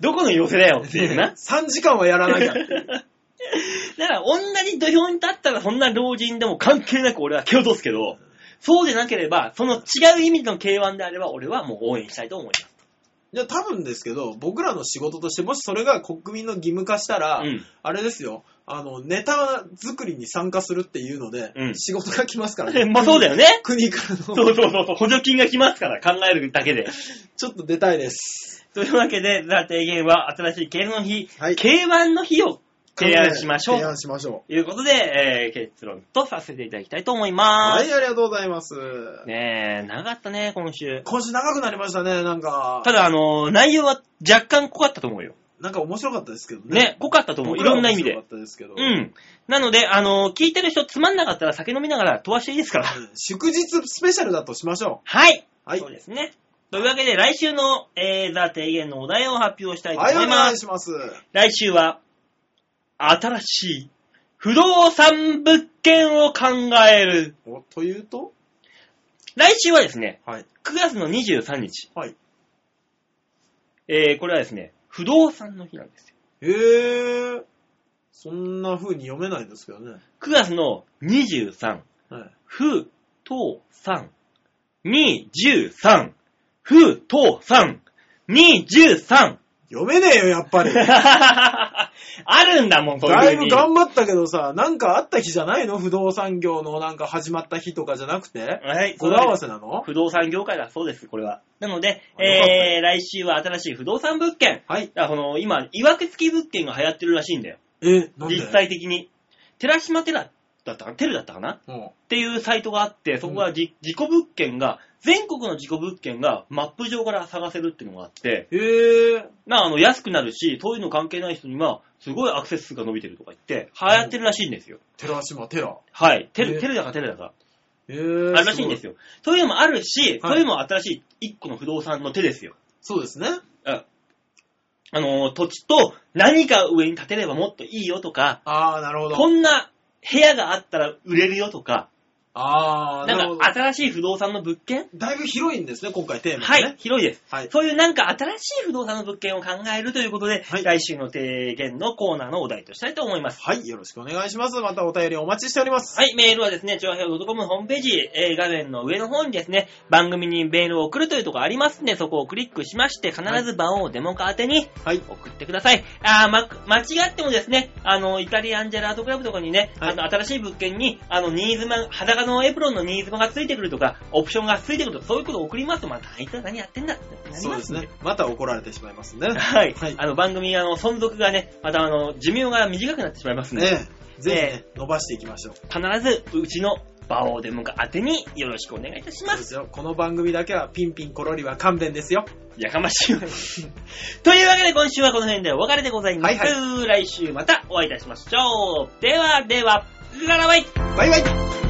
Speaker 2: どこの寄せだよっていうな。
Speaker 3: 3時間はやらなきゃっていう。
Speaker 2: だから、同じ土俵に立ったらそんな老人でも関係なく俺は蹴落とすけど、そうでなければ、その違う意味の K1 であれば俺はもう応援したいと思います。
Speaker 3: いや、多分ですけど、僕らの仕事として、もしそれが国民の義務化したら、
Speaker 2: うん
Speaker 3: あれですよ、あの、ネタ作りに参加するっていうので、
Speaker 2: うん
Speaker 3: 仕事が来ますから
Speaker 2: まあそうだよね。
Speaker 3: 国から
Speaker 2: そ
Speaker 3: の、
Speaker 2: うそうそうそう、補助金が来ますから、考えるだけで。
Speaker 3: ちょっと出たいです。
Speaker 2: というわけで、ザ・提言は新しい K の日、
Speaker 3: はい
Speaker 2: K1 の日を提案しましょう。
Speaker 3: 提案しましょ。
Speaker 2: ということで、えー結論とさせていただきたいと思いうま
Speaker 3: は
Speaker 2: す。
Speaker 3: い、ありがとうございます。
Speaker 2: ねえ、長かったね、今週。
Speaker 3: 今週長くなりましたね、なんか
Speaker 2: た。だ、あのー内容は若干濃かったと思うよ。
Speaker 3: なんか面白かったですけどね。
Speaker 2: ね、濃かったと思う。い
Speaker 3: 僕ら
Speaker 2: ろ
Speaker 3: は
Speaker 2: んな意味で
Speaker 3: 面白。かったですけど。
Speaker 2: う
Speaker 3: うん
Speaker 2: ん。なので、あのー聞いてる人つまんなかったら酒飲みながら飛ばしていいですから。
Speaker 3: 祝日スペシャルだとしましょ
Speaker 2: はい。
Speaker 3: う。はい
Speaker 2: そう。ですね。というわけで、来週の、えー、ザ・提言のお題を発表したいと
Speaker 3: はい、
Speaker 2: 思い
Speaker 3: お
Speaker 2: ま
Speaker 3: 願
Speaker 2: す
Speaker 3: い。します。
Speaker 2: 来週は、新しい不動産物件を考える。
Speaker 3: おというと
Speaker 2: 来週はですね、
Speaker 3: はい。
Speaker 2: 9月の23日、
Speaker 3: はい。
Speaker 2: えー、これはですね、不動産の日なんですよ。
Speaker 3: へえ。そんな風に読めないですけどね。
Speaker 2: 9月の23、
Speaker 3: はい。
Speaker 2: 不動産、23、不動産、23。
Speaker 3: 読めねえよ、やっぱ り。
Speaker 2: あるんだもん、こう
Speaker 3: だ
Speaker 2: いふ
Speaker 3: いう
Speaker 2: う
Speaker 3: ぶ
Speaker 2: に
Speaker 3: 頑張ったけどさ、なんかあった日じゃないの不動産業のなんか始まった日とかじゃなくて
Speaker 2: はい、
Speaker 3: 語呂合わせなの
Speaker 2: 不動産業界だそうです、これは。なので、
Speaker 3: あよかったよ
Speaker 2: えー、来週は新しい不動産物件。
Speaker 3: はい。
Speaker 2: だからこの、今、いわくつき物件が流行ってるらしいんだよ。
Speaker 3: え、なんで
Speaker 2: 実際的に。寺島寺だったかテルだったかなっ
Speaker 3: うん。
Speaker 2: ていうサイトがあって、そこはじ、事故物件が、全国の事故物件がマップ上から探せるっていうのがあって、
Speaker 3: へえ。
Speaker 2: まあ、あの、安くなるし、そういうの関係ない人には、すごいアクセス数が伸びてるとか言って、流行ってるらしいんですよ。
Speaker 3: 寺島寺。
Speaker 2: はい。テル、
Speaker 3: え
Speaker 2: テルだかテルだか。
Speaker 3: へ
Speaker 2: あ
Speaker 3: え。
Speaker 2: るらしいんです
Speaker 3: よ。
Speaker 2: よ。そういうのもあるし、そういうのも新しい一個の不動産の手ですよ。
Speaker 3: そうですね。
Speaker 2: ああのー、土地と何か上に建てればもっといいよとか、
Speaker 3: あー、なるほ
Speaker 2: こ
Speaker 3: ど。
Speaker 2: んな部屋があったら売れるよとか、
Speaker 3: あー、なる
Speaker 2: な
Speaker 3: ほ
Speaker 2: ん
Speaker 3: ど
Speaker 2: か。新しい不動産の物件
Speaker 3: だいぶ広いんですね、今回テーマが
Speaker 2: は
Speaker 3: ね。
Speaker 2: い、広いです。
Speaker 3: はい。
Speaker 2: そういうなんか新しい不動産の物件を考えるということで、
Speaker 3: はい
Speaker 2: 来週の提言のコーナーのお題としたいと思います。
Speaker 3: はい、よろしくお願いします。またお便りお待ちしております。
Speaker 2: はい、メールはですね、調和表 .com ホームページ、えー画面の上の方にですね、番組にメールを送るというところありますんで、そこをクリックしまして、必ず番号をデモカ宛てに
Speaker 3: はい。
Speaker 2: 送ってください。あーま、間違ってもですね、あの、イタリアンジェラートクラブとかにね、
Speaker 3: はい
Speaker 2: あの、新しい物件に、あの、ニーズマ、裸のエプロンのニーズマがついてくるとか、オプションがついてくるとか、そういうことを送りますと、また、あいつは何やってんだってなり
Speaker 3: そう
Speaker 2: ま
Speaker 3: ですす
Speaker 2: んで
Speaker 3: ね。。また怒られてしまいますね。
Speaker 2: はい。
Speaker 3: はい
Speaker 2: あの、番組、あの、存続がね、また、あの、寿命が短くなってしまいますんで、
Speaker 3: ねえ、ぜひね、伸ばしていきましょう。
Speaker 2: 必ず、うちの馬王デモカ宛てによろしくお願いいたします。
Speaker 3: すよこの番組だけはピンピンコロリは勘弁ですよ。
Speaker 2: やかましいわ。というわけで今週はこの辺でお別れでございます。
Speaker 3: は
Speaker 2: 来
Speaker 3: い
Speaker 2: 週またお会いいたしましょう。ではでは、ララバイ
Speaker 3: バイバイ